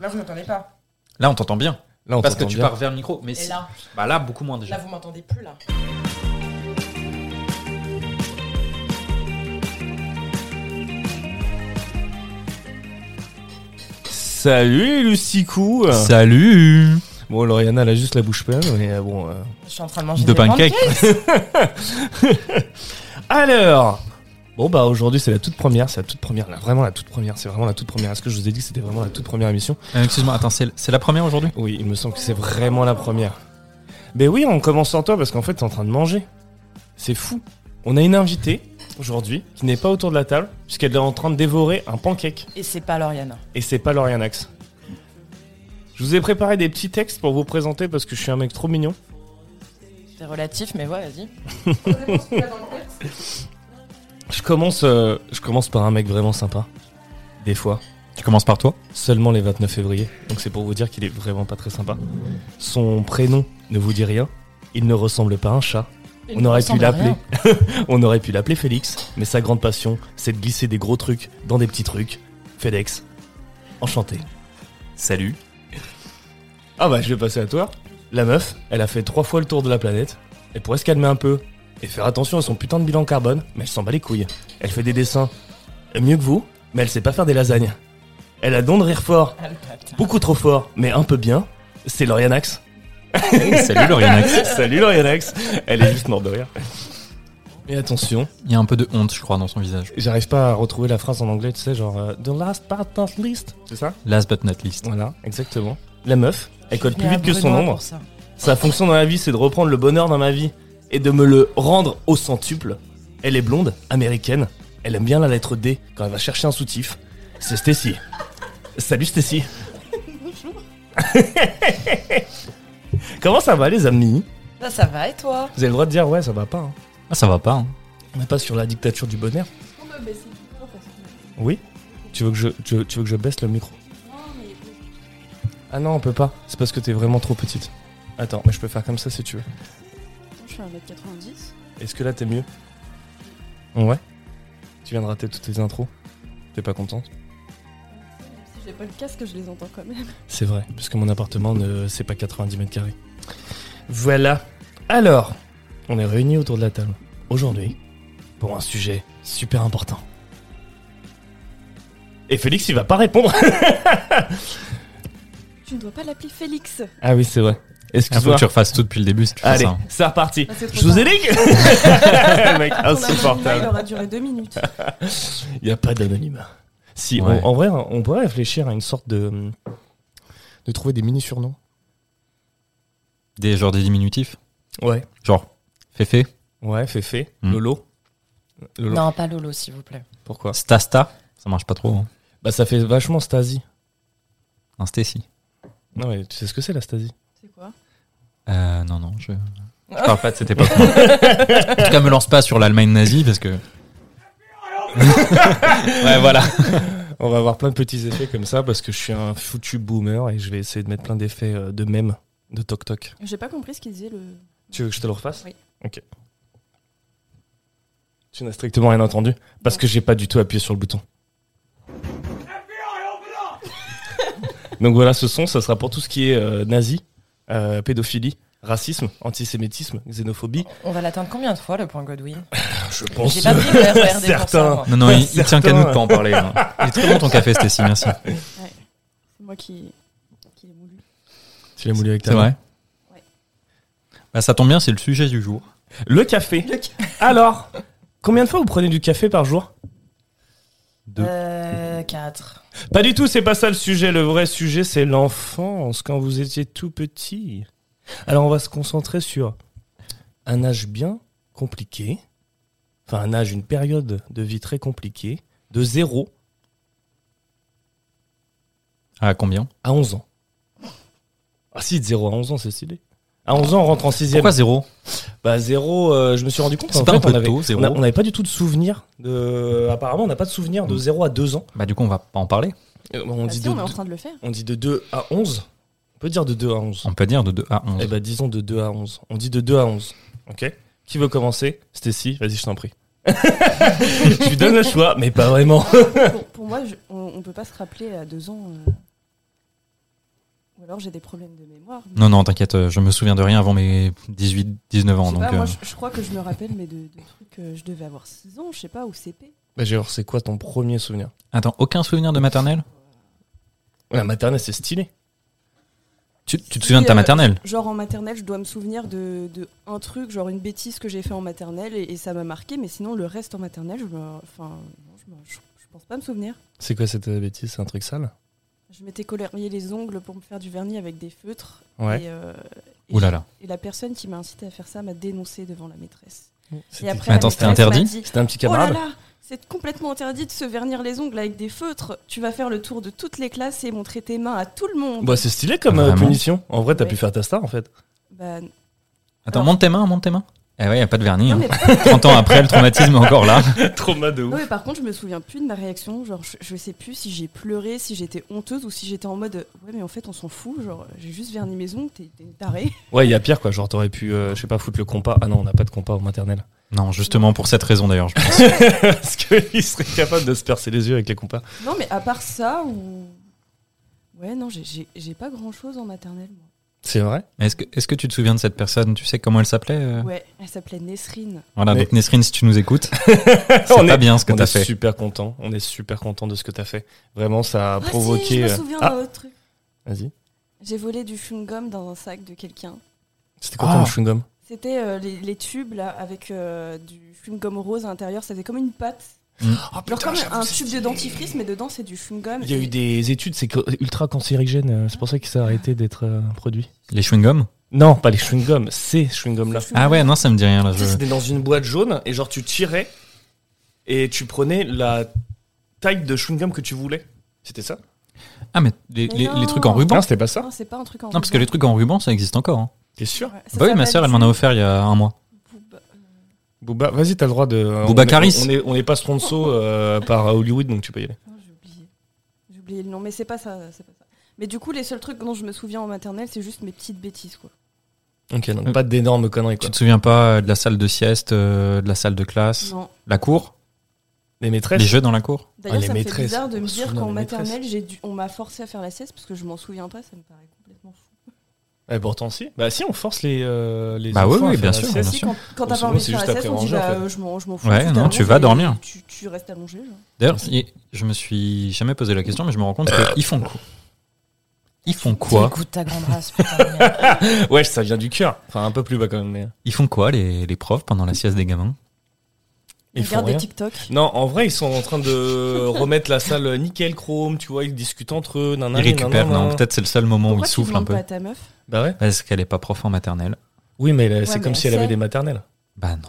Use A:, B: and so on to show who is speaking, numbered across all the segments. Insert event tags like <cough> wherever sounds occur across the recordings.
A: Là, vous m'entendez pas.
B: Là, on t'entend bien.
C: Là, on
B: parce que
C: t'entend
B: tu
C: bien.
B: pars vers le micro. Mais
A: Et
B: si-
A: là,
B: bah là, beaucoup moins déjà.
A: là, vous m'entendez plus là.
C: Salut Lucicou
B: Salut
C: Bon, Lauriana, elle a juste la bouche pleine, mais euh, bon. euh.
A: Je suis en train de manger
B: De
A: des
B: pancakes.
C: Alors Bon, bah aujourd'hui, c'est la toute première, c'est la toute première, là, vraiment la toute première, c'est vraiment la toute première. Est-ce que je vous ai dit que c'était vraiment la toute première émission
B: Euh, Excuse-moi, attends, c'est c'est la première aujourd'hui
C: Oui, il me semble que c'est vraiment la première. Mais oui, on commence sans toi parce qu'en fait, t'es en train de manger. C'est fou. On a une invitée aujourd'hui qui n'est pas autour de la table puisqu'elle est en train de dévorer un pancake.
A: Et c'est pas Lauriane.
C: Et c'est pas Lauriane Axe. Je vous ai préparé des petits textes pour vous présenter parce que je suis un mec trop mignon.
A: C'est relatif, mais ouais, vas-y.
C: Je commence, euh, je commence par un mec vraiment sympa. Des fois.
B: Tu commences par toi
C: Seulement les 29 février. Donc c'est pour vous dire qu'il est vraiment pas très sympa. Son prénom ne vous dit rien. Il ne ressemble pas à un chat.
A: Il
C: On
A: ne
C: aurait pu
A: ressemble à
C: l'appeler.
A: rien.
C: <laughs> On aurait pu l'appeler Félix, mais sa grande passion, c'est de glisser des gros trucs dans des petits trucs. FedEx. Enchanté.
B: Salut
C: Ah bah je vais passer à toi. La meuf, elle a fait trois fois le tour de la planète. Elle pourrait se calmer un peu et faire attention à son putain de bilan carbone, mais elle s'en bat les couilles. Elle fait des dessins mieux que vous, mais elle sait pas faire des lasagnes. Elle a don de rire fort,
A: Ah, le bâtard.
C: beaucoup trop fort, mais un peu bien. C'est Laurianax.
B: Oh, <laughs> Salut Laurianax
C: <laughs> Salut Laurianax. Elle est juste morte de rire. Mais attention,
B: Il y a un peu de honte, je crois, dans son visage.
C: J'arrive pas à retrouver la phrase en anglais, tu sais, genre euh, The last part not least. C'est ça
B: Last but not least.
C: Voilà, exactement. La meuf, elle code plus
A: Mais à
C: vite que son hein.
A: Bruno
C: ombre.
A: pour ça.
C: Sa fonction dans la vie, c'est de reprendre le bonheur dans ma vie et de me le rendre au centuple. Elle est blonde, américaine. Elle aime bien la lettre D quand elle va chercher un soutif. C'est Stacy. Salut Stacy. <laughs> Bonjour. Comment ça va les amis
A: Là, ça va et toi
C: Vous avez le droit de dire ouais ça va pas. hein.
B: Ah, ça va pas, hein.
C: On n'est pas sur la dictature du bonheur. Oui tu veux, que je, tu, veux, tu veux que je baisse le micro Ah non, on peut pas. C'est parce que t'es vraiment trop petite. Attends, mais je peux faire comme ça si tu veux.
D: Je suis à 1m90.
C: Est-ce que là t'es mieux Ouais. Tu viens de rater toutes tes intros. T'es pas contente
D: Si j'ai pas le casque, je les entends quand même.
C: C'est vrai, parce que mon appartement ne c'est pas 90 mètres carrés. Voilà. Alors, on est réunis autour de la table aujourd'hui pour un sujet super important. Et Félix, il va pas répondre.
D: Tu ne dois pas l'appeler Félix.
C: Ah oui, c'est vrai.
B: Il faut
C: Excuse-moi.
B: que tu refasses tout depuis le début si tu fais
C: Allez,
B: ça. hein.
C: c'est reparti.
D: Ah, c'est trop
C: Je vous ai
D: tard.
C: dit que. Le Mec,
D: Ton anonymat, il
C: insupportable.
D: aura duré deux
C: <laughs>
D: minutes.
C: Il n'y a pas d'anonymat. Si,
B: Ouais.
C: on- en vrai, on pourrait réfléchir à une sorte de. de trouver des mini-surnoms.
B: Des, genre des diminutifs
C: Ouais.
B: Genre, Féfé
C: Ouais, Féfé,
B: Hmm.
C: Lolo. Lolo.
A: Non, pas Lolo, s'il vous plaît.
C: Pourquoi
B: Stasta Ça marche pas trop, hein.
C: Bah, ça fait vachement Stasi.
B: Un Stacy
C: Non, mais tu sais ce que c'est la Stasi
D: C'est quoi
B: Euh, non, non, je... Je parle pas de cette époque. <laughs> en tout cas, me lance pas sur l'Allemagne nazie parce <laughs> que... ouais, voilà.
C: On va avoir plein de petits effets comme ça parce que je suis un foutu boomer et je vais essayer de mettre plein d'effets euh, de mèmes, de toc-toc.
D: J'ai pas compris ce qu'il disait le.
C: Tu veux que je te le refasse
D: Oui.
C: Ok. Tu n'as strictement rien entendu parce que j'ai pas du tout appuyé sur le bouton. Donc voilà, ce son, ça sera pour tout ce qui est euh, nazi, euh, pédophilie, racisme, antisémitisme, xénophobie.
A: On va l'atteindre combien de fois le point Godwin
C: Ah, Je
A: J'ai pas pris le RERD pour
C: Certains.
A: ça. moi.
B: Non, non, il, il tient
C: Certains,
B: qu'à nous de
C: hein.
B: pas en parler. hein. Il est très bon ton café, Stacy, merci.
D: C'est moi qui, qui l'ai moulu.
C: Tu l'as moulu avec ta
B: C'est
C: main.
B: vrai
D: Ouais.
B: Bah, ça tombe bien, c'est le sujet du jour.
C: Le café. Alors, combien de fois vous prenez du café par jour
B: Deux.
A: Euh, 4.
C: Pas du tout, c'est pas ça le sujet. Le vrai sujet, c'est l'enfance, quand vous étiez tout petit. Alors, on va se concentrer sur un âge bien compliqué. Enfin, un âge, une période de vie très compliquée. De 0
B: À combien
C: à 11 ans. Ah si, de 0 à 11 ans, c'est stylé. À 11 ans, on rentre en 6
B: Pourquoi zéro
C: Bah, 0, euh, je me suis rendu compte.
B: C'est
C: en
B: pas
C: fait,
B: un peu
C: on avait-
B: tôt, zéro
C: on a- On n'avait pas du tout de souvenir. De... Apparemment, on n'a pas de souvenir de 0 à 2 ans.
B: Bah, du coup, on va pas en parler.
C: Euh, On
D: Ah
C: dit
D: si,
C: de
D: on est en train de
C: <laughs>
D: le faire.
C: On dit de 2 à 11. On peut dire de 2 à 11.
B: On peut dire de 2 à 11.
C: Eh ben, disons de 2 à 11. On dit de 2 à 11. Ok Qui veut commencer Stacy, vas-y, je t'en prie. <laughs> je lui donne le choix, mais pas vraiment.
D: Pour, pour moi, je- on, on peut pas se rappeler à deux ans. euh, alors j'ai des problèmes de mémoire. mais-
B: Non, non, t'inquiète, euh, je me souviens de rien avant mes 18-19
D: Je
B: ans.
D: sais
B: Donc,
D: pas, moi,
B: euh,
D: je, je crois que je me rappelle, mais de, de trucs, euh, je devais avoir 6 ans, je sais pas, ou CP.
C: <laughs> Bah, genre, c'est quoi ton premier souvenir
B: Attends, aucun souvenir de maternelle
C: La maternelle, c'est stylé.
B: tu, tu te souviens de ta
D: euh,
B: maternelle
D: Genre en maternelle, je dois me souvenir de, de un truc, genre une bêtise que j'ai fait en maternelle, et, et ça m'a marqué, mais sinon le reste en maternelle, je, me, enfin, non, je, me- je- je pense pas me souvenir.
C: C'est quoi cette euh, bêtise C'est un truc sale
D: Je m'étais colorié les ongles pour me faire du vernis avec des feutres.
C: Ouais.
D: Et, euh, et
B: Ouh là là.
D: j'ai- et la personne qui m'a incité à faire ça m'a dénoncé devant la maîtresse. Et
C: C'était
D: après,
B: Mais
D: la
B: attends, c'était
D: maîtresse m'a
B: interdit
D: dit,
C: c'était un petit
D: Oh là
C: camarade
D: là, c'est complètement interdit de se vernir les ongles avec des feutres. Tu vas faire le tour de toutes les classes et montrer tes mains à tout le monde.
C: Bah, c'est stylé comme euh,
B: Vraiment
C: punition. En vrai, t'as
D: Ouais.
C: pu faire ta star en fait.
D: Bah,
B: Attends,
D: alors-
B: monte tes mains, monte tes mains. Eh ouais, y a pas de vernis.
D: non,
B: hein.
D: mais,
B: 30 ans après, le traumatisme est encore
D: <laughs>
B: là.
C: <laughs> Trauma de
D: non, mais par contre, je me souviens plus de ma réaction. Genre, je, je sais plus si j'ai pleuré, si j'étais honteuse ou si j'étais en mode ouais, mais en fait, on s'en fout. Genre, j'ai juste verni mes ongles, t'es t'es
C: <laughs>
D: taré.
C: Ouais, il y a pire quoi. Genre, t'aurais pu, euh, je sais pas, foutre le compas. Ah non, on n'a pas de compas au maternel.
B: Non, justement pour cette raison d'ailleurs. je pense.
C: <laughs> Parce qu'il serait capable de se percer les yeux avec les compas.
D: Non, mais à part ça, ou. Ouais, non, j'ai- j'ai j'ai pas grand chose en maternelle. moi.
C: C'est vrai
B: Mais Est-ce que, est-ce que tu te souviens de cette personne Tu sais comment elle s'appelait euh
D: Ouais, elle s'appelait Nesrine.
B: Voilà,
C: Mais-
B: donc Nesrine, si tu nous
D: <laughs>
B: écoutes, c'est
C: <laughs> On
B: pas
C: est-
B: bien ce que
C: on
B: t'as
C: est
B: fait.
C: super content. On est super content de ce que t'as fait. Vraiment, ça a
D: Ah, si,
C: provoqué.
D: je me
C: euh,
D: souviens
C: Ah,
D: d'un autre truc.
C: vas-y.
D: J'ai volé du chewing-gum dans un sac de quelqu'un.
C: C'était quoi
B: Ah.
C: comme chewing-gum
D: C'était euh, les, les tubes là avec euh, du chewing-gum rose à l'intérieur, ça faisait comme une pâte.
C: Ah,
D: Genre
C: putain,
D: comme
C: j'avoue,
D: un
C: c'est
D: tube de
C: stylé.
D: dentifrice, mais dedans c'est du chewing-gum.
C: Il y a
D: Et-
C: eu des études, c'est que- ultra cancérigène. euh, C'est pour ça que ça a arrêté d'être euh, produit.
B: Les chewing-gums
C: Non, pas les chewing-gums, ces chewing-gums là.
D: ce chewing-gum.
B: Ah ouais, non, ça me dit rien là. je-
C: C'était dans une boîte jaune et genre tu tirais et tu prenais la taille de chewing-gum que tu voulais. C'était ça
B: Ah, mais les,
D: Mais
B: les-
D: non.
B: les trucs en ruban
C: Non,
B: Non,
C: c'était pas ça.
D: Non, c'est pas un truc en.
B: parce que les trucs en ruban, ça existe encore. hein.
C: T'es sûr
D: Ouais, ça
B: Bah oui, ma
D: s'appelle euh,
B: soeur, elle m'en a offert il y a un mois.
D: Booba-
C: Booba, vas-y, t'as le droit de. on
B: Booba
C: est-
B: Karis.
C: On est, on est pas sponsor euh, par Hollywood, donc tu peux y aller.
D: Non, J'ai oublié. J'ai oublié le nom, mais c'est pas ça, c'est pas ça. Mais du coup, les seuls trucs dont je me souviens en maternelle, c'est juste mes petites bêtises quoi.
C: Ok, donc
B: Euh,
C: pas d'énormes conneries quoi.
B: Tu te souviens pas euh, de la salle de sieste, euh, de la salle de classe,
D: Non.
B: la cour,
C: Les maîtresses
B: les jeux dans la cour
D: D'ailleurs,
C: Ah, les
D: ça me fait
C: maîtresses,
D: bizarre de
C: on
D: me
C: se
D: dire
C: souvient
D: qu'en
C: des maîtresses.
D: maternelle, j'ai dû, on m'a forcé à faire la sieste parce que je m'en souviens pas, ça me paraît complètement fou.
C: Eh, pourtant, si. Bah, si, on force les. euh, les
B: Bah oui,
C: enfants à
B: oui,
C: faire
B: bien
C: la
B: sûr,
C: sieste.
B: bien
D: Si, quand quand t'as
C: Sinon,
D: pas envie de
C: c'est
D: faire
C: juste
D: la sieste, on dit
C: après manger,
D: bah
C: en fait.
D: euh, je m'en je m'en fous.
B: Ouais,
D: tu t'allonges
B: non, tu
D: et
B: vas dormir.
D: Tu, tu restes allongé. genre.
B: D'ailleurs, y- je me suis jamais posé la question, mais je me rends compte qu'ils font quoi Ils font quoi
A: Écoute ta grande race, putain de
C: <laughs>
A: merde.
C: Ouais, ça vient du cœur. Enfin, un peu plus bas quand même. Mais...
B: Ils font quoi les, les profs pendant la sieste des gamins
C: Ils font
D: Regarde des
C: rien.
D: TikTok.
C: Non, en vrai, ils sont en train de <laughs> remettre la salle euh, nickel chrome, tu vois, ils discutent entre eux.
B: Ils
C: nanana,
B: récupèrent,
C: nanana.
B: non, peut-être c'est le seul moment
D: Pourquoi
B: où ils
D: tu
B: soufflent un
D: demandes
B: peu.
D: pas à ta meuf
C: Bah ouais.
B: Parce qu'elle est pas prof en maternelle.
C: Oui, mais elle-
D: Ouais,
C: c'est
D: mais
C: comme
D: elle
C: si elle avait
D: sait.
C: des maternelles.
B: Bah non.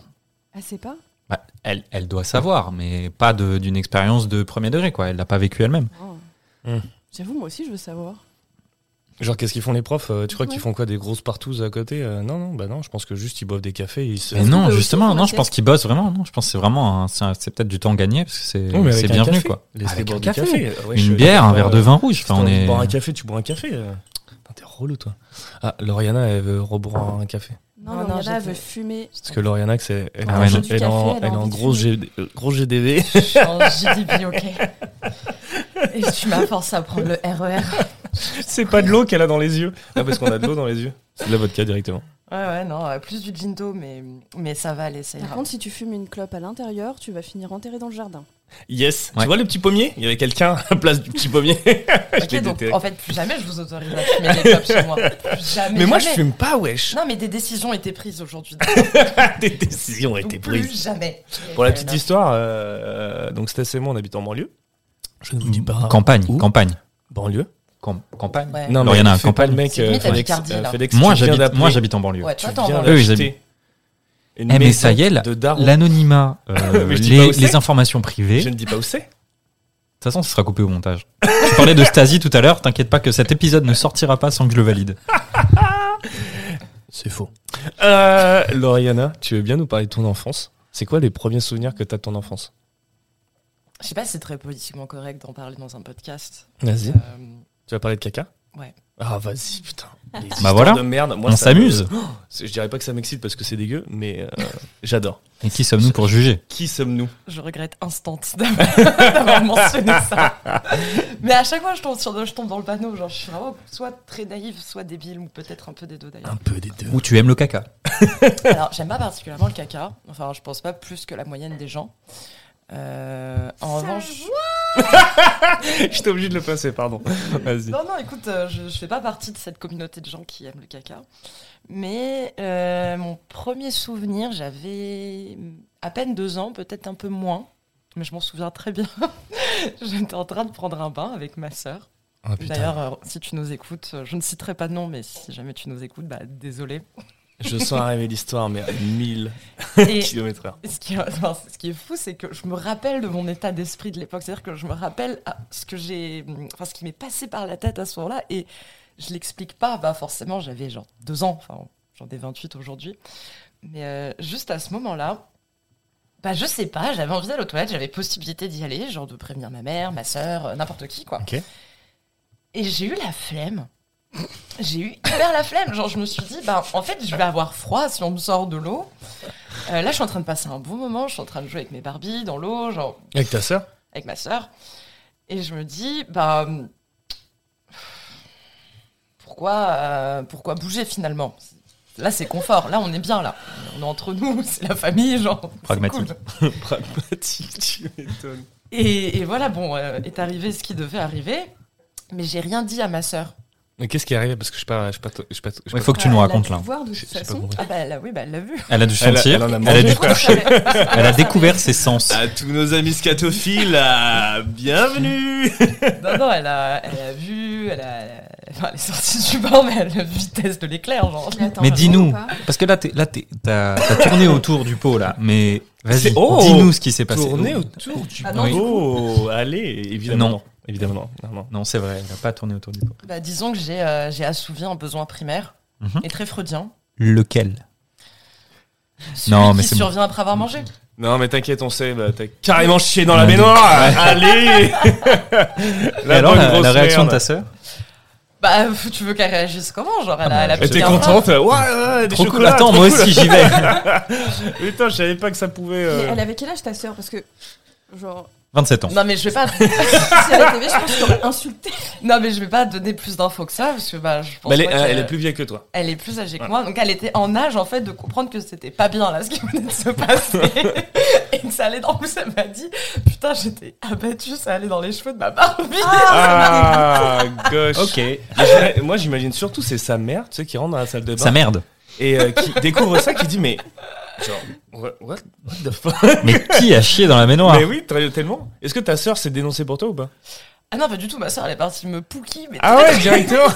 D: Ah, c'est pas
B: Bah, elle, elle doit savoir, mais pas de- d'une expérience de premier degré, quoi. Elle l'a pas vécu elle-même.
D: Oh.
C: Hum.
D: J'avoue, moi aussi, je veux savoir.
C: Genre, qu'est-ce qu'ils font les profs Euh, Tu crois
D: Ouais.
C: qu'ils font quoi Des grosses partous à côté Euh, Non, non, bah non, je pense que juste ils boivent des cafés et ils se.
B: Mais
D: Est-ce qu'on
B: non,
D: peut aussi
B: justement,
D: faire
B: non,
D: la
B: je pense
D: sieste
B: qu'ils bossent vraiment. Non, je pense que c'est vraiment, un- c'est un- c'est peut-être du temps gagné parce que c'est
C: Oui, mais
B: c'est
C: avec un
B: bienvenu,
C: café.
B: quoi.
C: Laisse-les
B: Avec
C: boire
B: un
C: du
B: café,
C: Euh, ouais, je-
B: Une bière, un
C: Ouais,
B: verre de
C: ouais.
B: vin rouge.
C: Si
B: Enfin, on est.
C: boire un café, tu bois un café. euh. Putain, T'es relou, toi. Ah, Loriana, elle veut reboire un café.
A: Non,
D: Non, non,
A: non,
D: Loriana, elle
A: j'étais-
D: veut fumer.
C: Parce que Loriana, que c'est- elle,
B: Ah
C: est en-
B: ouais,
C: elle,
B: non.
D: Du café,
C: est en-
D: elle a
C: elle est en
D: envie de
C: gros, G- gros GDV.
A: Je change, j'ai dit ok. Et tu m'as forcé à prendre le E RER.
C: <laughs> c'est pas de l'eau qu'elle a dans les yeux. Ah, parce qu'on a de l'eau dans les yeux. C'est de la vodka directement.
A: Ouais, ouais, non, euh, plus du ginto, mais, mais ça va aller, ça
D: Par
A: ira.
D: contre, si tu fumes une clope à l'intérieur, tu vas finir enterré dans le jardin.
C: Yes.
B: Ouais.
C: Tu vois le petit pommier Il y avait quelqu'un à la place du petit pommier. <laughs> je
A: Ok,
C: l'ai
A: donc,
C: déterré.
A: en fait, plus jamais je vous autorise à fumer des clopes
C: <laughs>
A: chez moi. Plus jamais.
C: Mais moi, je
A: jamais.
C: fume pas, wesh.
A: Non, mais des décisions étaient prises aujourd'hui.
C: Des décisions ont
A: Donc,
C: été prises.
A: plus jamais.
C: Pour la petite
A: histoire.
C: histoire, euh, donc Stas et moi, on habite en banlieue. Je ne vous dis pas.
B: Campagne,
C: Où
B: campagne,
C: Banlieue
B: Cam- campagne.
A: Ouais.
C: Non,
B: mais Loriana,
C: fais pas
B: campagne.
C: le mec,
A: C'est
C: euh,
A: limite à
C: Félix,
A: Picardie,
C: euh,
A: là.
C: Félix,
B: Moi,
C: tu viens
B: j'habite,
C: d'appeler-
B: moi, j'habite en banlieue.
A: Ouais,
C: Tu
A: toi, t'en
C: viens
A: vas.
B: Eux, ils
C: d'acheter une
B: Eh, mais
C: maison
B: ça y est, là,
C: de daron. <laughs>
B: L'anonymat, euh,
C: Mais je dis pas où
B: les,
C: c'est.
B: les informations privées.
C: Je
B: De
C: ne dis pas où c'est.
B: toute façon, ce sera coupé au montage. tu parlais de Stasi tout à l'heure. T'inquiète pas que cet épisode ne sortira pas sans que je le valide.
C: C'est faux. Euh, Lauriana, tu veux bien nous parler de ton enfance C'est quoi les premiers souvenirs que t'as de ton enfance
A: Je
C: Mmh.
A: sais pas si c'est très politiquement correct d'en parler dans un podcast.
C: Vas-y.
A: Euh,
C: Tu vas parler de caca
A: Ouais.
C: Ah, vas-y, putain. Les
B: Bah
C: histoires
B: voilà.
C: de merde. Moi,
B: On
C: ça me- <gasps>
B: s'amuse.
C: Je dirais pas que ça m'excite parce que c'est dégueu, mais euh, <laughs> j'adore.
B: Et qui sommes-nous pour juger
C: Qui sommes-nous
A: Je regrette instant <laughs> d'avoir d'avoir mentionné
C: <laughs>
A: ça. Mais à chaque fois, je tombe, sur, je tombe dans le panneau. Genre, je suis vraiment soit très naïve, soit débile, ou peut-être un peu des deux d'ailleurs.
C: Un peu des <laughs> deux.
B: Ou tu aimes le caca
C: Ah.
A: Alors, j'aime pas particulièrement le caca. Enfin, je pense pas plus que la moyenne des gens. Euh, en revanche,
C: J'étais obligé de le passer, <laughs> pardon. Vas-y.
A: non, non, écoute, euh, je, je fais pas partie de cette communauté de gens qui aiment le caca. Mais euh, mon premier souvenir, j'avais à peine deux ans, peut-être un peu moins, mais je m'en souviens très bien. <laughs> J'étais en train de prendre un bain avec ma sœur.
C: Ah,
A: D'ailleurs, euh, si tu nous écoutes, euh, je ne citerai pas de nom, mais si jamais tu nous écoutes, bah désolé.
C: Je sens arriver l'histoire, mais à 1000
A: Et ce
C: km heure.
A: qui, est- enfin, ce qui est fou, c'est que je me rappelle de mon état d'esprit de l'époque, c'est-à-dire que je me rappelle à ce que j'ai, enfin ce qui m'est passé par la tête à ce moment-là, et je l'explique pas. Bah forcément, j'avais genre deux ans, enfin j'en ai 28 aujourd'hui, mais euh, juste à ce moment-là. Bah, je sais pas, j'avais envie d'aller aux toilettes, j'avais possibilité d'y aller, genre de prévenir ma mère, ma sœur, euh, n'importe qui, quoi.
C: Ok.
A: Et j'ai eu la flemme. J'ai eu hyper la flemme. Genre, je me suis dit, bah, en fait, je vais avoir froid si on me sort de l'eau. Euh, là, je suis en train de passer un bon moment. Je suis en train de jouer avec mes Barbies dans l'eau, genre
C: Avec ta sœur
A: avec ma sœur. Et je me dis, bah, pourquoi, euh, pourquoi bouger finalement Là, c'est confort. Là, on est bien. Là, on est entre nous. <laughs> C'est la famille, genre. c'est
B: Pragmatique.
A: cool.
C: Pragmatique, tu m'étonnes.
A: Et, et voilà, bon, euh, est arrivé ce qui devait arriver. Mais j'ai rien dit à ma sœur.
C: Mais qu'est-ce qui est arrivé Parce que je pas. Je pas, je pas, je
B: Il faut que
D: Ah,
B: tu nous racontes là.
D: voir de
C: J'ai-
D: toute
C: j'ai pas
D: façon.
C: compris.
A: Ah bah là, oui, bah elle l'a vu.
B: Elle a dû
C: Elle a-
B: sentir,
C: elle en a
B: elle a,
C: mangé.
A: <laughs>
B: dû
A: Du coup, je
B: toucher,
A: savais-
B: elle a découvert ses sens.
C: À tous nos amis scatophiles, ah, bienvenue
A: Non, non, elle a, elle a vu, elle, a, enfin, elle est sortie du bain, mais elle a vitesse de l'éclair, genre.
D: Attends,
B: Mais
D: vraiment
B: dis-nous.
D: pas.
B: Parce que là, t'es- là, t'es- t'as t'as tourné autour du pot là, mais vas-y,
C: C'est- oh
B: dis-nous ce qui s'est passé.
C: Tourner
B: Oh.
C: autour du
A: Ah
B: non, du
C: Oh, allez, évidemment.
B: Non.
C: Évidemment, non. non, non.
B: Non, c'est vrai, elle a pas tourné autour du pot.
A: Bah, disons que j'ai euh, j'ai assouvi un besoin primaire
B: Mhm.
A: et très freudien.
B: Lequel
A: Celui
B: Non, mais
A: qui
B: c'est bon.
A: survient après avoir mangé.
C: Non, mais t'inquiète, on sait, bah, t'as carrément chié dans la
B: Ouais.
C: baignoire
B: <laughs>
C: Allez
B: Et alors,
C: bonne
B: la,
C: grosse
B: la réaction de ta
C: merde.
B: sœur
A: Bah, pff, tu veux qu'elle réagisse comment
B: Ah,
A: Genre,
B: bah,
A: elle a, elle a
C: Elle
A: piqué
C: était
A: un
C: contente Ouais, ouais, des
B: Trop cool,
C: chocolats
B: attends,
C: trop
B: moi
C: cool.
B: aussi j'y
C: <laughs>
B: vais.
C: Putain, je savais pas que ça pouvait...
D: Mais
C: euh,
D: elle avait quel âge ta sœur Parce que, genre, <laughs>
B: 27 ans.
A: pain. Non, mais je vais pas, <laughs>
D: si elle était je pense que t'aurais insulté.
A: non, mais je vais pas donner plus d'infos que ça, parce que bah, je pense
C: bah, elle, est,
B: euh,
A: pas qu'elle-
C: elle est plus vieille que toi.
A: elle est plus âgée que moi, donc elle était en âge en fait de comprendre que c'était pas bien là ce qui venait de se
B: <laughs>
A: passer et que ça allait dans où ça m'a dit putain j'étais abattue, ça allait dans les cheveux de ma Barbie.
C: Ah, gauche
B: Ok.
C: Mais j'imagine- Moi, j'imagine surtout, c'est sa mère, tu sais, qui rentre dans la salle de bain
B: Sa merde.
C: et euh, qui découvre ça, qui dit, mais... Genre, what, what the fuck
B: Mais qui a chié dans la baignoire
C: Mais oui, très- tellement. Est-ce que ta sœur s'est dénoncée pour toi ou pas
A: Ah non pas du tout, ma soeur elle est partie me pouquer mais
C: Ah ouais, directement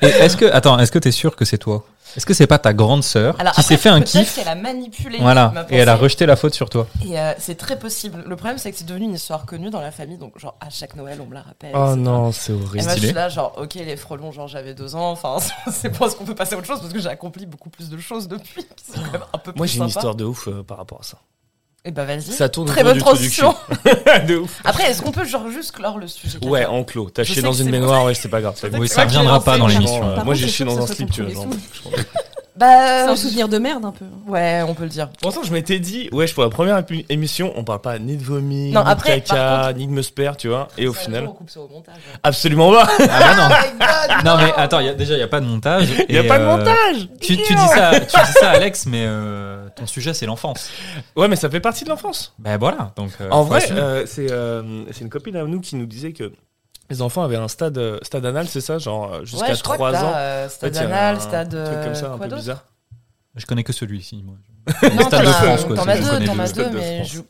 B: Et Est-ce que attends, est-ce que t'es sûr que c'est toi Est-ce que c'est pas ta grande sœur
A: Alors,
B: qui s'est
A: après,
B: fait un
A: peut-être
B: kiff
A: qu'elle a manipulé. ma
B: Voilà,
A: pensée.
B: et elle a rejeté la faute sur toi.
A: Et, euh, c'est très possible. Le problème c'est que c'est devenu une histoire connue dans la famille, donc genre à chaque Noël on me la rappelle.
C: Oh
A: etc.
C: c'est
A: Et
C: horrible.
A: moi, je
B: Stylé.
A: suis là, genre, ok, les frelons, genre, j'avais deux ans. Enfin, <laughs> c'est pas ce qu'on peut passer à autre chose parce que j'ai accompli beaucoup plus de choses depuis. <laughs> qui sont quand même un peu
C: Moi,
A: plus
C: j'ai une
A: sympas.
C: histoire de ouf euh, par rapport à ça.
A: Eh ben vas-y.
C: Ça tourne
A: Très
C: autour
A: bonne
C: du trou du cul.
A: transition.
C: <laughs> de ouf.
A: Après, est-ce qu'on peut genre juste clore le sujet caca
C: Ouais, en clos. T'as
A: Je
C: chié
A: sais
C: dans
A: que
C: une
A: c'est
C: baignoire, ouais, c'était pas grave. ça
A: C'est
C: va.
B: Oui,
A: c'est
B: ça
A: vrai que
B: reviendra
A: j'ai
B: pas dans
A: lancé une
B: l'émission.
D: Par
B: euh,
D: contre,
C: Moi, j'ai
D: c'est
C: chié
D: sûr
C: dans
D: que
C: un
D: ça soit
C: slip,
D: ton
C: tu vois.
D: premier
C: genre, je crois.
A: Bah,
D: C'est
A: euh,
D: un souvenir de merde un peu. hein.
A: Ouais, on peut le dire.
C: Pourtant, je m'étais dit, ouais, pour la première épu- émission, on parle pas ni de vomi, ni
A: Non,
C: de
A: après, par
C: caca, ni de meusper, tu vois. Et au
A: Ça,
C: final,
A: On coupe ça au
C: <laughs>
A: montage.
C: absolument pas.
B: Ah bah non.
A: My God,
B: Non mais attends, y a- déjà il y a pas de montage.
C: Il y a
B: et,
C: pas de
B: euh,
C: montage.
B: Tu, tu dis ça, tu dis ça, Alex, mais euh, ton sujet c'est l'enfance.
C: Ouais, mais ça fait partie de l'enfance.
B: Ben voilà, donc. euh,
C: En
B: faut
C: vrai,
B: assumer.
C: euh, c'est euh, c'est une copine à nous qui nous disait que les enfants avaient un stade euh, stade anal, c'est ça, genre euh, jusqu'à
A: ouais, je crois
C: 3
A: que t'as,
C: ans.
A: euh,
C: En fait,
A: stade
C: il y a
A: anal,
C: un
A: stade.
C: truc comme ça,
A: euh,
C: un
A: quoi
C: peu
A: d'autre
C: bizarre.
B: je connais que celui-ci. Moi.
A: Non,
B: Stade
A: t'en
B: de
A: as-
B: France, quoi,
A: T'en
B: c'est
A: as
B: le
A: deux,
B: connais
A: t'en
B: le
A: as
C: Stade
A: deux,
C: de
A: mais. je-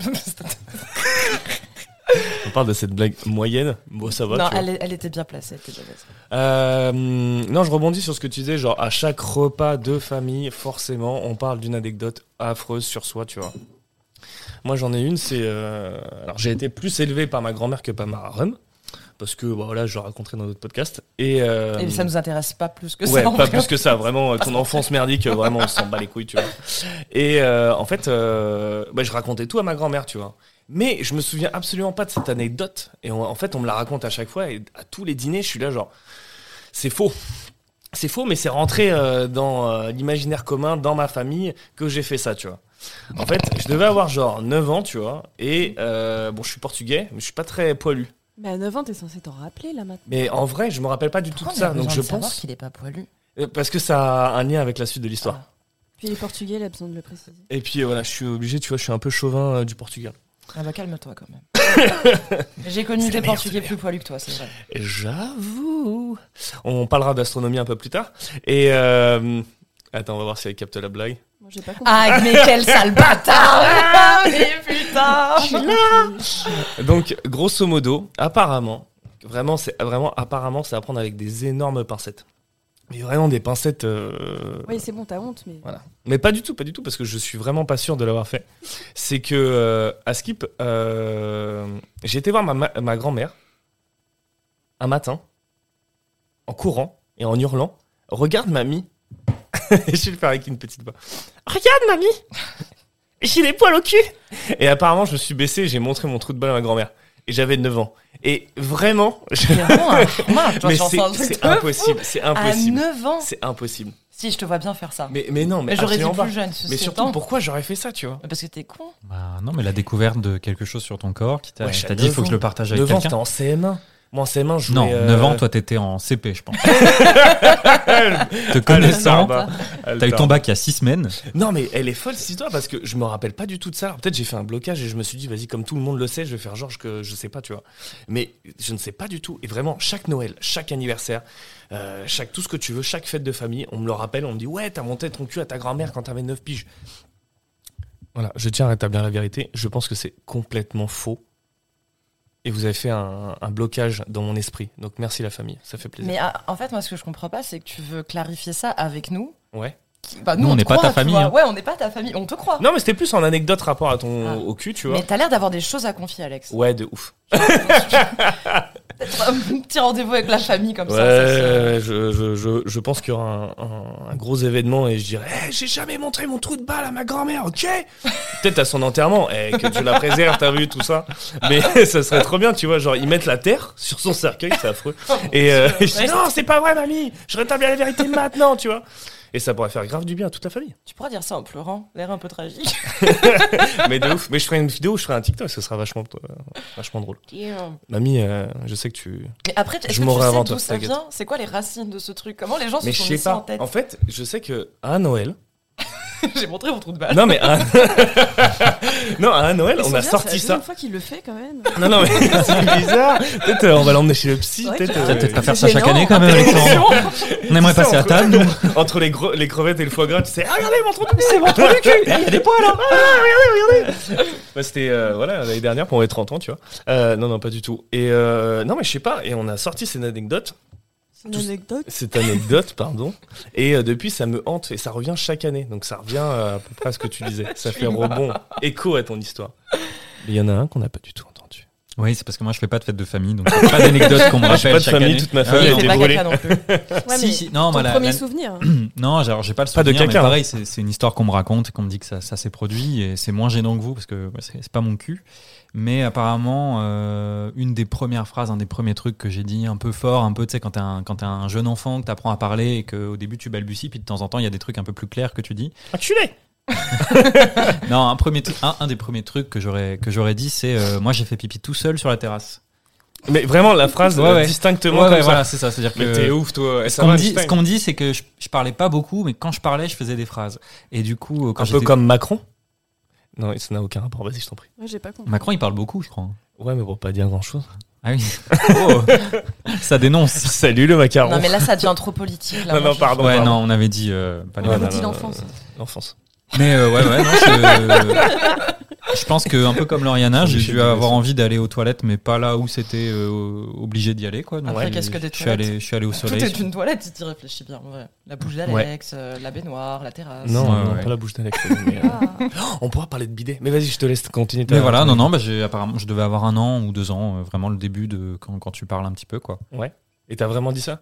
C: On parle de cette blague moyenne. Bon, ça va.
A: Non,
C: tu vois.
A: elle est- elle était bien placée. elle était bien placée.
C: Euh, non, je rebondis sur ce que tu disais, genre à chaque repas de famille, forcément, on parle d'une anecdote affreuse sur soi, tu vois. Moi, j'en ai une, c'est... euh, Alors, j'ai été plus élevé par ma grand-mère que par ma rhum, parce que, bah, voilà, je le raconterai dans d'autres podcasts. Et, euh,
A: Et ça nous intéresse pas plus que ça.
C: ouais,
A: en
C: pas
A: vrai.
C: plus que ça, vraiment, euh, ton enfance merdique, euh, vraiment, on s'en bat les couilles, tu vois. Et euh, en fait, euh, bah, je racontais tout à ma grand-mère, tu vois. Mais je me souviens absolument pas de cette anecdote. Et on- en fait, on me la raconte à chaque fois, et à tous les dîners, je suis là, genre, c'est faux. C'est faux, mais c'est rentré euh, dans euh, l'imaginaire commun, dans ma famille, que j'ai fait ça, tu vois. En fait, je devais avoir genre 9 ans, tu vois, et euh, bon, je suis portugais, mais je suis pas très poilu.
D: Mais à 9 ans, t'es censé t'en rappeler là maintenant.
C: Mais en vrai, je me rappelle pas du tout de
A: Pourquoi on a
C: ça, donc
A: besoin
C: je
A: de savoir
C: pense.
A: qu'il est pas poilu.
C: Euh, Parce que ça a un lien avec la suite de l'histoire.
D: Puis les Portugais, il a besoin de le préciser.
C: Et puis euh, voilà, je suis obligé, tu vois, je suis un peu chauvin euh, du Portugal.
A: Ah bah calme-toi
C: <laughs>
A: quand même. J'ai connu
C: C'est la
A: des
C: meilleure,
A: Portugais
C: c'est la
A: plus poilus que toi, c'est vrai.
C: J'avoue. On parlera d'astronomie un peu plus tard. Et euh, attends, on va voir si elle capte la blague.
D: Moi, j'ai pas compris.
A: Ah
C: <laughs>
A: mais quel sale bâtard Ah, Mais putain
C: Donc, grosso modo, apparemment, vraiment, c'est vraiment apparemment, c'est à prendre avec des énormes pincettes. Mais vraiment des pincettes. euh,
D: Oui, c'est bon, t'as honte, mais.
C: Voilà. Mais pas du tout, pas du tout, parce que je suis vraiment pas sûr de l'avoir fait. C'est que euh, à Skip, euh, j'ai été voir ma, ma- ma grand-mère un matin, en courant et en hurlant. Regarde mamie. <laughs> Et je vais le faire avec une petite voix. Regarde mamie. J'ai les poils au cul. Et apparemment, je me suis baissé, et j'ai montré mon trou de balle à ma grand-mère. Et j'avais 9 ans. Et vraiment, <laughs> je-
A: Mais vraiment, un cauchemar, toi,
C: mais
A: j'en
C: c'est
A: sens un truc
C: c'est
A: de Ah,
C: impossible, c'est
A: fou. À
C: impossible.
A: 9 ans
C: C'est impossible.
A: Si, je te vois bien faire ça. Mais,
C: Mais, mais non, mais,
A: j'aurais dû
C: absolument pas.
A: plus jeune, ceci
C: Mais surtout,
A: étant.
C: pourquoi j'aurais fait ça, tu vois
A: Parce que t'es con.
B: Bah, non, mais la découverte de quelque chose sur ton corps qui t'a
C: Ouais,
B: t'a
C: à
B: dit il
C: 9
B: faut que je
C: ans.
B: le partage avec
C: 9 ans,
B: quelqu'un.
C: t'es en CM1. Moi, en CM1, je jouais...
B: Non,
C: euh,
B: 9 ans, toi, t'étais en CP, je pense. Te
C: à le
B: connaissant,
C: Tarba. À le
B: t'as eu ton
C: Tarba.
B: bac il y a 6 semaines.
C: Non, mais elle est folle, cette histoire, parce que je me rappelle pas du tout de ça. Alors, Peut-être j'ai fait un blocage et je me suis dit, vas-y, comme tout le monde le sait, je vais faire genre que je sais pas, tu vois. Mais je ne sais pas du tout. Et vraiment, chaque Noël, chaque anniversaire, euh, chaque tout ce que tu veux, chaque fête de famille, on me le rappelle, on me dit, ouais, t'as monté ton cul à ta grand-mère quand t'avais 9 piges. Voilà, je tiens à rétablir la vérité. Je pense que c'est complètement faux. Et vous avez fait un, un blocage dans mon esprit. Donc merci la famille, ça fait plaisir.
A: Mais ah, en fait, moi, ce que je comprends pas, c'est que tu veux clarifier ça avec nous.
C: Ouais.
A: Qui- bah,
B: Nous, on
A: te
B: n'est pas
A: croit,
B: ta
A: tu
B: famille,
A: vois.
B: hein.
A: Ouais, on n'est pas ta famille, on te croit.
C: Non, mais c'était plus en anecdote rapport à ton
A: Ah.
C: au cul, tu vois.
A: Mais t'as l'air d'avoir des choses à confier, Alex.
C: Ouais, de ouf.
A: Peut-être un <laughs> petit rendez-vous avec la famille comme
C: Ouais,
A: ça, ça. se-
C: ouais, je, je, je, je pense qu'il y aura un, un- un gros événement et je dirais Eh, J'ai jamais montré mon trou de balle à ma grand-mère,
A: <laughs>
C: ok Peut-être à son enterrement, eh, que Dieu la préserve, t'as vu, tout ça. Mais <laughs> ça serait trop bien, tu vois, genre, ils mettent la terre sur son cercueil,
A: <laughs>
C: c'est affreux.
A: Oh,
C: Et euh, <laughs> je dis Non, c'est pas vrai, mamie Je rétablis la vérité maintenant, tu vois et ça pourrait faire grave du bien à toute la famille.
A: Tu pourras dire ça en pleurant, l'air un peu tragique.
C: Mais de ouf. Mais je ferai une vidéo, je ferai un TikTok, ce sera vachement, euh, vachement drôle.
A: Mais
C: Mamie, euh, je sais que tu,
A: après, est-ce
C: Je
A: que tu
C: mourrai
A: sais
C: avant
A: d'où
C: toi,
A: ça
C: t'inquiète.
A: vient C'est quoi les racines de ce truc Comment les gens se
C: Mais je
A: sont
C: sais
A: mis ça en
C: pas.
A: tête
C: En fait, je sais que à Noël.
A: <laughs> J'ai montré mon trou de balle.
C: Non mais à... <laughs> non à Noël,
D: Ils
C: on
D: sont
C: a
D: bien,
C: sorti
D: C'est la
C: ça.
D: deuxième fois qu'il le fait quand même.
C: Non non mais <laughs> c'est bizarre. Peut-être euh, on va l'emmener chez le psy.
D: C'est vrai que
C: Peut-être.
D: j'ai-
C: euh,
B: Peut-être pas faire
D: c'est
B: ça chaque
D: gênant,
B: année quand même, Alexandre. On aimerait
C: tu sais,
B: passer à
C: entre-
B: table. nous.
C: <laughs> Entre les, gros- les crevettes et le foie gras, tu sais. Ah, regardez mon trou de
A: C'est mon trou du cul Il y a des poils hein. Ah, là
C: Bah, c'était euh, voilà l'année dernière pour mes 30 ans, tu vois. Euh, non non pas du tout. Et euh, non mais je sais pas. Et on a sorti cette anecdote,
D: C'est une
C: Tous-
D: anecdote.
C: cette anecdote pardon. Et euh, depuis ça me hante et ça revient chaque année. Donc ça revient euh, à peu près à ce que tu disais. Ça fait rebond, écho à ton histoire. Mais Il y en a un qu'on n'a pas du tout entendu.
B: Oui, c'est parce que moi, je fais pas de fête de famille, donc c'est pas d'anecdote qu'on me
C: Moi,
B: rappelle.
C: j'ai pas de
B: chaque
C: famille,
B: année.
C: toute ma
B: Ah
C: famille
B: oui,
C: a
B: non.
C: été
A: C'est pas
C: brûlé.
A: caca non
C: <laughs>
A: plus.
D: Ouais,
B: Si,
D: mais
B: si, non,
D: ton
B: moi, la-
D: premier
B: la-
D: souvenir.
B: Hmm. Non, alors j'ai pas le
C: Pas de hein.
B: souvenir, mais
C: caca,
B: pareil, c'est c'est une histoire qu'on me raconte, qu'on me dit que ça, ça s'est produit, et c'est moins gênant que vous, parce que ouais, c'est c'est pas mon cul. Mais apparemment, euh, une des premières phrases, un des premiers trucs que j'ai dit un peu fort, un peu, tu sais, quand t'es un, quand t'es un jeune enfant, que t'apprends à parler, et qu'au début tu balbuties, puis de temps en temps, il y a des trucs un peu plus clairs que tu dis.
C: Enculé
B: Non, un, premier tru- un, un des premiers trucs que j'aurais que j'aurais dit, c'est euh, Moi, j'ai fait pipi tout seul sur la terrasse
C: Mais vraiment, la phrase
B: Ouais,
C: euh,
B: ouais.
C: distinctement
B: Ouais,
C: comme
B: ouais,
C: ça.
B: voilà, c'est ça. C'est-à-dire
C: Mais
B: que.
C: t'es ouf, toi.
B: Ce qu'on me dit, ce qu'on me dit, c'est que je, je parlais pas beaucoup, mais quand je parlais, je faisais des phrases. Et du coup, euh, quand
C: Un peu
B: j'étais
C: comme Macron Non, ça n'a aucun rapport. Vas-y, je t'en prie.
D: Ouais, j'ai pas compris.
B: Macron, il parle beaucoup, je crois.
C: Ouais, mais pour pas dire grand-chose.
B: Ah <laughs> oui. Ça dénonce.
C: <laughs> Salut le macaron.
A: Non mais là ça devient trop politique. Là,
C: non,
A: moi,
C: non,
A: je-
C: pardon.
B: ouais,
C: pardon.
B: non, on avait dit euh, pas les
C: Ouais,
B: mêmes.
C: non,
D: dit
C: non,
D: l'enfance.
C: non, non, L'enfance.
B: Mais euh, ouais, ouais, non, je, euh, je pense que un peu comme Lauriana, j'ai dû avoir envie d'aller aux toilettes, mais pas là où c'était euh, obligé d'y aller, quoi. Donc,
A: Après,
B: j'ai-
A: qu'est-ce que des
B: je suis allé,
A: toilettes
B: je suis allé au soleil.
A: Tout est une toilette si tu réfléchis bien. ouais. La bouche d'Alex, euh, la baignoire, la terrasse.
C: Non,
B: Ouais,
C: non,
B: ouais.
C: pas la bouche d'Alex. mais, euh,
D: Ah.
C: <laughs> On pourra parler de bidet. Mais vas-y, je te laisse continuer. ta-
B: Mais voilà,
C: ton-
B: non, non, bah, j'ai apparemment, je devais avoir un an ou deux ans, euh, vraiment le début de quand, quand tu parles un petit peu, quoi.
C: Et t'as vraiment dit ça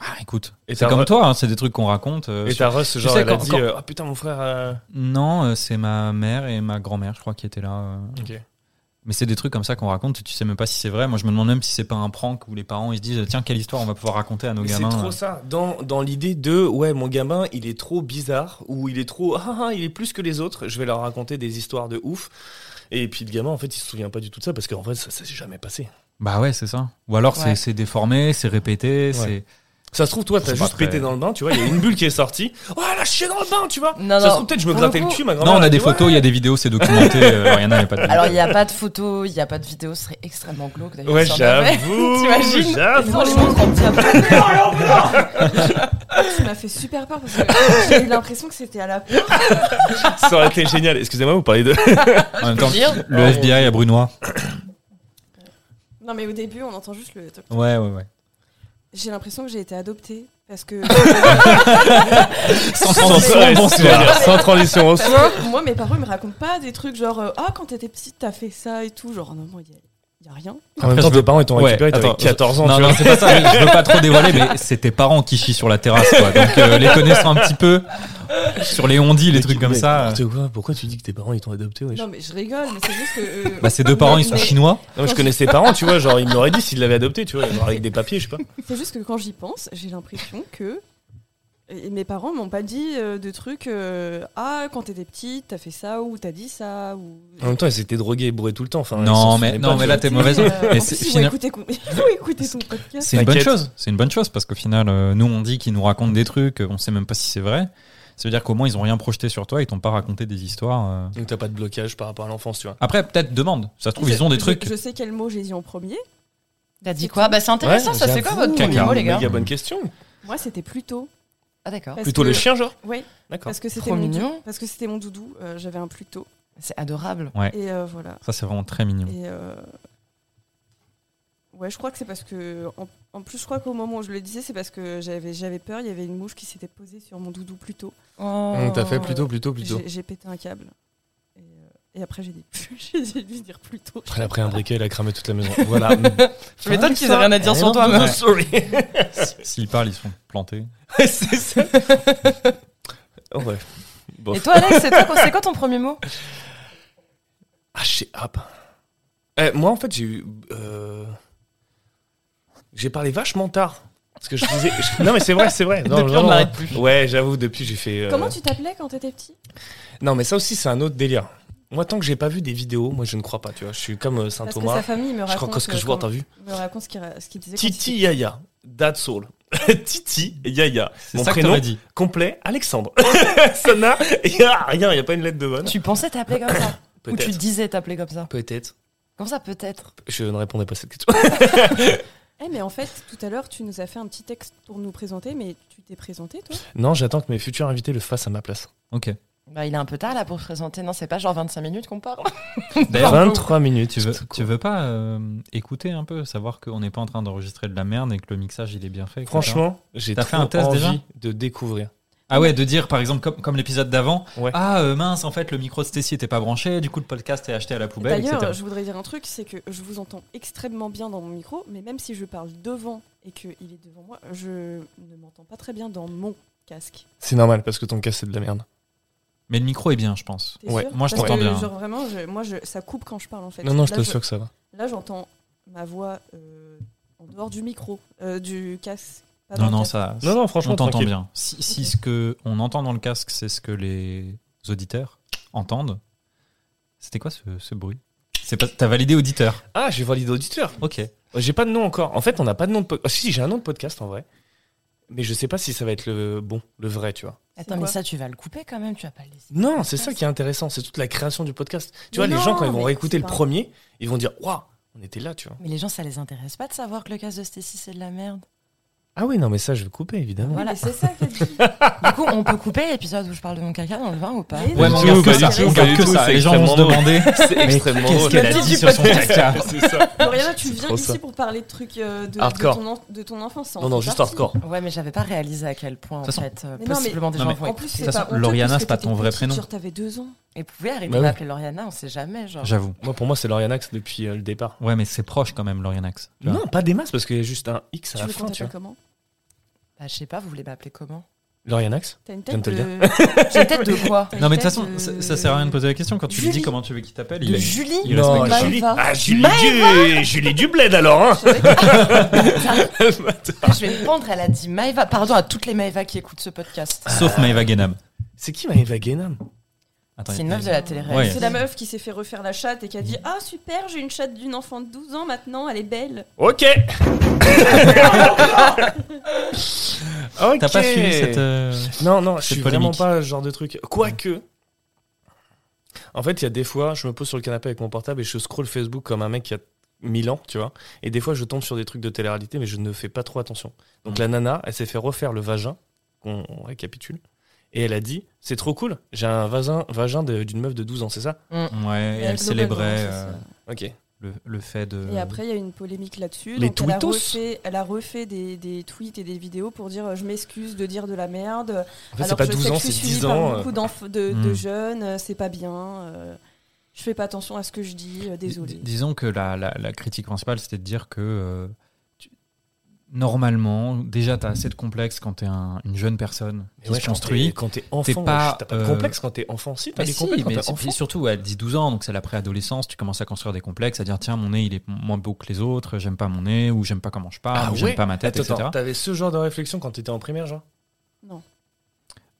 B: Ah, écoute,
C: Et
B: c'est
C: t'as
B: comme
C: re-
B: toi, hein, c'est des trucs qu'on raconte. euh,
C: Et
B: sur-
C: ta Russ, genre,
B: sais,
C: elle a
B: quand-
C: dit
B: quand-
C: euh, Ah putain, mon frère. euh,
B: Non, euh, c'est ma mère et ma grand-mère, je crois, qui étaient là. euh,
C: Ok.
B: Mais c'est des trucs comme ça qu'on raconte, tu sais même pas si c'est vrai. Moi, je me demande même si c'est pas un prank où les parents ils se disent tiens quelle histoire on va pouvoir raconter à nos
C: Mais C'est
B: gamins.
C: trop ça. Dans, dans l'idée de ouais, mon gamin, il est trop bizarre ou il est trop ah, ah, il est plus que les autres. Je vais leur raconter des histoires de ouf. Et puis le gamin, en fait, il se souvient pas du tout de ça parce qu'en fait, ça, ça s'est jamais passé.
B: Bah ouais, c'est ça. Ou alors c'est-
A: Ouais.
B: c'est déformé, c'est répété, c'est
C: Ça se trouve, toi, t'as
B: C'est pas
C: juste
B: très-
C: pété dans le bain, tu vois. Il y a une bulle qui
B: <laughs>
C: est sortie. Oh, là, je suis dans le bain, tu vois.
A: Non,
C: ça se
A: non,
C: trouve, peut-être, je me
A: pour
C: grattais
A: le
C: le
A: coup-
C: cul, ma grand-mère.
B: Non, on
C: elle
B: a des
C: dit,
B: photos, il y a des vidéos, c'est
C: <laughs>
B: documenté. euh, Rien n'est pas
C: Ah,
B: de
A: Alors, il n'y a pas de photo, il n'y a pas de vidéo, ce serait extrêmement glauque d'ailleurs.
C: Ouais,
A: si on en
C: <laughs>
A: avait.
C: j'avoue.
A: T'imagines
C: j'avoue. <laughs>
A: Ils ont les monstres en petit appareil.
D: Ça m'a fait super peur parce que j'ai eu l'impression que c'était à la porte.
C: Ça aurait été génial. Excusez-moi, vous parlez <laughs> de.
B: En même temps,
A: dire.
B: le
C: Oh.
B: FBI à Brunois.
D: Non, mais au début, on entend juste le toc.
B: Ouais, ouais, ouais.
D: J'ai l'impression que j'ai été adoptée parce que
B: <laughs> Sans
D: transition,
B: transition,
C: bonsoir. Sans transition, bonsoir.
D: Parce que moi, mes parents, ils me racontent pas des trucs genre euh, Ah, quand t'étais petite, t'as fait ça et tout. Genre, non, non, il y, a- il y a rien.
C: En même temps, tes parents, ils t'ont
B: Ouais,
C: récupéré, t'avais
B: attends.
C: 14 ans,
B: Non,
C: tu
B: non,
C: vois.
B: c'est pas ça. Je veux pas trop dévoiler, mais c'est tes parents qui chient sur la terrasse, quoi. Donc, euh, les connaissant un petit peu, sur les ondis, les trucs comme
C: Mais
B: ça.
C: n'importe quoi, pourquoi tu dis que tes parents ils t'ont adopté wesh
D: Non, mais je rigole, mais c'est juste que. euh,
B: Bah, ses deux parents, ils sont
D: mais-
B: chinois.
C: Ah, Non, mais je connais ses parents, tu vois, genre ils me l'auraient dit s'ils l'avaient adopté, tu vois, avec des papiers, je sais pas.
D: C'est juste que quand j'y pense, j'ai l'impression que. et mes parents m'ont pas dit euh, de trucs euh, Ah, quand t'étais petite, t'as fait ça ou t'as dit ça. Ou...
C: En même temps, ils étaient drogués et bourrés tout le temps. Enfin, ils
B: Non,
C: s'en
B: mais,
C: souvenaient
B: non, mais Ah,
C: pas, tu
B: là,
C: vois.
B: t'es mauvaise. hein.
D: Euh,
B: Mais
D: en
B: c'est-
D: plus, ils vont
B: finalement-
D: écouter, <laughs> ils vont écouter ton podcast.
B: C'est une bonne
C: T'inquiète.
B: chose. C'est une bonne chose parce qu'au final, euh, nous, on dit qu'ils nous racontent des trucs, euh, on sait même pas si c'est vrai. Ça veut dire qu'au moins, ils ont rien projeté sur toi, ils t'ont pas raconté des histoires. euh.
C: Donc t'as pas de blocage par rapport à l'enfance, tu vois.
B: Après, peut-être demande. Ça se trouve, ils ont des
D: Je-
B: trucs.
D: Je, sais quel mot j'ai dit en premier.
A: T'as dit quoi Bah, c'est intéressant,
C: Ouais,
A: ça, c'est quoi
C: j'avoue,
A: votre premier
B: caca.
A: mot, les gars
C: Méga bonne question.
D: Moi, c'était plutôt.
A: Ah, d'accord.
D: parce
C: Plutôt
D: que-
C: le chien, genre
D: Oui,
C: D'accord.
D: parce que c'était
A: Trop
D: mon doudou.
A: mignon.
D: Parce que c'était mon doudou. euh, J'avais un plutôt.
A: C'est adorable.
D: Et euh, voilà.
B: Ça, c'est vraiment très
D: <laughs>
B: mignon.
D: Et euh, ouais, je crois que c'est parce que en, en plus, je crois qu'au moment où je le disais, c'est parce que j'avais j'avais peur. Il y avait une mouche qui s'était posée sur mon doudou plus tôt.
A: Oh.
C: plutôt,
D: J'ai j'ai pété un câble. Et, euh, et après, j'ai dit <laughs> j'ai dû dire plus tôt.
C: Après, elle a pris un briquet, elle a cramé toute
A: <laughs>
C: la maison. Voilà.
A: Je m'étonne
C: Ah,
A: qu'ils aient rien à dire sur toi,
C: mais
A: meuf.
C: sorry.
B: S- S'ils parlent, ils sont plantés.
C: c'est ça. Oh, ouais. Bon.
A: Et toi, Alex, c'est toi, c'est quoi ton premier mot
C: Ah, je sais ah, bah. Eh, moi, en fait, j'ai eu. euh, J'ai parlé vachement tard. Parce que je disais. je- Non, mais c'est vrai, <laughs> c'est vrai. Non,
A: Depuis,
C: non,
A: on
C: non.
A: n'arrête plus.
C: Ouais, j'avoue, depuis, j'ai fait. euh,
D: Comment tu t'appelais quand t'étais petit
C: Non, mais ça aussi, c'est un autre délire. Moi, tant que j'ai pas vu des vidéos, moi, je ne crois pas, tu vois. Je suis comme euh, Saint
D: Parce que
C: Thomas.
D: sa famille me raconte.
C: Je crois que ce que
D: euh,
C: je vois,
D: quand-
C: t'as vu
D: Me raconte ce qu'il ra- ce qu'il disait. quand
C: Titi
D: il-
C: Yaya. That's all. <laughs> Titi Yaya.
B: C'est
C: Mon
B: ça que
C: prénom
B: t'aurais dit.
C: complet, Alexandre. <laughs> ça n'a y a rien, il n'y a pas une lettre de bonne.
A: Tu pensais t'appeler comme
C: <laughs>
A: ça Ou tu
C: Peut-être.
A: disais t'appeler comme ça
C: Peut-être.
A: Comme ça, peut-être.
C: Je ne répondais pas à cette question. <laughs>
D: Eh, mais en fait, tout à l'heure, tu nous as fait un petit texte pour nous présenter, mais tu t'es présenté, toi
C: non, j'attends que mes futurs invités le fassent à ma place.
B: Ok.
D: <laughs>
A: Bah, il est un peu tard là pour se présenter. Non, c'est pas genre 25 minutes qu'on parle.
B: D'ailleurs,
C: 23 minutes.
B: Tu veux, tu veux pas euh, écouter un peu, savoir qu'on n'est pas en train d'enregistrer de la merde et que le mixage il est bien fait etc.
C: Franchement, j'ai
B: T'as
C: trop
B: fait un test
C: envie
B: déjà
C: de découvrir.
B: Ah ouais, de dire par exemple comme, comme l'épisode d'avant,
C: Ouais.
B: ah euh, mince, en fait le micro de Stacy était pas branché, du coup le podcast est acheté à la poubelle, etc.
D: D'ailleurs, je voudrais dire un truc, c'est que je vous entends extrêmement bien dans mon micro, mais même si je parle devant et qu'il est devant moi, je ne m'entends pas très bien dans mon casque.
C: C'est normal parce que ton cas c'est de la merde.
B: Mais le micro est bien, je pense.
D: T'es
C: Ouais,
D: sûr
B: moi, je
D: Parce
B: t'entends
D: que,
B: bien.
D: Genre vraiment, je- moi je- ça coupe quand je parle en fait.
C: Non, non, je
D: Là,
C: t'assure que ça va.
D: Là, j'entends ma voix euh, en dehors du micro, euh, du casque. pas dans
B: Non
D: le
B: non
D: casque.
B: ça,
C: Non, non, franchement,
B: on t'entend
C: tranquille.
B: bien. Si, si
D: Ok.
B: ce que on entend dans le casque, c'est ce que les auditeurs entendent. C'était quoi ce, ce bruit C'est pas t'as validé auditeur.
C: Ah, j'ai validé auditeur.
B: Ok.
C: J'ai pas de nom encore. En fait, on n'a pas de nom de podcast. si, j'ai un nom de podcast en vrai. Mais je sais pas si ça va être le bon, le vrai, tu vois.
A: Attends,
D: <laughs> C'est
A: mais
D: quoi
A: ça, tu vas le couper quand même. Tu vas pas le laisser.
C: Non, c'est ça qui est intéressant. C'est toute la création du podcast. Tu
D: Mais
C: vois, les
D: non,
C: gens, quand ils vont
D: mais
C: réécouter
D: c'est
C: le
D: pas-
C: premier, ils vont dire Waouh, on était là, tu vois.
A: Mais les gens, ça les intéresse pas de savoir que le casque de Stacy, c'est de la merde.
C: Ah oui, non, mais ça, je vais couper, évidemment.
D: Oui,
A: Voilà.
D: mais c'est ça qu'elle dit.
A: <laughs> Du coup, on peut couper l'épisode où je parle de mon caca dans le vin ou pas
D: Mais
B: Ouais,
D: non,
B: mais on
C: du tout,
B: garde que ça.
C: pas du tout,
B: on
C: pas
B: garde
C: du
B: que
C: tout,
B: ça.
C: c'est
B: Les gens vont se
C: extrêmement
B: demander.
C: C'est
B: Mais
C: extrêmement
B: Qu'est-ce
C: drôle.
B: qu'elle a
A: Qu'est-ce
B: dit
A: que
B: sur son caca
C: C'est ça.
D: Floriana, tu
C: C'est
D: viens
C: trop
D: ici
C: ça.
D: pour parler de trucs euh, de, de
C: Hardcore.
D: ton, en- de ton enfance. ça en
C: Non, non,
D: fait
C: juste
D: partie.
C: hardcore.
A: Ouais, mais j'avais pas réalisé à quel point, en
B: De toute
A: fait, euh,
D: Mais non, mais-
A: possiblement des
B: Non,
A: gens
B: mais-
A: vont
D: En plus,
A: écouter.
D: c'est
B: toute façon,
D: pas honteux,
B: Lauriana,
D: parce
B: c'est
D: que
B: pas
D: t'étais
B: ton vrai
D: petite,
B: prénom.
D: Genre, t'avais deux ans.
A: Et vous pouvez arrêter
C: Bah oui.
A: d'appeler Lauriana, on sait jamais, genre.
B: J'avoue.
C: Moi, pour moi, c'est Laurianax depuis euh, le départ.
B: Ouais, mais c'est proche quand même, Laurianax. tu vois.
C: Non, pas des masses, parce qu'il y a juste un X à
D: Tu
C: la
D: veux qu'on
C: fin, tu
D: t'appelle
C: vois.
D: comment
A: Bah, je sais pas, vous voulez m'appeler comment
C: Laurianax
D: T'as une
C: Je viens
D: tête
C: de te le
D: de.
A: J'ai tête de quoi
D: t'as une
B: Non, mais de toute
D: tête
B: façon,
D: de-
B: ça, ça sert à rien de poser la question. Quand tu lui dis
A: Julie.
B: comment tu veux qu'il t'appelle, il
A: De
B: a-
A: Julie
B: Il reste avec
A: Maëva.
C: Julie. Ah, Julie du, Julie du bled alors, hein
A: Je vais me pendre, elle a dit Maëva. Pardon à toutes les Maëva qui écoutent ce podcast.
B: Sauf Maëva Guénam.
C: C'est qui Maëva Guénam
B: Attends,
A: C'est
B: il-
A: une meuf de la télé-réalité.
B: Ouais.
D: C'est la meuf qui s'est fait refaire la chatte et qui a dit
C: Mm.
D: Ah super, j'ai une chatte d'une enfant de 12 ans maintenant, elle est belle.
B: <laughs>
C: Ok Ok
B: T'as pas
A: E.
B: suivi
A: <laughs>
B: cette. euh,
C: Non, non, je
B: cette
C: suis vraiment
B: polémique
C: pas ce genre de truc. Quoique. En fait, il y a des fois, je me pose sur le canapé avec mon portable et je scroll Facebook comme un mec qui a 1000 ans, tu vois. Et des fois, je tombe sur des trucs de télé-réalité, mais je ne fais pas trop attention. Donc,
B: Mhm.
C: la nana, elle s'est fait refaire le vagin, qu'on on récapitule. Et elle a dit C'est trop cool, j'ai un vagin, vagin de- d'une meuf de 12 ans, c'est ça
B: Ouais, et elle
D: globalement,
B: célébrait
D: c'est ça.
B: euh,
C: Ok.
B: le, le fait de.
D: Et après, il y a une polémique là-dessus.
C: Euh. Les
D: donc elle a
C: tweetos
D: refait, elle a refait des, des tweets et des vidéos pour dire euh, Je m'excuse de dire de la merde.
C: En fait, c'est
D: Alors,
C: pas
D: je sais
C: 12 ans,
D: que je
C: c'est
D: suis
C: 10
D: suivie par
C: ans. euh.
D: beaucoup d'enf- de,
B: Hmm.
D: de jeunes, euh, c'est pas bien. euh, je fais pas attention à ce que je dis, euh, désolé.
B: Dis- Disons que la, la- la critique principale, c'était de dire que euh, tu- normalement, déjà, t'as assez de complexes quand t'es un- une jeune personne
C: Mais
B: qui
C: ouais,
B: se construit.
C: Quand t'es
B: T'es
C: enfant,
B: pas,
C: ouais, t'as pas de
B: euh,
C: complexe quand t'es enfant. Si, t'as
B: Mais
C: des
B: si,
C: complexes quand
B: mais
C: t'es
B: c'est- puis
C: enfant.
B: surtout, elle dit 12 ans, donc c'est la préadolescence, tu commences à construire des complexes, à dire tiens, mon nez, il est moins beau que les autres, j'aime pas mon nez, ou j'aime pas comment je parle,
C: Ah
B: ou j'aime
C: ouais
B: pas ma tête,
C: Attends,
B: etc.
C: attends, T'avais ce genre de réflexion quand t'étais en primaire, genre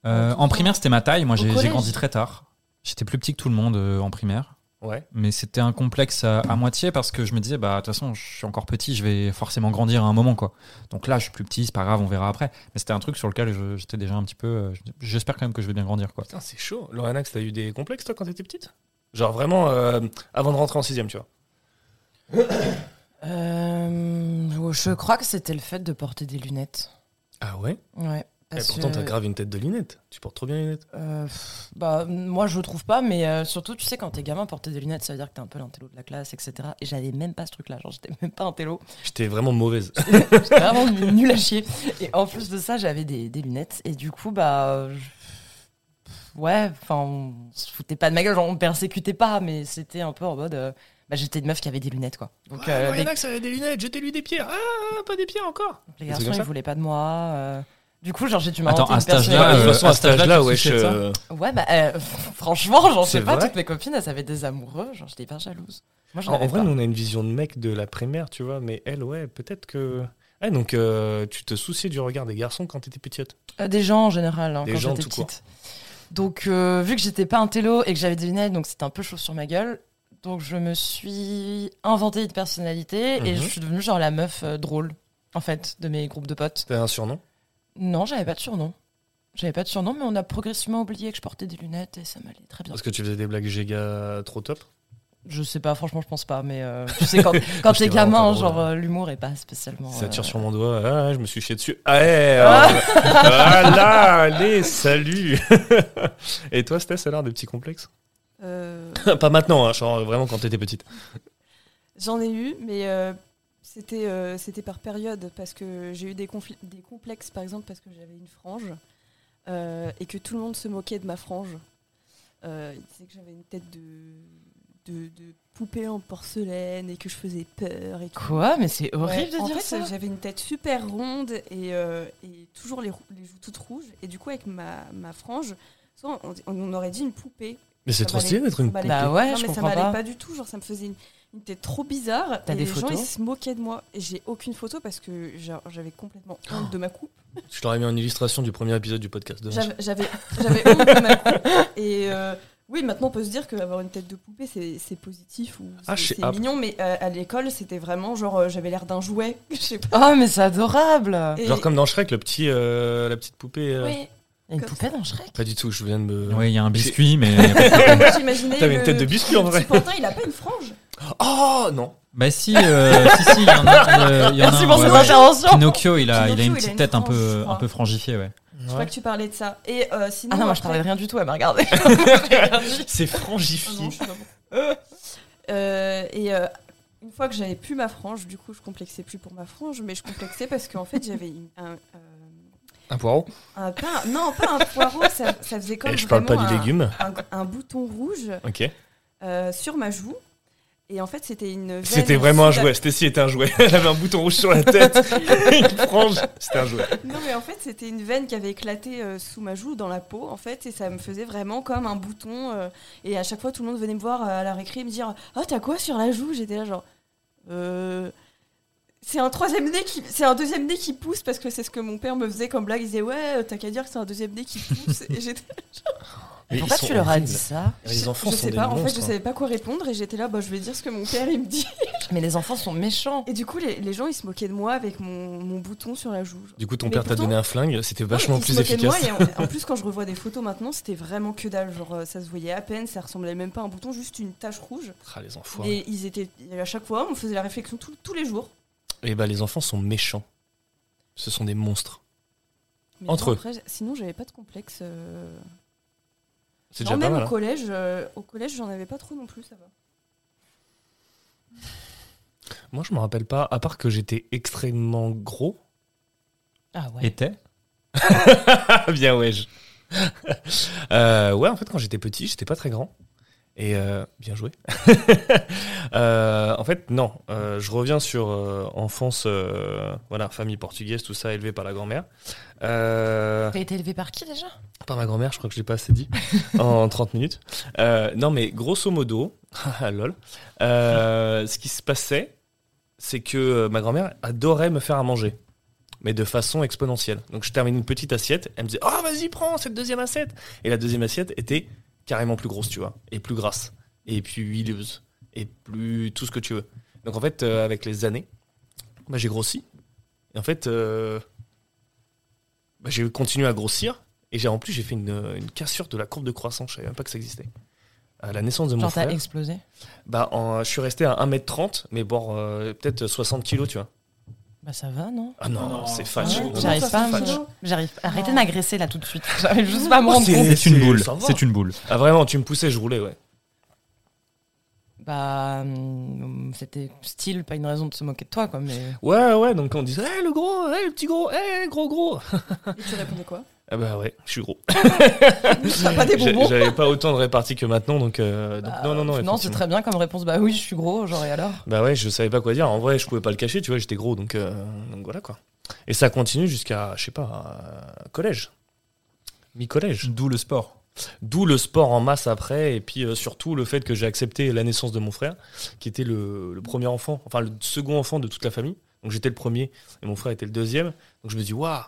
B: Euh, en primaire, c'était ma taille, moi
A: Au
B: j'ai j'ai
A: collège.
B: grandi très tard. J'étais plus petit que tout le monde euh, en primaire.
C: Ouais.
B: Mais c'était un complexe à, à moitié parce que je me disais, bah, de toute façon, je suis encore petit, je vais forcément grandir à un moment, quoi. Donc là, je suis plus petit, c'est pas grave, on verra après. Mais c'était un truc sur lequel je- j'étais déjà un petit peu. euh, je- J'espère quand même que je vais bien grandir, quoi.
C: Putain, c'est chaud. Lauranax, t'as eu des complexes, toi, quand t'étais petite Genre vraiment euh, avant de rentrer en 6 tu vois.
A: Euh, je crois que c'était le fait de porter des lunettes.
C: Ah ouais
A: Ouais.
C: Et
A: parce
C: pourtant,
A: que,
C: t'as grave une tête de lunettes. Tu portes trop bien les lunettes.
A: euh, pff, bah, moi, je trouve pas, mais euh, surtout, tu sais, quand t'es gamin, porter des lunettes, ça veut dire que t'es un peu l'intello de la classe, etc. Et j'avais même pas ce truc-là. Genre, j'étais même pas intello.
C: J'étais vraiment mauvaise.
A: J'étais vraiment nul à chier. Et en plus de ça, j'avais des, des lunettes. Et du coup, bah. euh, je- Ouais, enfin, on se foutait pas de ma gueule, genre, on me persécutait pas, mais c'était un peu en mode. euh, Bah, j'étais une meuf qui avait des lunettes, quoi. Donc, euh, les,
C: Lauranax avait des lunettes, jetez-lui des pierres. Ah, pas des pierres encore.
A: les
C: des trucs
A: garçons,
C: comme
A: ils
C: ça
A: voulaient pas de moi. euh, Du coup, genre, j'ai dû m'inventer
B: Attends, à
A: une
B: cet âge-là,
A: personnalité.
B: euh, à cet âge-là, tu
C: ouais,
B: sucettes ça
A: Ouais, bah, euh, <laughs> franchement, j'en sais
C: C'est
A: pas,
C: vrai
A: toutes mes copines, elles avaient des amoureux, genre, j'étais hyper jalouse. Moi, j'en
C: En,
A: avais
C: en vrai,
A: pas.
C: nous, on a une vision de mec de la primaire, tu vois, mais elle, ouais, peut-être que. Ah, donc euh, tu te souciais du regard des garçons quand t'étais petite
A: Euh, des gens en général, hein,
C: Des
A: quand
C: gens,
A: j'étais
C: tout court.
A: petite. Donc, euh, vu que j'étais pas un télo et que j'avais des lunettes, donc c'était un peu chaud sur ma gueule. Donc, je me suis inventé une personnalité et
C: Mhm.
A: je suis devenue genre la meuf euh, drôle, en fait, de mes groupes de potes.
C: T'avais un surnom
A: Non, j'avais pas de surnom. J'avais pas de surnom, mais on a progressivement oublié que je portais des lunettes et ça m'allait très bien.
C: Parce que tu faisais des blagues giga trop top
A: Je sais pas, franchement, je pense pas, mais euh, tu
C: <laughs>
A: sais, quand, quand t'es
C: J'étais vraiment
A: gamin,
C: pas drôle,
A: genre,
C: hein.
A: euh, l'humour est pas spécialement.
C: Ça tire
A: euh,
C: sur mon doigt. Ah, je me suis chié dessus. Ah, ouais, ah, voilà, allez, salut. <laughs> Et toi, Stess, alors, des petits complexes
D: Euh,
C: <laughs> Pas maintenant, hein, genre vraiment quand t'étais petite.
D: J'en ai eu, mais euh, c'était euh, c'était par période parce que j'ai eu des, confli- des complexes, par exemple, parce que j'avais une frange euh, et que tout le monde se moquait de ma frange. Euh, ils disaient que j'avais une tête de, de, de poupée en porcelaine et que je faisais peur. Et tout.
A: Quoi Mais c'est
D: Ouais,
A: horrible de
D: en
A: dire
D: fait,
A: ça.
D: J'avais une tête super ronde et, euh, et toujours les, rou- les joues toutes rouges. Et du coup, avec ma, ma frange, soit on, on aurait dit une poupée.
C: Mais c'est
D: Ça
C: trop
D: m'allait-
C: stylé d'être une.
D: ça m'allait-
A: Bah ouais,
D: non,
A: je
D: mais ça
A: comprends
D: m'allait
A: pas.
D: pas. du tout. Genre, ça me faisait une, une tête trop bizarre.
A: T'as
D: et
A: des
D: les gens,
A: photos
D: ils se moquaient de moi. Et j'ai aucune photo parce que genre, j'avais complètement
C: Oh,
D: honte de ma coupe.
C: Je t'aurais mis en illustration du premier épisode du podcast. dommage.
D: J'avais j'avais- j'avais honte de ma coupe. Et euh, oui, maintenant, on peut se dire qu'avoir une tête de poupée, c'est c'est positif ou
C: Ah,
D: c'est-
C: je sais-
D: c'est
C: ah.
D: mignon. Mais euh, à l'école, c'était vraiment genre, euh, j'avais l'air d'un jouet. <laughs> Je sais pas.
A: Oh, mais c'est adorable
D: Et-
C: Ah, Genre comme dans Shrek, le petit, euh, la petite poupée. euh,
D: Ouais.
A: Il y a une
D: Comme
A: poupée dans Shrek
C: Pas du tout, je viens de me.
B: Ouais, il y a un biscuit, mais. <laughs>
D: Moi,
C: <laughs>
D: j'imaginais
C: T'avais
D: le-
C: une tête de biscuit, en
D: le
C: vrai.
D: petit pantin, il a pas une frange.
C: Oh non
B: bah si, euh, si, si, il y en a. euh, il y en a
A: Merci
B: un,
A: pour
B: ouais,
A: cette
B: ouais.
A: intervention
B: Pinocchio, il a, il a
D: Pinocchio,
B: une
D: il a
B: petite
D: une
B: tête un
D: frange, je
B: peu,
D: crois.
B: un peu frangifiée, ouais.
D: Je crois que tu parlais de ça. Et euh, sinon.
A: Ah non, moi je
D: après-
A: parlais rien du tout, elle m'a regardé.
C: C'est
D: Ah non,
C: frangifié.
D: je sais pas pourquoi. <laughs> Euh, et euh, une fois que j'avais plus ma frange, du coup, je complexais plus pour ma frange, mais je complexais parce qu'en fait, j'avais une- un. euh,
C: Un poireau
D: un pain, non, pas un poireau, ça, ça faisait comme. euh,
C: Et je parle Eh, pas
D: vraiment
C: du
D: un-
C: légume.
D: Un, un bouton rouge
C: Ok.
D: euh, sur ma joue. Et en fait, c'était une. veine
C: C'était vraiment un
D: sous-
C: jouet. Stacy était un jouet. <laughs> Elle avait un bouton rouge sur la tête, <laughs> une frange. C'était un jouet.
D: Non, mais en fait, c'était une veine qui avait éclaté euh, sous ma joue, dans la peau, en fait, et ça me faisait vraiment comme un bouton. euh, et à chaque fois, tout le monde venait me voir euh, à la récré et me dire Ah, t'as quoi sur la joue J'étais là, genre. Euh, C'est un troisième nez qui, c'est un deuxième nez qui pousse parce que c'est ce que mon père me faisait comme blague. Il disait ouais, euh, t'as qu'à dire que c'est un deuxième nez qui pousse. et j'étais,
C: Mais
A: Pourquoi
C: ils sont
A: tu leur as
C: horribles.
A: dit ça
C: <laughs> Les enfants
D: je
C: sont
D: sais
C: des
D: pas. En fait,
C: monstres,
D: je
C: hein.
D: savais pas quoi répondre et j'étais là, bah je vais dire ce que mon père il me dit.
A: Mais les enfants sont méchants.
D: Et du coup, les, les gens ils se moquaient de moi avec mon, mon bouton sur la joue. genre.
C: hein. Du coup, ton
D: Mais
C: père t'a
D: pourtant-
C: donné un flingue, c'était vachement
D: Ouais, il se
C: plus
D: moquait de
C: efficace.
D: moi,
C: <laughs>
D: et en, en plus, quand je revois des photos maintenant, c'était vraiment que dalle. Genre, euh, ça se voyait à peine, ça ressemblait même pas à un bouton, juste une tache rouge.
C: Ah, les enfants.
D: Et ils étaient. et À chaque fois, on faisait la réflexion tout- tous les jours.
C: Et bah, les enfants sont méchants. Ce sont des monstres.
D: Mais
C: Entre
D: non,
C: eux.
D: après, j- sinon, j'avais pas de complexe. euh.
C: C'est
D: Non,
C: déjà pas
D: même
C: mal.
D: au
C: hein.
D: collège, euh, au collège, j'en avais pas trop non plus, ça va.
C: <laughs> hein. Moi, je me rappelle pas, à part que j'étais extrêmement gros.
A: Ah ouais.
B: Était
C: Ah, bien, ouais. je- Euh, ouais, en fait, quand j'étais petit, j'étais pas très grand. Et euh, bien joué. <laughs> Euh, en fait, non. Euh, je reviens sur euh, enfance, euh, voilà, famille portugaise, tout ça, élevé par la grand-mère. Euh,
A: T'as été élevé par qui déjà
C: Par ma grand-mère, je crois que je l'ai pas assez dit en 30 minutes. Euh, non, mais grosso modo, haha, <laughs> lol, euh, ce qui se passait, c'est que euh, ma grand-mère adorait me faire à manger, mais de façon exponentielle. Donc je termine une petite assiette, elle me disait Oh, vas-y, prends cette deuxième assiette Et la deuxième assiette était carrément plus grosse, tu vois, et plus grasse, et plus huileuse, et plus tout ce que tu veux. Donc en fait, euh, avec les années, bah, j'ai grossi. Et en fait, euh, bah, j'ai continué à grossir. Et j'ai en plus j'ai fait une, euh, une cassure de la courbe de croissance, je savais même pas que ça existait. À la naissance de mon
A: Genre
C: frère,
A: t'as explosé
C: bah, en- je suis resté à 1m30, mais bon, euh, peut-être 60 kilos, tu vois.
A: Bah ça va, non
C: Ah non,
B: Non.
C: c'est
A: Ah
C: fat.
A: ouais,
C: Non, non,
A: J'arrive
C: c'est
A: pas à
C: fat.
A: me- J'arrive. Arrêtez de
D: Non.
A: m'agresser là tout de suite. <laughs> J'arrive juste pas à me rendre
C: Oh,
A: compte.
B: C'est une boule.
C: ça va.
B: C'est une boule.
C: Ah vraiment, tu me poussais, je roulais, ouais.
A: Bah hum, c'était style pas une raison de se moquer de toi quoi
C: <laughs>
A: mais
C: Ouais, ouais, donc on disait, Eh, le gros, eh, le petit gros, eh, gros, gros.
D: Et tu répondais quoi
C: Ah bah ouais, je suis gros.
D: T'as pas des
C: J'ai-
D: bonbons
C: J'avais pas autant de réparties que maintenant, donc, euh, donc
A: Bah,
C: non, non, non.
A: Non, c'est
C: effectivement.
A: très bien comme réponse. Bah oui, je suis gros, genre et alors
C: Bah ouais, je savais pas quoi dire. En vrai, je pouvais pas le cacher, tu vois, j'étais gros, donc, euh, donc voilà quoi. Et ça continue jusqu'à, je sais pas, euh, collège. Mi-collège.
B: D'où le sport.
C: D'où le sport en masse après, et puis euh, surtout le fait que j'ai accepté la naissance de mon frère, qui était le, le premier enfant, enfin le second enfant de toute la famille. Donc j'étais le premier, et mon frère était le deuxième. Donc je me dis, waouh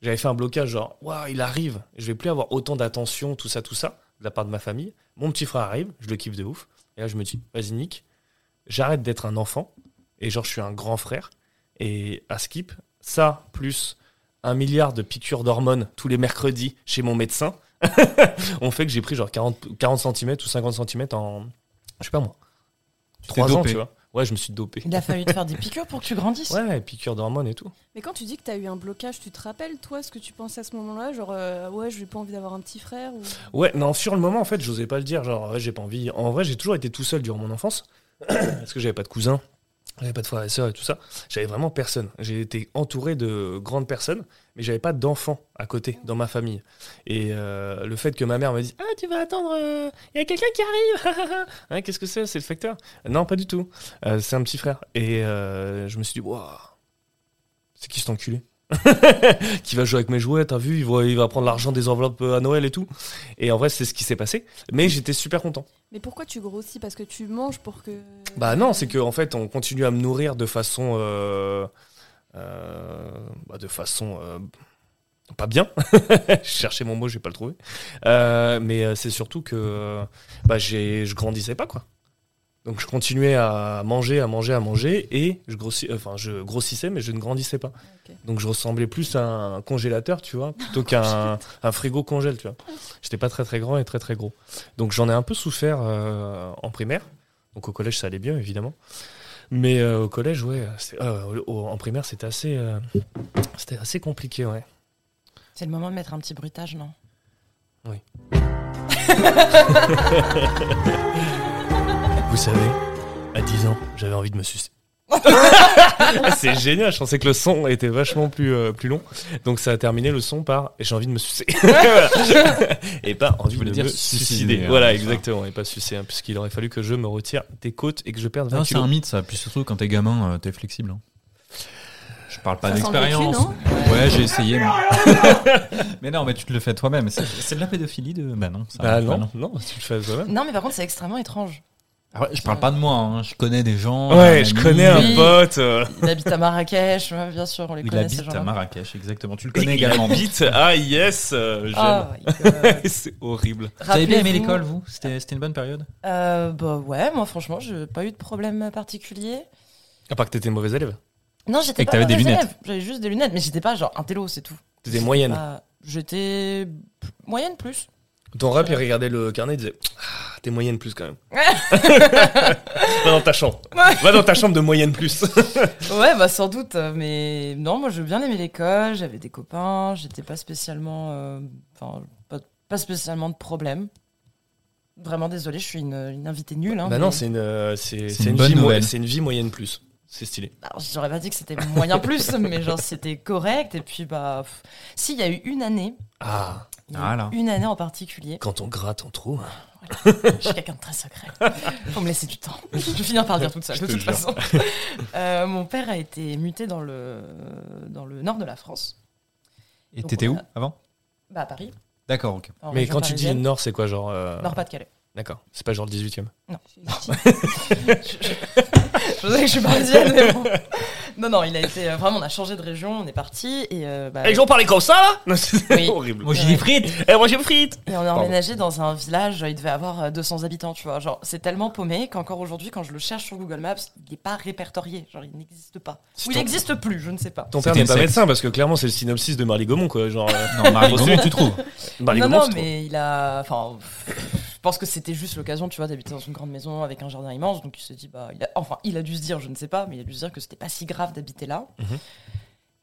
C: J'avais fait un blocage, genre, waouh, il arrive, je vais plus avoir autant d'attention, tout ça, tout ça, de la part de ma famille. Mon petit frère arrive, je le kiffe de ouf. Et là, je me dis, vas-y, Nick, j'arrête d'être un enfant, et genre, je suis un grand frère. Et à skip, ça, plus un milliard de piqûres d'hormones tous les mercredis chez mon médecin <laughs> ont fait que j'ai pris genre 40, 40 cm ou 50 cm en, je sais pas moi,
B: Tu t'es
C: 3 ans,
B: dopé.
C: tu vois. Ouais, je me suis dopé.
A: Il a fallu te faire des piqûres pour que tu grandisses.
C: Ouais, piqûre d'hormones et tout.
D: Mais quand tu dis que t'as eu un blocage, tu te rappelles toi ce que tu pensais à ce moment-là Genre euh, ouais, j'ai pas envie d'avoir un petit frère ou...
C: Ouais, non, sur le moment, en fait, j'osais pas le dire. Genre, ouais, j'ai pas envie. En vrai, j'ai toujours été tout seul durant mon enfance. <clears throat> parce que j'avais pas de cousins, j'avais pas de frères et sœurs et tout ça. J'avais vraiment personne. J'ai été entouré de grandes personnes, mais j'avais pas d'enfants à côté dans ma famille. Et euh, le fait que ma mère me dise Ah, tu vas attendre, il y a quelqu'un qui arrive. <laughs> Hein, Qu'est-ce que c'est C'est le facteur Non, pas du tout. Euh, c'est un petit frère. Et euh, je me suis dit Waouh, c'est qui cet enculé <laughs> qui va jouer avec mes jouets, t'as vu, il va, il va prendre l'argent des enveloppes euh, à Noël et tout. Et en vrai, c'est ce qui s'est passé. Mais j'étais super content.
D: Mais pourquoi tu grossis Parce que tu manges pour que.
C: Bah non, c'est que en fait, on continue à me nourrir de façon, euh, euh, bah, de façon euh, pas bien. <laughs> Je cherchais mon mot, j'ai pas le trouvé. Euh, mais euh, c'est surtout que euh, bah, j'ai, je grandissais pas quoi. Donc je continuais à manger, à manger, à manger, et je grossis, enfin je grossissais, mais je ne grandissais pas.
D: Ok.
C: Donc je ressemblais plus à un congélateur, tu vois, plutôt qu'un un frigo congèle, tu vois. J'étais pas très très grand et très très gros. Donc j'en ai un peu souffert euh, en primaire. Donc au collège ça allait bien évidemment. Mais euh, au collège ouais, c'est- euh, au- en primaire c'était assez, euh, c'était assez compliqué ouais.
A: C'est le moment de mettre un petit bruitage, non
C: Oui. Vous savez, à 10 ans j'avais envie de me sucer. <laughs> Ah, c'est génial, je pensais que le son était vachement plus, euh, plus long. Donc ça a terminé le son par « j'ai envie de me sucer ». <laughs> Et pas « envie
B: Tu voulais
C: de
B: dire
C: me
B: suicider,
C: suicider
B: hein,
C: Voilà,
B: c'est ça.
C: exactement, et pas sucer, hein, puisqu'il aurait fallu que je me retire des côtes et que je perde 20
B: Non, Ah, c'est
C: kilos.
B: un mythe ça. Puis surtout quand t'es gamin, euh, t'es flexible. hein. Je parle pas
D: Ça sent le
B: d'expérience.
D: vécu,
B: ouais, j'ai essayé. Mais... mais <laughs> non, mais tu te le fais toi-même. C'est- C'est de la pédophilie de. Bah non. Ça
C: Bah
B: bah
C: non, non, tu le fais toi-même.
A: Non, mais par contre, c'est extrêmement étrange.
B: Ah ouais, je parle pas de moi. hein. Je connais des gens. un
C: Ouais, je
B: ami,
C: connais un
A: Oui.
C: pote. euh,
A: Il habite à Marrakech, ouais, bien sûr, on les
B: Il
A: connaît ces
B: habite à
A: gens-là.
B: Marrakech, exactement. Tu le
C: Il
A: <laughs>
B: connais également.
C: habite. Ah yes, euh, j'aime.
A: Ah, my God.
C: <laughs> c'est horrible.
B: Vous avez bien aimé
A: Rappelez-vous-
B: l'école, vous C'était c'était une bonne période
A: Euh, Bah ouais, moi franchement, j'ai pas eu de problème particulier.
C: À part que t'étais mauvais élève.
A: Non, j'étais
B: Et que
A: pas
B: t'avais des
A: mauvaise
B: lunettes.
A: élève, J'avais juste des lunettes, mais j'étais pas genre un télo, c'est tout.
C: T'étais moyenne.
A: Bah, j'étais p- moyenne plus.
C: Ton rap, il regardait le carnet et disait ah, T'es moyenne plus
A: <laughs>
C: quand même. Va dans ta chambre.
A: Ouais.
C: Va dans ta chambre de moyenne plus.
A: Ouais, bah sans doute, euh, mais non, moi j'ai bien aimé l'école, j'avais des copains, j'étais pas spécialement. euh, Enfin, pas, pas spécialement de problème. Vraiment désolée, je suis une, une invitée nulle. Hein,
C: <laughs> bah non,
A: mais-
C: c'est une, euh,
B: C'est
C: c'est, c'est
B: une
C: une,
B: bonne
C: vie mo-
B: nouvelle.
C: c'est une vie moyenne plus. C'est stylé.
A: Alors, bah, j'aurais pas dit que c'était moyen plus, <laughs> mais genre c'était correct. Et puis, bah. pff. Si, il y a eu une année.
C: Ah,
A: il y a eu
B: Voilà.
A: Une année en particulier.
C: quand on gratte, on trouve.
A: Je suis quelqu'un de très secret. Faut me laisser du temps. Je vais finir par le dire toute seule,
C: Je
A: de
C: te
A: toute
C: jure.
A: façon. Euh, mon père a été muté dans le, dans le nord de la France,
B: Et
A: Donc,
B: t'étais où
A: euh,
B: avant
A: bah à Paris.
B: D'accord, ok.
A: en
C: Mais
A: région
C: quand tu dis
A: parisienne.
C: nord, c'est quoi genre euh,
A: Nord-Pas-de-Calais.
C: D'accord. C'est pas genre le 18 e
A: Je sais que je suis parisienne, mais bon. Non, non, il a été. euh, Vraiment, on a changé de région, on est parti. Et, euh, bah,
C: Et j'en parlais comme ça là Non, c'est
A: Oui.
C: horrible.
B: Moi j'ai des frites
C: Et moi j'ai frites
A: et on a emménagé dans un village, il devait avoir euh, 200 habitants, tu vois. Genre, c'est tellement paumé qu'encore aujourd'hui, quand je le cherche sur Google Maps, il n'est pas répertorié. Genre, il n'existe pas.
C: C'est
A: Ou il
C: ton-
A: n'existe plus, je ne sais pas.
C: Ton
B: C'était
C: père n'est
B: une
C: pas
B: secte.
C: médecin parce que clairement c'est le synopsis de Marley Gaumont quoi. Genre,
A: <laughs>
C: euh,
B: Non, Marie, comment tu trouves
C: Marley
A: non,
C: Gaumont,
A: non,
C: c'est trop-
A: mais il a. Enfin, je pense que c'était juste l'occasion, tu vois, d'habiter dans une grande maison avec un jardin immense. Donc il se dit, bah, il a- enfin, il a dû se dire, je ne sais pas, mais il a dû se dire que c'était pas si grave d'habiter là.
C: Mhm.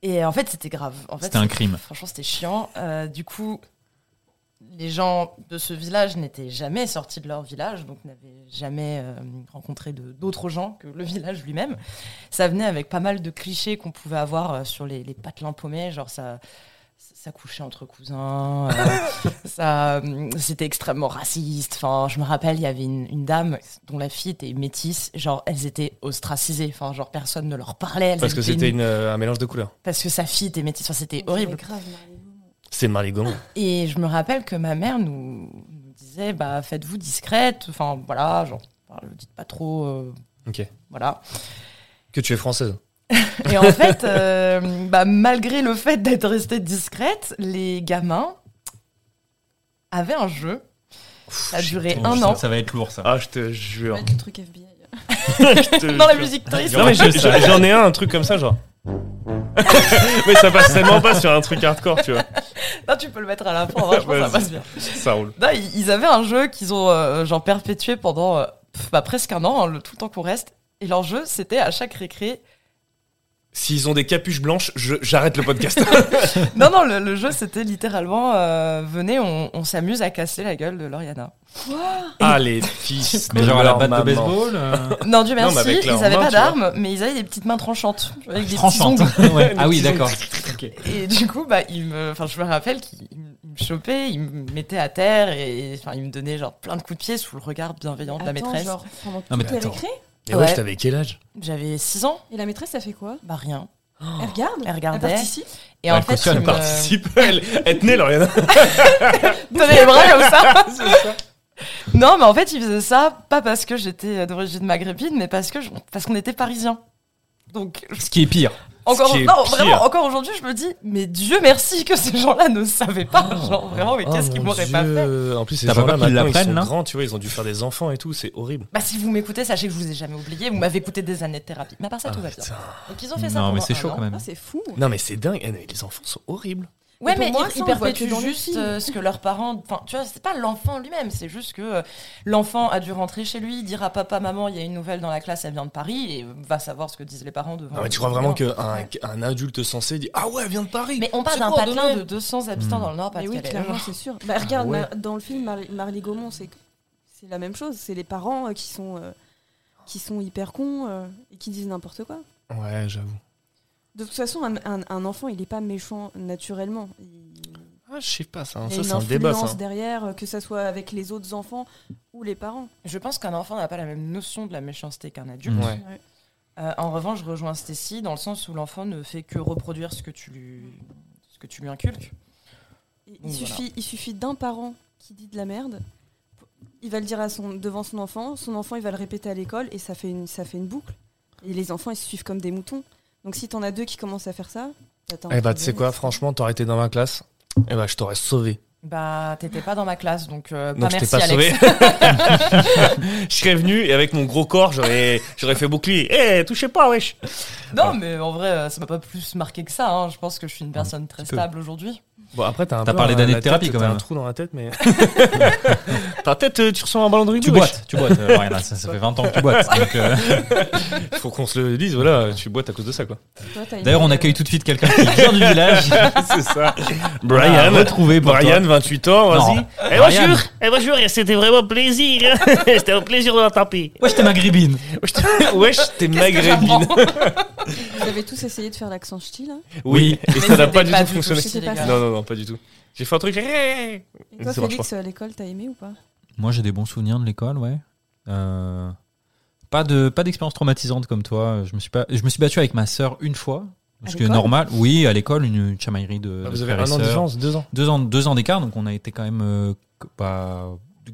A: Et en fait, c'était grave. En fait,
B: C'était un crime.
A: Franchement, c'était chiant. Euh, du coup, les gens de ce village n'étaient jamais sortis de leur village, donc n'avaient jamais euh, rencontré de- d'autres gens que le village lui-même. Ça venait avec pas mal de clichés qu'on pouvait avoir euh, sur les, les patelins paumés, genre ça. Ça couchait entre cousins, euh, ça, euh, c'était extrêmement raciste. Enfin, je me rappelle, il y avait une, une dame dont la fille était métisse, genre elles étaient ostracisées. Enfin, genre personne ne leur parlait. elles
C: Parce que
A: étaient
C: c'était
A: nues
C: une, euh, un mélange de couleurs.
A: parce que sa fille était métisse. Enfin, c'était horrible.
C: C'est Marley Gaumont.
A: Et je me rappelle que ma mère nous, nous disait bah faites-vous discrète, enfin voilà, genre ne dites pas trop, euh,
C: Ok.
A: voilà.
C: Que tu es française.
A: Et en fait, euh, bah, malgré le fait d'être restée discrète, les gamins avaient un jeu. Ça a duré
B: Oh,
A: un
B: putain,
A: an
B: Ça va être lourd ça.
C: Ah, je te jure.
D: Mettre le truc FBI.
C: Je te
A: <laughs> dans la
C: jure.
A: musique triste.
C: Non mais je- je- j'en ai un, un truc comme ça genre. <laughs> mais ça passe tellement pas sur un truc hardcore, tu vois.
A: Là, tu peux le mettre à la fin, hein, franchement, ça
C: Vas-y.
A: passe bien.
C: Ça roule.
A: Non, ils ils avaient un jeu qu'ils ont euh, genre perpétué pendant euh, pff, bah, presque un an, hein, le, tout le temps qu'on reste. Et leur jeu, c'était à chaque récré,
C: S'ils ont des capuches blanches, je- j'arrête le podcast.
A: Non, non, le, le jeu, c'était littéralement euh, venez, on, on s'amuse à casser la gueule de Loriana.
C: <laughs> ah les fils.
B: Mais genre à la
C: leur
B: batte de
C: maman.
B: baseball euh,
A: Non, Dieu merci,
C: mais avec
A: ils
C: leurs
A: avaient
C: mains,
A: pas
C: tu vois.
A: d'armes, mais ils avaient des petites mains tranchantes. Avec des petits
B: tranchante.
A: ongles. <laughs>
B: Ouais. Ah oui,
C: petits
B: d'accord.
A: Et du coup, bah, ils me, enfin, je me rappelle qu'ils ils me chopaient, ils me mettaient à terre et enfin, ils me donnaient genre plein de coups de pied sous le regard bienveillant de la maîtresse.
D: Genre, pendant
B: Non, mais
D: toute la
B: attends.
D: récré
C: Mais ouais,
A: Ouais.
C: t'avais quel âge
A: J'avais 6 ans,
D: Et la maîtresse, elle fait quoi
A: bah rien.
D: Elle regarde
A: Elle
D: Elle
A: regardait.
D: participe
A: Et
B: Ouais,
A: en
B: elle
A: fait, ils
B: cautionne,
C: Elle
A: me <laughs>
C: participe, elle, elle tenait Lauriane.
A: donnaient les bras comme ça. Non, mais en fait, ils faisaient ça pas parce que j'étais d'origine maghrébine, mais parce que je- parce qu'on était parisiens. Donc,
B: Ce qui est
C: <laughs>
B: pire.
A: Encore,
C: Ce qui est
A: non,
C: pire.
A: vraiment, encore aujourd'hui, je me dis, mais Dieu merci que ces gens-là ne savaient pas.
B: Oh.
A: Genre, vraiment, mais
C: Oh,
A: qu'est-ce qu'ils
C: mon
A: m'auraient pas
C: Dieu.
A: fait
C: En plus, ces
B: T'as pas
C: gens-là,
B: peur qu'ils
C: maintenant, ils sont
B: l'apprennent, là
C: grands, tu vois, ils ont dû faire des enfants et tout, c'est horrible.
A: Bah, si vous m'écoutez, sachez que je vous ai jamais oublié. Vous m'avez coûté des années de thérapie. Mais à part ça,
C: Ah,
A: tout va bien.
C: putain.
A: Donc, ils ont fait ça. hein.
B: Non, mais
A: pendant
B: c'est
A: un
B: chaud
A: an.
B: quand même.
D: Ah, c'est fou
C: Non, mais c'est dingue. Eh, mais les enfants sont horribles.
A: Ouais,
D: Mais
A: mais,
D: pour moi,
A: ils,
D: ça,
A: ils
D: on le Bah voit
A: perpétuent
D: que dans les
A: juste
D: films.
A: euh, ce que leurs parents. Enfin, tu vois, c'est pas l'enfant lui-même, c'est juste que euh, l'enfant a dû rentrer chez lui, dire à papa, maman, il y a une nouvelle dans la classe, elle vient de Paris, et va savoir ce que disent les parents devant.
C: Non, mais tu crois vraiment qu'un un adulte censé dit Ah ouais, elle vient de Paris
A: Mais on parle
C: C'est
A: d'un
C: quoi,
A: patelin
C: ordonné
A: de 200 habitants
B: Hmm.
A: dans le Nord, pas
D: Mais
A: de
D: oui, clairement, c'est sûr. Bah, regarde,
C: Ah ouais.
D: Mar- dans le film Mar- Marley Gaumont, c'est c'est la même chose. C'est les parents euh, qui sont euh, qui sont hyper cons euh, et qui disent n'importe quoi.
C: Ouais, j'avoue.
D: De toute façon, un, un- un enfant, il n'est pas méchant naturellement. Il,
C: Ah, je sais pas, ça. hein.
D: il y
C: Ça,
D: a une
C: c'est un débat, ça.
D: influence derrière, euh, que ça soit avec les autres enfants ou les parents.
A: Je pense qu'un enfant n'a pas la même notion de la méchanceté qu'un adulte.
B: Mmh.
C: Ouais.
A: Euh, en revanche, je rejoins Stacy dans le sens où l'enfant ne fait que reproduire ce que tu lui, ce que tu lui inculques.
D: Il, il
A: Donc, voilà.
D: suffit, il suffit d'un parent qui dit de la merde. Il va le dire à son, devant son enfant, son enfant il va le répéter à l'école et ça fait une, ça fait une boucle. Et les enfants ils se suivent comme des moutons. Donc si t'en as deux qui commencent à faire ça, bah, t'as un
C: Eh bah,
D: problème.
C: tu sais quoi, franchement, t'aurais été dans ma classe. Eh bah, je t'aurais sauvé.
A: Bah, t'étais pas dans ma classe, donc, euh, pas
C: Donc, je t'ai
A: merci,
C: pas
A: Alex.
C: sauvé. je serais venu et avec mon gros corps, j'aurais, j'aurais fait bouclier. Eh, touchez pas, wesh.
A: <laughs> Non, mais en vrai, euh, ça m'a pas plus marqué que ça. hein. Je pense que je suis une personne très
B: petit peu.
A: stable aujourd'hui.
C: Bon, après, t'as un
B: T'as
C: peu
B: parlé
C: un-
B: d'années
C: la
B: de thérapie,
C: tête,
B: quand
C: t'as
B: même.
C: un trou dans la tête, mais. <laughs> Ta tête, euh, tu ressens un ballon de rugby.
B: Tu
C: wesh.
B: boites, tu boites. euh, Lorena, ça, ça fait 20 ans que tu boites. donc, euh,
C: Faut qu'on se le dise, voilà, tu boites à cause de ça, quoi.
D: Toi, t'as une-
B: D'ailleurs, on accueille tout de suite quelqu'un qui vient du village.
C: C'est ça.
B: Ah,
C: <laughs> Brian.
B: retrouvé pour toi.
C: Brian, 28 ans,
B: Non.
C: vas-y.
E: Eh
B: Brian.
E: bonjour, eh bonjour, c'était vraiment
C: <laughs>
E: plaisir. c'était un plaisir de vous taper.
B: Ouais, j'étais maghrébine.
C: Wesh,
A: Qu'est-ce
C: t'es
A: que
C: maghrébine.
A: j'apprends
D: Vous avez tous essayé de faire l'accent ch'ti là
C: <laughs> Oui, et
A: Mais
C: ça n'a
A: c'était
C: pas du tout fonctionné.
A: ch'ti, les
D: Non,
A: gars.
C: Non, non, non, pas du tout. J'ai fait un truc, j'ai.
D: Et
C: Ça
D: toi
C: marche
D: Félix, à l'école, t'as aimé ou pas
B: Moi, j'ai des bons souvenirs de l'école, ouais. Euh, pas de pas d'expérience traumatisante comme toi. Je me suis pas, je me suis battu avec ma sœur une fois, ce qui est
D: l'école
B: normal. Oui, à l'école, une chamaillerie de. de
C: Ah, Vous avez
B: frères et
C: un an de
B: sœurs.
C: différence, deux ans.
B: Deux ans, deux ans d'écart, donc on a été quand même euh, que- pas. du-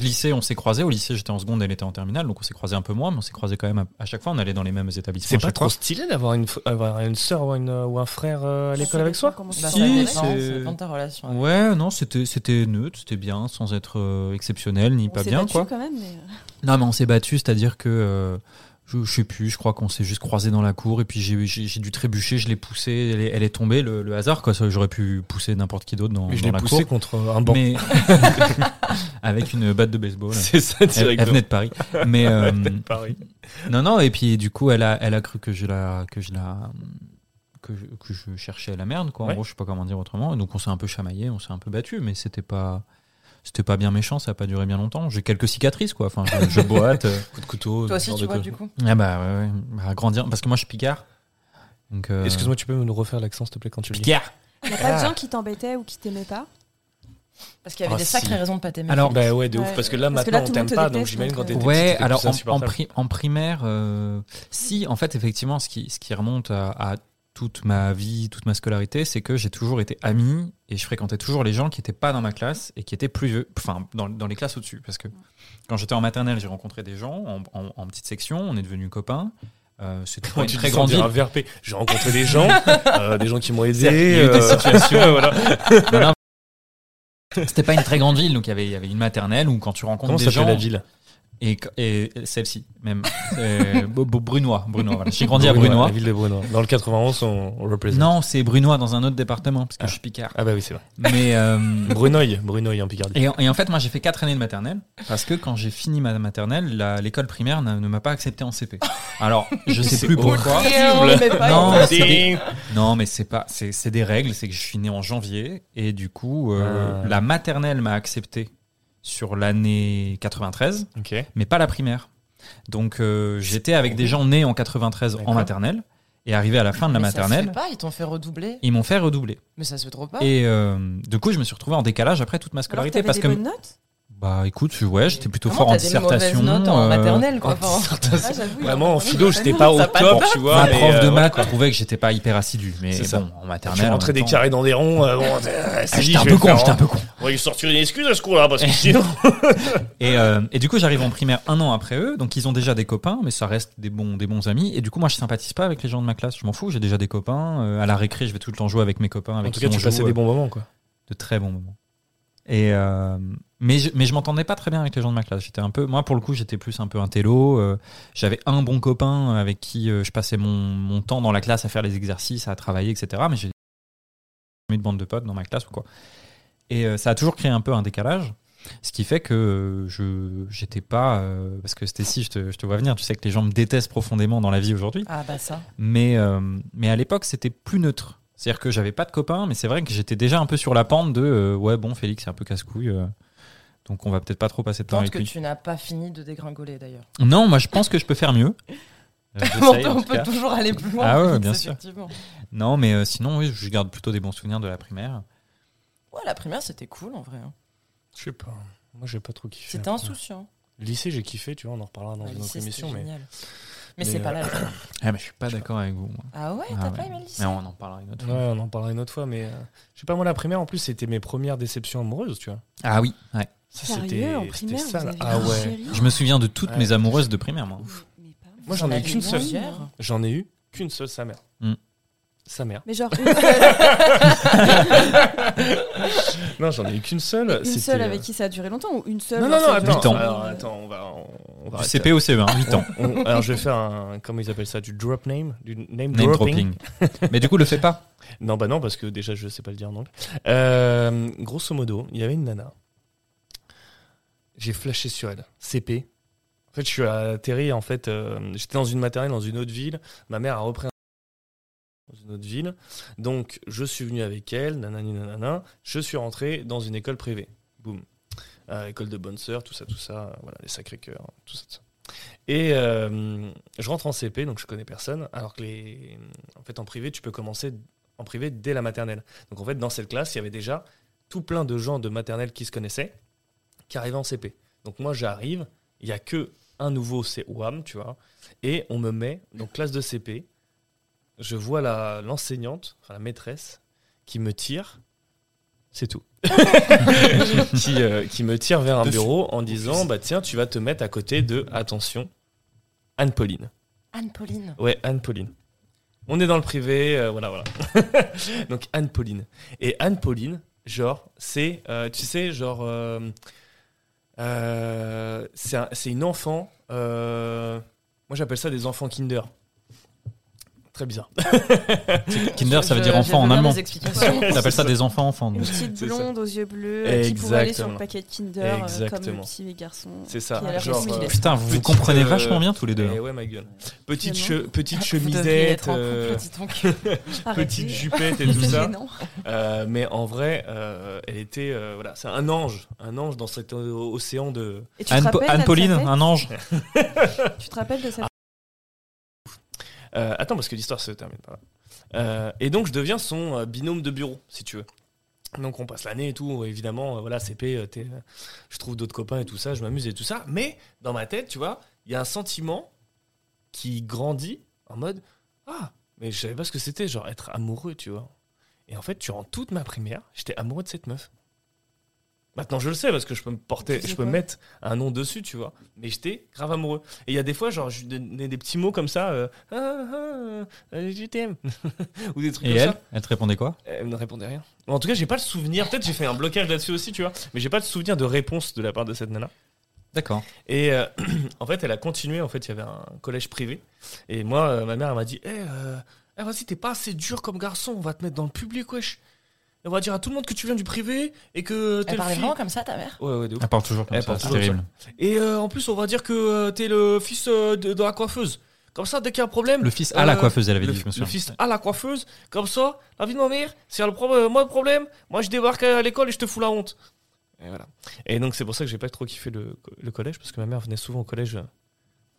B: Lycée, on s'est croisés. Au lycée, j'étais en seconde, elle était en terminale, donc on s'est croisés un peu moins, mais on s'est croisés quand même à, à chaque fois. On allait dans les mêmes établissements.
C: C'est
B: à
C: pas
B: chaque
C: trop
B: fois.
C: stylé d'avoir une, f- avoir une sœur ou, une- ou un frère euh, à l'école avec soi
D: Comment
A: Bah, ça
D: tu parles
A: dépend,
B: Si,
D: avec
B: c'est-
D: les parents
A: ça dépend de ta relation. hein. avec-
B: Ouais, non, c'était c'était neutre, c'était bien, sans être euh, exceptionnel ni
D: On
B: pas
D: s'est
B: bien,
D: battus
B: quoi.
D: quand même, mais- euh,
B: Non, mais on s'est battu, c'est-à-dire que euh, je, je sais plus, je crois qu'on s'est juste croisé dans la cour et puis j'ai- j'ai j'ai dû trébucher, je l'ai poussée, elle, est- elle est tombée, le, le hasard, quoi. ça, J'aurais pu pousser n'importe qui d'autre dans,
C: Mais je
B: dans
C: l'ai
B: la
C: poussé
B: cour.
C: contre un banc.
B: Mais <laughs> avec une batte de baseball.
C: C'est ça,
B: Elle, elle
C: directement.
B: venait de Paris.
C: <laughs>
B: Mais euh,
C: Pareil.
B: non, non, et puis du coup, elle a, elle a cru que je la. Que je la que je, que je cherchais la merde quoi en
C: Ouais.
B: gros je sais pas comment dire autrement Et donc on s'est un peu chamaillé on s'est un peu battu mais c'était pas c'était pas bien méchant ça a pas duré bien longtemps j'ai quelques cicatrices quoi enfin je,
C: <laughs>
B: je boite euh,
C: Coup de couteau.
A: Toi
C: ce
A: aussi,
C: genre
A: tu
C: de
A: vois,
C: co-
A: du coup.
B: Ah bah ouais, ouais. Bah, grandir. Parce que moi je suis Picard. Donc, euh,
C: Excuse-moi, tu peux me refaire l'accent, s'il te plaît, quand tu le dis
B: Picard.
D: Y a pas de
C: Ah.
D: gens qui t'embêtaient ou qui t'aimaient pas
A: Parce qu'il y avait
C: Ah,
A: des
C: si.
A: sacrées raisons de pas t'aimer.
B: Alors,
C: Bah ouais, de ouf,
D: Ouais.
C: parce que là,
D: Parce que là,
C: maintenant,
D: tout
C: on t'aime
D: le monde te
C: pas, donc
D: déteste,
C: j'imagine quand
D: donc,
C: t'étais
D: euh,
C: petit,
B: Ouais,
C: c'était
B: alors
C: plus
B: en, en,
C: insupportable.
B: pri- en primaire, euh, si, en fait, effectivement, ce qui, ce qui remonte à, à toute ma vie, toute ma scolarité, c'est que j'ai toujours été ami et je fréquentais toujours les gens qui n'étaient pas dans ma classe et qui étaient plus vieux, enfin, dans, dans les classes au-dessus. Parce que quand j'étais en maternelle, j'ai rencontré des gens en, en- en petite section, on est devenus copains. Euh, C'était
C: <laughs>
B: pas
C: Ouais,
B: une
C: tu
B: très
C: dis ça, on
B: grande
C: dirait
B: ville.
C: un VRP. J'ai rencontré des gens, euh, des gens qui m'ont
B: Il
C: aidé.
B: y a eu des
C: <laughs> situations. euh. voilà.
B: euh. Non, non. C'était pas une très grande ville, donc il y avait- il y avait une maternelle où quand tu rencontres
C: Comment
B: des
C: s'appelle
B: gens,
C: la ville
B: Et, et celle-ci, même.
C: <laughs>
B: Euh, Bo- Bo- Brunois. Brunois voilà. J'ai grandi à
C: La
B: Brunois.
C: ville de Brunois. Dans le 91, on, on représente.
B: Non, c'est Brunois dans un autre département, parce que
C: Ah.
B: je suis picard.
C: Ah bah oui, c'est vrai.
B: Mais. euh,
C: <laughs> Brunoy, Brunoy en Picardie.
B: Et, en- et en fait, moi, j'ai fait 4 années de maternelle parce que quand j'ai fini ma maternelle, la- l'école primaire ne, ne m'a pas accepté en CP. Alors,
C: <laughs>
B: je sais
C: C'est
B: plus pourquoi.
A: Et on
C: horrible.
A: met pas
B: Non,
A: une-
B: c'est des-
C: Ding.
B: Non, mais c'est pas, c'est c'est des règles. C'est que je suis né en janvier et du coup, euh,
C: Ah.
B: la maternelle m'a accepté sur l'année 93.
C: Ok.
B: mais pas la primaire. Donc euh, j'étais avec des gens nés en 93 en
C: D'accord.
B: maternelle et arrivé à la fin de la
A: Mais ça se fait
B: maternelle,
A: pas, Oh. ils t'ont fait redoubler.
B: ils m'ont fait redoubler.
A: Mais ça se fait trop pas.
B: Et euh, du coup, je me suis retrouvé en décalage après toute ma
D: Alors que
B: scolarité
D: t'avais
B: parce
D: des
B: que
D: bonnes notes
B: bah écoute, ouais, j'étais plutôt
A: Comment
B: fort en
A: t'as des mauvaises
B: dissertation.
A: notes en
B: euh,
A: maternelle, quoi.
C: en
A: enfin.
C: <laughs>
D: Ah, j'avoue,
C: Vraiment, en
D: il y a
C: philo,
D: des
C: j'étais
D: bonnes
C: pas
D: notes.
C: au
A: ça a pas
C: top,
A: de
C: tu vois.
B: Ma
C: mais,
B: prof de
C: euh,
B: maths trouvait que j'étais pas hyper assidu, mais
C: C'est
B: bon,
C: ça.
B: en
C: Tu
B: maternelle. en
C: rentrais
B: même
C: des
B: temps-
C: carrés dans des ronds. euh, bon, euh,
B: Ah,
C: c'est dit,
B: j'étais un
C: je
B: peu
C: vais
B: con,
C: faire,
B: j'étais un
C: hein.
B: peu con.
E: On va lui sortir une excuse à ce coup-là,
B: <laughs>
C: <laughs>
E: parce que sinon.
B: Et, euh, et du coup, j'arrive en primaire un an après eux, donc ils ont déjà des copains, mais ça reste des bons, des bons amis. Et du coup, moi, je sympathise pas avec les gens de ma classe, je m'en fous, j'ai déjà des copains. Euh, à la récré, je vais tout le temps jouer avec mes copains, avec
C: En
B: qui
C: tout cas,
B: on
C: tu
B: joue,
C: passais
B: euh,
C: des bons moments, quoi.
B: de très bons moments. Et euh, mais je, mais je m'entendais pas très bien avec les gens de ma classe. J'étais un peu, moi pour le coup, j'étais plus un peu un télo. euh, J'avais un bon copain avec qui euh, je passais mon, mon temps dans la classe à faire les exercices, à travailler, etc. Mais j'ai mis de bande de potes dans ma classe ou quoi. Et euh, ça a toujours créé un peu un décalage. Ce qui fait que euh, je j'étais pas euh, parce que Stécie, je te, je te vois venir. Tu sais que les gens me détestent profondément dans la vie aujourd'hui.
A: Ah bah ça.
B: Mais, euh, mais à l'époque, c'était plus neutre. C'est-à-dire que j'avais pas de copains, mais c'est vrai que j'étais déjà un peu sur la pente de euh, ouais, bon, Félix, c'est un peu casse-couille. euh, Donc on va peut-être pas trop passer de temps
A: Tant
B: avec
A: que
B: lui.
A: tu n'as pas fini de dégringoler d'ailleurs.
B: Non, moi je pense que je peux faire mieux. Euh,
A: <laughs>
B: j'essaye,
A: on peut,
B: en
A: on
B: tout
A: peut
B: cas.
A: toujours aller plus loin. <laughs>
B: Ah ouais,
A: vite,
B: bien sûr.
A: effectivement.
B: Non, mais euh, sinon, oui, je garde plutôt des bons souvenirs de la primaire.
A: Ouais, la primaire, c'était cool en vrai. hein.
C: Je sais pas. Moi, j'ai pas trop kiffé.
A: C'était insouciant.
C: Lycée, j'ai kiffé, tu vois, on en reparlera dans
A: Ouais,
C: une autre
A: lycée, c'était
C: émission. Mais...
A: génial.
C: mais,
A: Mais c'est pas la même.
B: Ah, mais je suis pas d'accord avec vous. moi.
A: Ah ouais,
B: Ah
A: t'as
B: ouais.
A: pas aimé le lycée
B: Mais on en parlera une autre
C: Ouais,
B: fois.
C: on en parlera une autre fois, mais euh, je sais pas, moi, la primaire, en plus, c'était mes premières déceptions amoureuses, tu vois.
B: Ah oui, ouais.
C: Ça,
D: Sérieux, en
C: c'était- c'était
D: primaire, vous
C: sale.
D: avez
C: Ah
D: une
C: ouais.
D: chérie
B: Je me souviens de toutes
C: Ouais.
B: mes amoureuses de primaire, moi.
D: Mais pas
C: Moi, j'en
A: Vous en
C: ai
A: avez
C: qu'une seule.
A: plusieurs
C: J'en ai eu qu'une seule, sa mère.
B: Hmm.
C: Sa mère.
D: Mais genre une seule,
C: Non, j'en ai eu qu'une seule.
D: une
C: c'était,
D: seule
C: euh,
D: avec qui ça a duré longtemps ou une seule
C: Non, non, non,
D: ça a duré
C: attends.
B: Huit ans.
C: Alors, attends, on va. On, on va
B: Du
C: arrêter.
B: CP au CE1, 8 E, hein, ans.
C: On- on- alors, je vais faire un. Comment ils appellent ça Du drop name Du name,
B: Name
C: dropping.
B: dropping. mais du coup, le fais <laughs> pas.
C: Non, bah non, parce que déjà, je sais pas le dire non. Euh, grosso modo, il y avait une nana. J'ai flashé sur elle. CP. En fait, je suis atterri, en fait, euh, j'étais dans une maternelle, dans une autre ville. Ma mère a repris un... dans une autre ville. Donc, je suis venu avec elle, nanani nanana. Je suis rentré dans une école privée. Boum. Euh, école de bonne sœur, tout ça, tout ça. euh, Voilà, les sacrés cœurs, tout ça, tout ça. Et euh, je rentre en CP, donc je connais personne. Alors que les... En fait, en privé, tu peux commencer en privé dès la maternelle. Donc en fait, dans cette classe, il y avait déjà tout plein de gens de maternelle qui se connaissaient, qui arrivaient en CP. Donc moi, j'arrive, il n'y a que un nouveau c'est WAM, tu vois, et on me met, donc classe de CP, je vois la- l'enseignante, enfin la maîtresse, qui me tire, c'est tout. <laughs> qui, euh, qui me tire vers un
B: Dessus.
C: bureau en disant, bah tiens, tu vas te mettre à côté de, attention, Anne-Pauline.
A: Anne-Pauline.
C: Ouais, Anne-Pauline. On est dans le privé, euh, voilà, voilà. <laughs> Donc Anne-Pauline. Et Anne-Pauline, genre, c'est, euh, tu sais, genre, euh, euh, c'est un- c'est une enfant, euh, moi j'appelle ça des enfants Kinder. Très bizarre. <laughs>
B: Kinder, ça veut
A: Je-
B: dire
A: je
B: enfant
A: veux
B: en
A: bien
B: allemand.
A: des
B: <laughs>
A: explications.
B: T'appelles ça des
A: <laughs>
B: enfants-enfants.
D: Une
B: donc.
D: petite
C: C'est ça.
D: blonde aux yeux bleus euh, qui pourrait aller sur
C: Exactement.
D: le paquet de Kinder euh, comme
C: Exactement.
D: le petit garçon.
C: C'est ça.
D: Qui a l'air
C: genre,
D: stylé.
B: Putain, vous, vous
C: Petite,
B: comprenez
C: euh,
B: vachement bien tous les deux. hein.
C: Eh ouais, ma gueule. Petite,
D: Finalement. Ah,
C: che- petite
A: Vous devriez
C: chemisette,
A: être en couple,
C: euh,
A: dis donc.
D: Arrêtez.
C: petite
D: <laughs>
C: jupette et tout
D: C'est
C: ça.
D: gênant.
C: Euh, mais en vrai, euh, elle était, euh, voilà, c'est un ange, un ange dans cet o- océan de,
D: Et tu te
B: Anne-
D: rappelles, là, de sa
B: Anne-Pauline, hein.
D: tête
B: un ange.
D: Tu te rappelles de sa
C: Euh, attends, parce que l'histoire se termine pas là. Euh, et donc, je deviens son euh, binôme de bureau, si tu veux. Donc, on passe l'année et tout. Évidemment, euh, voilà, CP, euh, t'es, euh, je trouve d'autres copains et tout ça, je m'amuse et tout ça. Mais dans ma tête, tu vois, il y a un sentiment qui grandit en mode Ah, mais je savais pas ce que c'était, genre être amoureux, tu vois. Et en fait, durant toute ma primaire, j'étais amoureux de cette meuf. Maintenant, je le sais parce que je peux me porter,
D: Tu
C: je
D: sais
C: peux
D: quoi
C: mettre un nom dessus, tu vois. Mais j'étais grave amoureux. Et il y a des fois, genre, je lui donnais des petits mots comme ça, euh, ah, ah, euh, je t'aime, <laughs> ou des trucs
B: Et
C: comme
B: elle
C: ça.
B: Elle te répondait quoi
C: Elle ne répondait rien. En tout cas, j'ai pas le souvenir. Peut-être j'ai fait un blocage là-dessus aussi, tu vois. Mais j'ai pas le souvenir de réponse de la part de cette nana.
B: D'accord.
C: Et euh, <clears throat> en fait, elle a continué. En fait, il y avait un collège privé. Et moi, euh, ma mère, elle m'a dit Eh, euh, eh, vas-y, t'es pas assez dur comme garçon. On va te mettre dans le public, wesh. Et on va dire à tout le monde que tu viens du privé et que t'es
A: Elle
C: le
A: parlait
C: fille.
A: vraiment comme ça, ta mère
C: Ouais, ouais, de ouf.
B: Elle parle toujours comme
C: Elle
B: ça,
C: parle
B: c'est
C: toujours
B: terrible.
C: Et euh, en plus, on va dire que euh, t'es le fils euh, de, de la coiffeuse. Comme ça, dès qu'il y a un problème.
B: Le fils à la
C: Euh,
B: coiffeuse, elle avait
C: le,
B: dit, je me
C: le
B: souviens.
C: fils à la coiffeuse, comme ça, la vie de ma mère, c'est le problème, moi le problème, moi je débarque à l'école et je te fous la honte. Et voilà. Et donc c'est pour ça que j'ai pas trop kiffé le, le collège, parce que ma mère venait souvent au collège euh,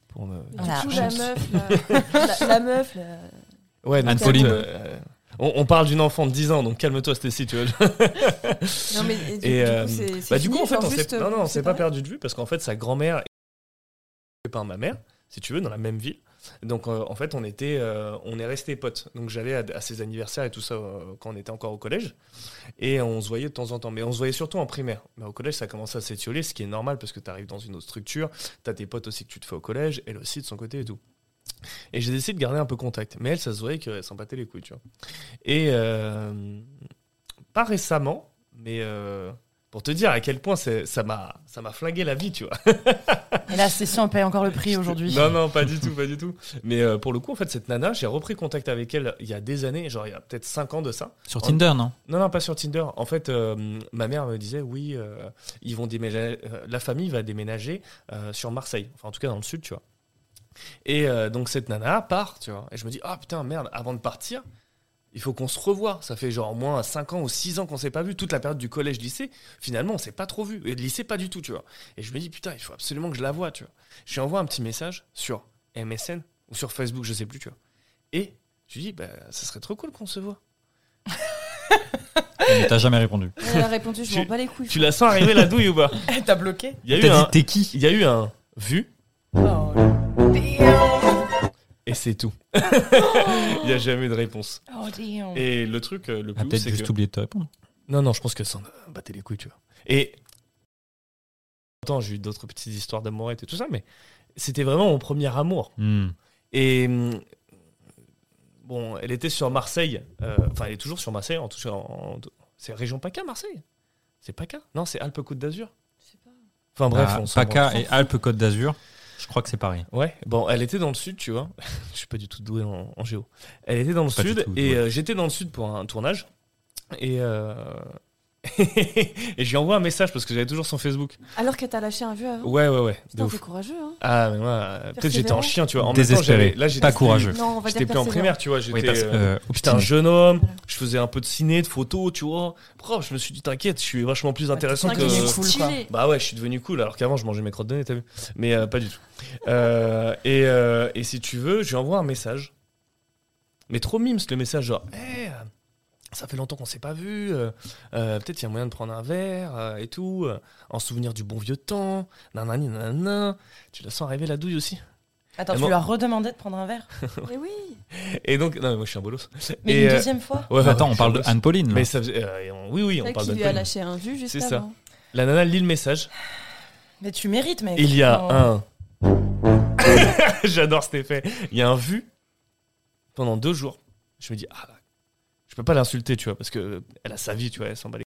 C: pour me...
D: Du
A: Ah, la
D: coup, la
A: honte.
D: meuf,
C: <laughs>
D: là. la, la meuf, là.
C: Ouais, donc,
B: Anne-Pauline.
C: euh, euh, on, on parle d'une enfant de 10 ans, donc calme-toi Stécie, tu vois.
D: Non mais et du,
C: Et,
D: du
C: euh,
D: coup, c'est c'est
C: Bah, du
D: fini,
C: coup, en fait,
D: genre,
C: on s'est
D: juste,
C: non, non,
D: vous
C: on s'est pas
D: séparez
C: perdu de vue parce qu'en fait, sa grand-mère est par ma mère, si tu veux, dans la même ville. Donc, euh, en fait, on était, euh, on est restés potes. Donc, j'allais à, à ses anniversaires et tout ça euh, quand on était encore au collège. Et on se voyait de temps en temps. Mais on se voyait surtout en primaire. Mais au collège, ça commençait à s'étioler, ce qui est normal parce que tu arrives dans une autre structure. Tu as tes potes aussi que tu te fais au collège, elle aussi de son côté et tout. Et j'ai décidé de garder un peu contact. Mais elle, ça se voyait qu'elle s'en battait les couilles, tu vois. Et euh, pas récemment, mais euh, pour te dire à quel point c'est- ça m'a ça m'a flingué la vie, tu vois.
A: Et là, Cécile, on paye encore le prix aujourd'hui. <laughs>
C: <laughs> Non, non, pas du tout, pas du tout. Mais euh, pour le coup, en fait, cette nana, j'ai repris contact avec elle il y a des années, genre il y a peut-être 5 ans de ça.
B: Sur Tinder, non
C: Non, non, pas sur Tinder. En fait, euh, ma mère me disait, oui, euh, ils vont déménager, euh, la famille va déménager euh, sur Marseille, enfin en tout cas dans le sud, tu vois. Et euh, donc cette nana part, tu vois. Et je me dis, ah putain, merde, avant de partir, Il faut qu'on se revoie. Ça fait genre au moins 5 ans ou 6 ans qu'on s'est pas vu. Toute la période du collège-lycée, finalement, on s'est pas trop vu. Et de lycée, pas du tout, tu vois. Et je me dis, putain, il faut absolument que je la voie, tu vois. Je lui envoie un petit message sur MSN ou sur Facebook, je sais plus, tu vois. Et je lui dis, bah, ça serait trop cool qu'on se voit.
B: Mais t'as jamais répondu.
D: Elle a répondu, je m'en
C: Tu-
D: bats les couilles.
C: Tu la sens arriver la douille ou pas
A: T'as bloqué
C: Il y a eu
B: T'as
C: un-
B: dit t'es qui
C: il y a eu un vu
A: Oh,
C: et c'est
D: <laughs>
C: tout.
D: Oh.
C: Il n'y a jamais eu de réponse.
A: oh, damn.
C: Et le truc, euh, le
B: Ah,
C: plus ouf,
B: peut-être
C: c'est
B: juste
C: que...
B: oublié de te répondre.
C: Non, non, je pense que ça en a batté les couilles, tu vois. Et... Attends, j'ai eu d'autres petites histoires d'amourette et tout ça, mais c'était vraiment mon premier amour.
B: Hmm.
C: Et... hum, Bon, elle était sur Marseille. euh, Enfin, elle est toujours sur Marseille. En tout cas, en- en- c'est région PACA, Marseille C'est PACA Non, c'est Alpes-Côte d'Azur.
D: Je sais pas.
C: Enfin bref,
B: Ah,
C: on s'en
B: PACA et Alpes Côte d'Azur, je crois que c'est pareil.
C: Ouais, bon, elle était dans le sud, tu vois. <laughs> Je suis pas du tout doué en, en géo. Elle était dans le
B: Pas du
C: sud
B: tout doué.
C: et euh, j'étais dans le sud pour un tournage. Et, euh, <laughs> et je lui envoie un message parce que j'avais toujours son Facebook.
D: Alors que t'as lâché un vieux avant.
C: Ouais, ouais, ouais. Oh, de
D: Oh. Putain,
C: ouf.
D: t'es courageux, hein.
C: Ah, mais moi, euh, peut-être j'étais en
D: Persévérant.
C: chien, tu vois. En
B: Désespéré,
C: Même temps, j'avais- là, j'étais
B: pas courageux.
D: Non, on va dire
C: J'étais plus en
D: persévérant.
C: primaire, tu vois. J'étais
B: Oui, parce que,
C: euh,
B: euh,
C: J'étais un
B: obstiné.
C: jeune homme,
D: Voilà.
C: je faisais un peu de ciné, de photos, tu vois. Prof, je me suis dit, t'inquiète, je suis vachement
D: Bah,
C: plus intéressant
A: t'es
C: que.
A: devenu cool.
C: <laughs>
D: Stylé.
C: Bah ouais, je suis devenu cool alors qu'avant je mangeais mes crottes de nez, t'as vu Mais euh, pas du tout. Euh, et, euh, et si tu veux, je lui envoie un message. Mais trop mimes le message, genre, Eh, euh, ça fait longtemps qu'on s'est pas vu, euh, euh, peut-être il y a moyen de prendre un verre euh, et tout, euh, en souvenir du bon vieux temps, nanani nanana. Tu la sens arriver la douille aussi.
A: Attends,
C: Et
A: tu
C: moi-
A: lui as redemandé de prendre un verre
D: Mais oui.
C: Et donc, non, mais moi je suis un bolos.
A: Mais
C: Et,
A: une
C: euh,
A: deuxième fois
C: ouais, ouais,
B: Attends, on
C: je suis
B: parle
C: un
B: de
C: bolos.
B: Anne-Pauline. là.
C: Mais ça faisait- euh, et on- oui, oui, on
D: Celle
C: parle
D: qui lui a
C: d'alcool.
D: lâché un vieux juste
C: C'est ça.
D: avant.
C: La nana lit le message,
A: Mais tu mérites, mec.
C: Il y a
A: Oh.
C: un. <laughs> J'adore cet effet. Il y a un vu pendant deux jours. Je me dis, ah, je peux pas l'insulter, tu vois, parce que elle a sa vie, tu vois, elle s'en bat les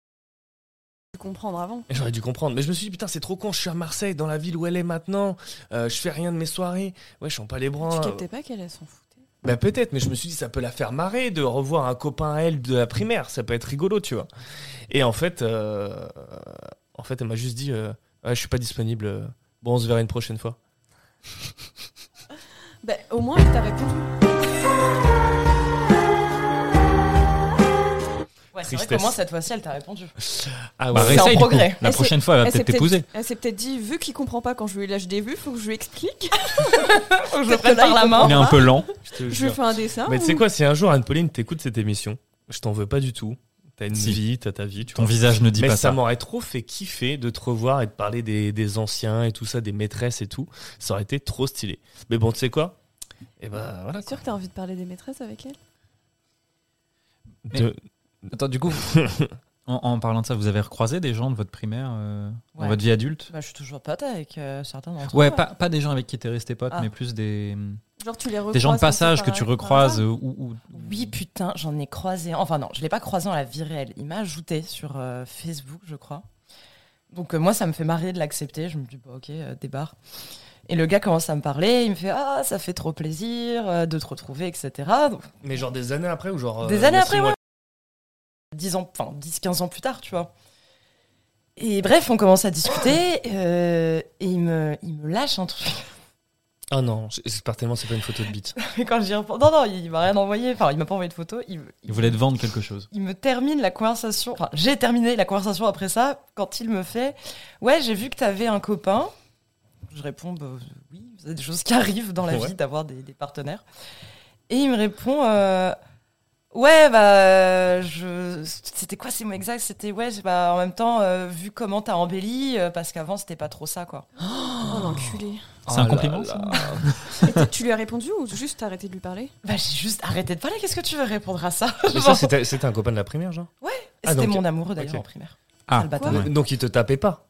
D: Tu comprendre avant.
C: et J'aurais dû comprendre. Mais je me suis dit, putain, c'est trop con, je suis à Marseille, dans la ville où elle est maintenant. Euh, je fais rien de mes soirées. Ouais, je sens pas les
D: Tu
C: bras.
D: captais pas qu'elle elle s'en foutait.
C: Bah peut-être, mais je me suis dit ça peut la faire marrer de revoir un copain à elle de la primaire, ça peut être rigolo, tu vois. Et en fait, euh, en fait, elle m'a juste dit, euh, ouais, je suis pas disponible. Bon, on se verra une prochaine fois.
D: Bah, au moins, elle t'a répondu.
A: Ouais, c'est vrai que
C: Tristesse.
A: moi, cette fois-ci, elle t'a
C: <laughs>
A: répondu.
C: Ah
B: Bah,
A: C'est
B: réessaye,
A: en
B: du coup.
A: progrès.
B: La
D: Elle s'est-
B: prochaine fois, elle va
D: Elle s'est
B: peut-être t'épouser.
D: elle s'est peut-être dit, vu qu'il comprend pas quand je lui lâche des vues, faut que je lui explique.
A: Faut que je
D: Peut-être
A: prépare
D: là,
A: la
D: il
A: main.
B: Il est un peu lent.
C: Je te
D: je lui
C: jure.
D: fais un dessin.
C: Mais tu sais
D: ou-
C: quoi, si un jour Anne-Pauline t'écoute cette émission, je t'en veux pas du tout. T'as une
B: Si.
C: vie, t'as ta vie, tu
B: Ton
C: vois.
B: visage ne dit
C: Mais
B: pas
C: ça,
B: ça.
C: m'aurait trop fait kiffer de te revoir et de parler des, des anciens et tout ça, des maîtresses et tout. Ça aurait été trop stylé. Mais bon, tu sais quoi Et ben voilà.
D: T'es sûr que t'as envie de parler des maîtresses avec elle
B: Mais-
C: De-
B: Attends, du coup, en, en parlant de ça, vous avez recroisé des gens de votre primaire, euh, dans
A: Ouais.
B: votre vie adulte
A: Bah, je suis toujours pote avec euh, certains d'entre eux.
B: Ouais, pas, pas des gens avec qui t'es resté pote,
A: Ah.
B: mais plus des,
D: Genre, tu les recroises.
B: des gens de
D: comme
B: passage
D: ça,
B: que
D: par-
B: tu
D: par
B: recroises
D: hasard
B: euh, ou, ou-
A: Oui, putain, j'en ai croisé. un. Enfin, non, je l'ai pas croisé en la vie réelle. Il m'a ajouté sur euh, Facebook, je crois. Donc, euh, moi, ça me fait marrer de l'accepter. Je me dis, bah, ok, euh, débarre. Et le gars commence à me parler. Il me fait, ah, ça fait trop plaisir euh, de te retrouver, etc. Donc,
C: Mais genre des années après ou genre. euh,
A: Des années après, ouais. 10 ans, enfin 10, 15 ans plus tard, tu vois. Et bref, on commence à discuter euh, et il me, il me lâche un truc. <laughs>
C: Ah non, j'espère tellement c'est pas une photo de bite.
A: Mais quand j'y repense, non, non, il m'a rien envoyé, enfin, il m'a pas envoyé de photo. Il,
B: Il voulait te vendre quelque chose.
A: il me termine la conversation. Enfin, j'ai terminé la conversation après ça quand il me fait Ouais, j'ai vu que t'avais un copain. Je réponds Bah, Oui, c'est des choses qui arrivent dans la
C: Ouais.
A: vie d'avoir des, des partenaires. Et il me répond euh, Ouais, bah, je. C'était quoi ces mots exacts C'était Ouais, bah, en même temps, euh, vu comment t'as embelli, euh, parce qu'avant, c'était pas trop ça, quoi.
D: Oh l'enculé.
B: <laughs> C'est un compliment, ça
D: Et t'as- tu lui as répondu ou juste t'as arrêté de lui parler
A: Bah, j'ai juste arrêté de parler. Qu'est-ce que tu veux répondre à ça
C: <laughs> Mais ça, c'était c'était un copain de la primaire, genre ah,
A: C'était
C: donc-
A: mon amoureux, d'ailleurs,
C: ok.
A: en primaire.
B: Ah,
A: Sale bâtard.
B: ouais.
C: Donc il te tapait pas.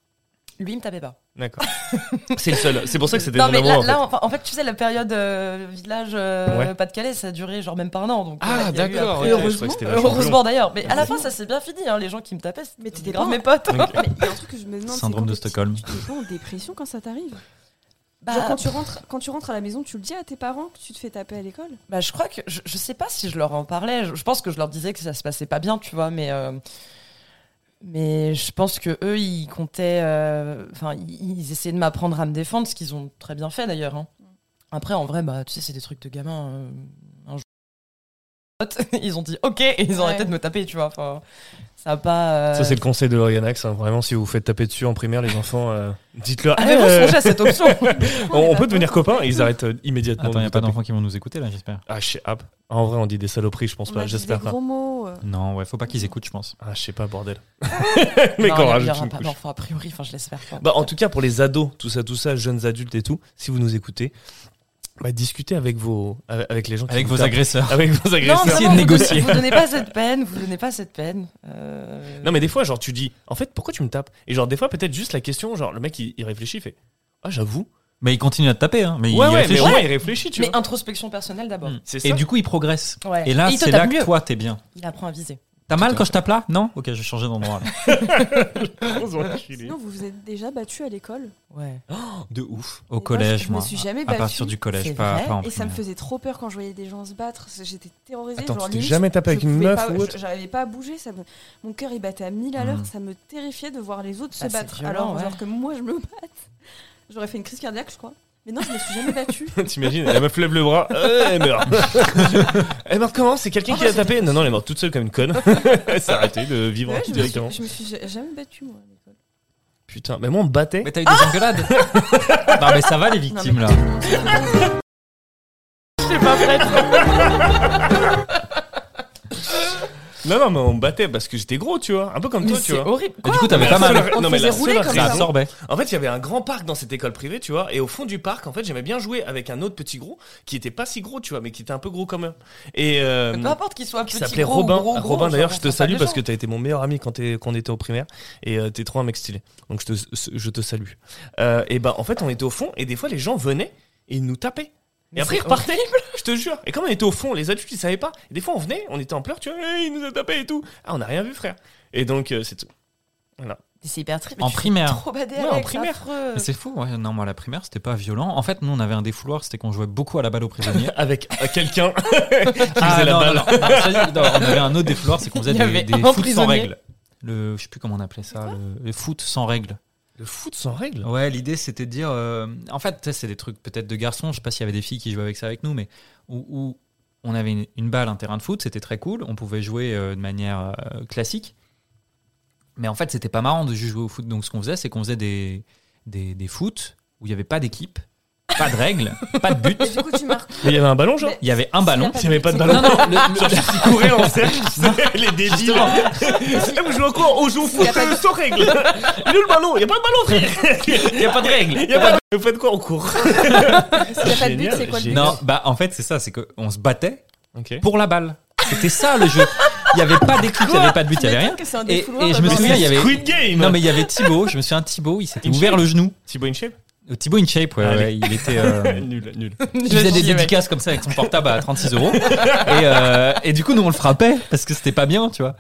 A: Lui, il me tapait pas.
C: D'accord. <laughs> c'est le seul. C'est pour ça que c'était
A: Non,
C: mon
A: mais
C: amour.
A: là,
C: en fait.
A: là, enfin, en fait, tu sais, la période euh, village euh,
C: Ouais.
A: Pas-de-Calais, ça a duré genre même pas un an. Donc,
C: Ah,
A: euh, il y a eu
C: d'accord,
A: après,
C: ok, je croyais que
A: heureusement,
C: c'était vachement Ah,
A: heureusement d'ailleurs. Mais à la fin, ça s'est bien fini. hein, les gens qui me tapaient,
D: Mais
A: mais t'étais
D: t'étais
A: grave
D: pas-
A: mes potes.
C: Ok.
D: <laughs> Mais il y a un truc que je me demande. c'est
B: Syndrome
D: quand
B: de
D: t'es petit,
B: Stockholm.
D: Tu t'es pas en dépression quand ça t'arrive
A: Bah,
D: Genre quand tu rentres, quand tu rentres à la maison, tu le dis à tes parents que tu te fais taper à l'école.
A: bah, je crois que je, je sais pas si je leur en parlais. Je, je pense que je leur disais que ça se passait pas bien, tu vois, mais. euh, Mais je pense que eux, ils comptaient, euh, enfin, ils, ils essayaient de m'apprendre à me défendre, ce qu'ils ont très bien fait d'ailleurs. hein. Après, en vrai, bah, tu sais, c'est des trucs de gamin. euh, un jour, <laughs> ils ont dit ok et ils ont
D: Ouais.
A: arrêté de me taper, tu vois. Enfin, ça a pas. euh,
C: Ça, c'est le conseil de l'Orianax. hein. Vraiment, si vous vous faites taper dessus en primaire, les enfants, euh, dites-leur.
A: Avez-vous
C: Eh, euh,
A: songé à cette
C: <laughs>
A: option
C: on, on peut devenir copains et ils arrêtent euh, immédiatement.
B: Attends, il
C: de nous
B: a pas
C: taper.
B: d'enfants qui vont nous écouter là, j'espère.
C: Ah, je sais ah, En vrai, on dit des saloperies, je pense
D: On a
C: pas.
D: dit
C: J'espère hein.
D: des
C: pas.
D: gros mots. euh.
B: Non, ouais, faut pas qu'ils écoutent, je pense.
C: Ah, je sais pas, bordel. <laughs>
A: <laughs>
C: Mais
A: Non,
C: quand
A: il y
C: rajoute
A: aura
C: une
A: pas
C: couche.
A: d'enfant, a priori, enfin, je l'espère pas.
C: Bah, en tout cas, pour les ados, tout ça, tout ça, jeunes adultes et tout, si vous nous écoutez, bah, discutez avec vos, avec avec les gens qui
B: Avec
C: vous
B: vos
C: tapent.
B: agresseurs.
C: Avec vos
A: non,
C: agresseurs.
A: non,
B: Essayez de
A: non, vous
B: négocier.
A: donnez- Vous donnez pas cette peine, vous donnez pas cette peine. euh,
C: Non, mais des fois, genre, tu dis, en fait, pourquoi tu me tapes Et genre, des fois, peut-être juste la question, genre, le mec, il, il réfléchit, il fait, ah, j'avoue.
B: Mais ils continuent à te taper, hein. Mais
C: Ouais,
B: ils
C: ouais, mais
B: réfléchissent.
C: au moins, il réfléchit, tu
A: mais
C: vois.
A: introspection personnelle d'abord.
B: Mm.
C: C'est
B: Et
C: ça.
B: du coup, ils progressent.
A: Ah Ouais.
B: Et là,
A: il te
B: c'est
A: tape
B: là que
A: mieux.
B: toi, t'es bien.
A: Il apprend à viser.
B: T'as mal
C: à
B: quand je tape là Non Ok, je vais changer d'endroit. là.
D: Sinon, vous vous êtes déjà battu à l'école.
A: Ouais.
C: De ouf.
B: Au
D: Et moi,
B: collège,
D: je me
B: moi.
D: suis jamais
B: à- À
D: battue.
B: partir du collège,
A: C'est
B: pas,
A: vrai.
B: pas en
D: Et ça me
B: primaire.
D: faisait trop peur quand je voyais des gens se battre. J'étais terrorisée.
C: Attends,
D: genre,
C: tu t'es
D: limite,
C: jamais tapé
D: je
C: avec une
D: pouvais
C: meuf
D: pas-
C: ou autre Hmm.
D: je- J'arrivais pas à bouger. Ça me- Mon cœur, il battait à 1000 à
B: Mm.
D: l'heure. Ça me terrifiait de voir les autres
C: Ah,
A: Bah,
D: se
A: c'est
D: battre.
A: violent,
D: alors,
A: ouais.
D: genre que moi, je me batte. J'aurais fait une crise cardiaque, je crois. Mais non, je me suis jamais
B: <laughs>
D: battue.
C: <laughs> T'imagines, la meuf lève le bras, euh, elle <laughs> meurt. elle meurt comment Ah, C'est quelqu'un qui l'a tapé Non, non, elle est morte toute seule comme une <laughs> conne. elle s'est arrêtée de vivre
D: Ouais, je, me
C: directement.
D: suis, je me suis ja- jamais battue, moi, à l'école.
C: Putain, mais moi, on me battait.
B: Mais t'as eu des engueulades Non, mais ça va, les victimes, là.
C: Non, non, mais on me battait parce que j'étais gros, tu vois. Un peu comme
A: Mais
C: toi, tu
A: c'est
C: vois.
A: horrible.
B: Mais du coup, t'avais
C: Mais
B: pas
C: la
B: mal.
C: seule- non, mais la
A: faisait rouler
C: seule
A: comme ça.
B: Ça
C: raison-
B: absorbait.
C: En fait, il y avait un grand parc dans cette école privée, tu vois, et au fond du parc, en fait, j'aimais bien jouer avec un autre petit gros qui était pas si gros, tu vois, mais qui était un peu gros comme eux. Et euh,
A: Peu importe qu'il soit
C: qui
A: petit,
C: s'appelait
A: gros ou
C: Robin.
A: gros,
C: Ah,
A: gros,
C: Robin,
A: ça
C: d'ailleurs, je te
A: concerne pas
C: salue
A: les
C: parce
A: gens.
C: que t'as été mon meilleur ami quand, t'es- quand on était au primaire et euh, t'es trop un mec stylé. Donc je te, je te salue. Euh, et bah, en fait, on était au fond et des fois, les gens venaient et ils nous tapaient. Et
A: Mais
C: après, ils
A: c'est
C: repartaient, <laughs> je te jure. Et comme on était au fond, les adultes, ils savaient pas. Et des fois, on venait, on était en pleurs, tu vois, Eh, il nous a tapé et tout. Ah, on n'a rien vu, frère. Et donc, euh, c'est tout.
A: Mais C'est hyper triste.
B: En
A: mais tu fais
B: primaire.
A: Trop badé
C: Ouais, en primaire.
B: <laughs> Mais C'est fou, ouais. Non, moi, la primaire, c'était pas violent. En fait, nous, on avait un défouloir, c'était qu'on jouait beaucoup à la balle
A: <laughs>
B: aux prisonniers.
C: Avec euh, quelqu'un qui
B: Ah,
C: faisait la
B: non,
C: balle.
B: non, non. Non, ça y est, non, on avait un autre défouloir, c'est qu'on faisait
A: Il y
B: des,
A: avait
B: des
A: un
B: foot sans
A: prisonnier.
B: règles. Le, je sais plus comment on appelait ça, le, le foot sans règles.
C: Le foot sans règle
B: Ouais, l'idée c'était de dire. euh, en fait, ça, c'est des trucs peut-être de garçons, je sais pas s'il y avait des filles qui jouaient avec ça avec nous, mais où, où on avait une, une balle, un terrain de foot, c'était très cool, on pouvait jouer euh, de manière euh, classique. Mais en fait, c'était pas marrant de juste jouer au foot. Donc ce qu'on faisait, c'est qu'on faisait des, des, des foot où il n'y avait pas d'équipe, pas de règles, <laughs> pas de but.
D: Mais du coup, tu marques.
C: Mais il y avait un ballon, genre
D: Mais-
B: Il y avait un ballon.
C: S'il n'y avait pas de
D: Non,
C: ballon, <laughs>
B: non, le-
C: genre, je suis couru en cercle, c'est <laughs> les débiles. Eh, vous jouez à quoi On joue au foot
D: Y a pas de-
C: sans règle. Il est où le ballon Il n'y a pas de ballon, frère. Il n'y a pas de règle. Il y a pas de... Vous faites quoi On court.
D: S'il n'y a pas de but,
C: Génial,
D: c'est quoi le but
C: génial.
B: Non, bah en fait, c'est ça, c'est qu'on se battait
C: Ok.
B: pour la balle. C'était ça le jeu. Il n'y avait pas d'équipe, il n'y avait pas de but, il n'y avait rien.
D: Que c'est un
B: Et,
D: défouloir,
B: et je me
D: vraiment.
C: Bah,
B: souviens, Ah, il y avait.
C: Squid Game.
B: Non, mais il y avait Thibaut, je me souviens, Thibaut, il s'était
C: Inchep
B: ouvert le genou.
C: Thibaut InShape
B: Euh, Thibaut InShape, ouais,
C: Allez.
B: ouais, il
C: <laughs>
B: était. euh,
C: Nul, nul.
B: il faisait des dédicaces comme ça avec son portable à 36 euros. Et, euh, et du coup, nous, on le frappait parce que c'était pas bien, tu vois.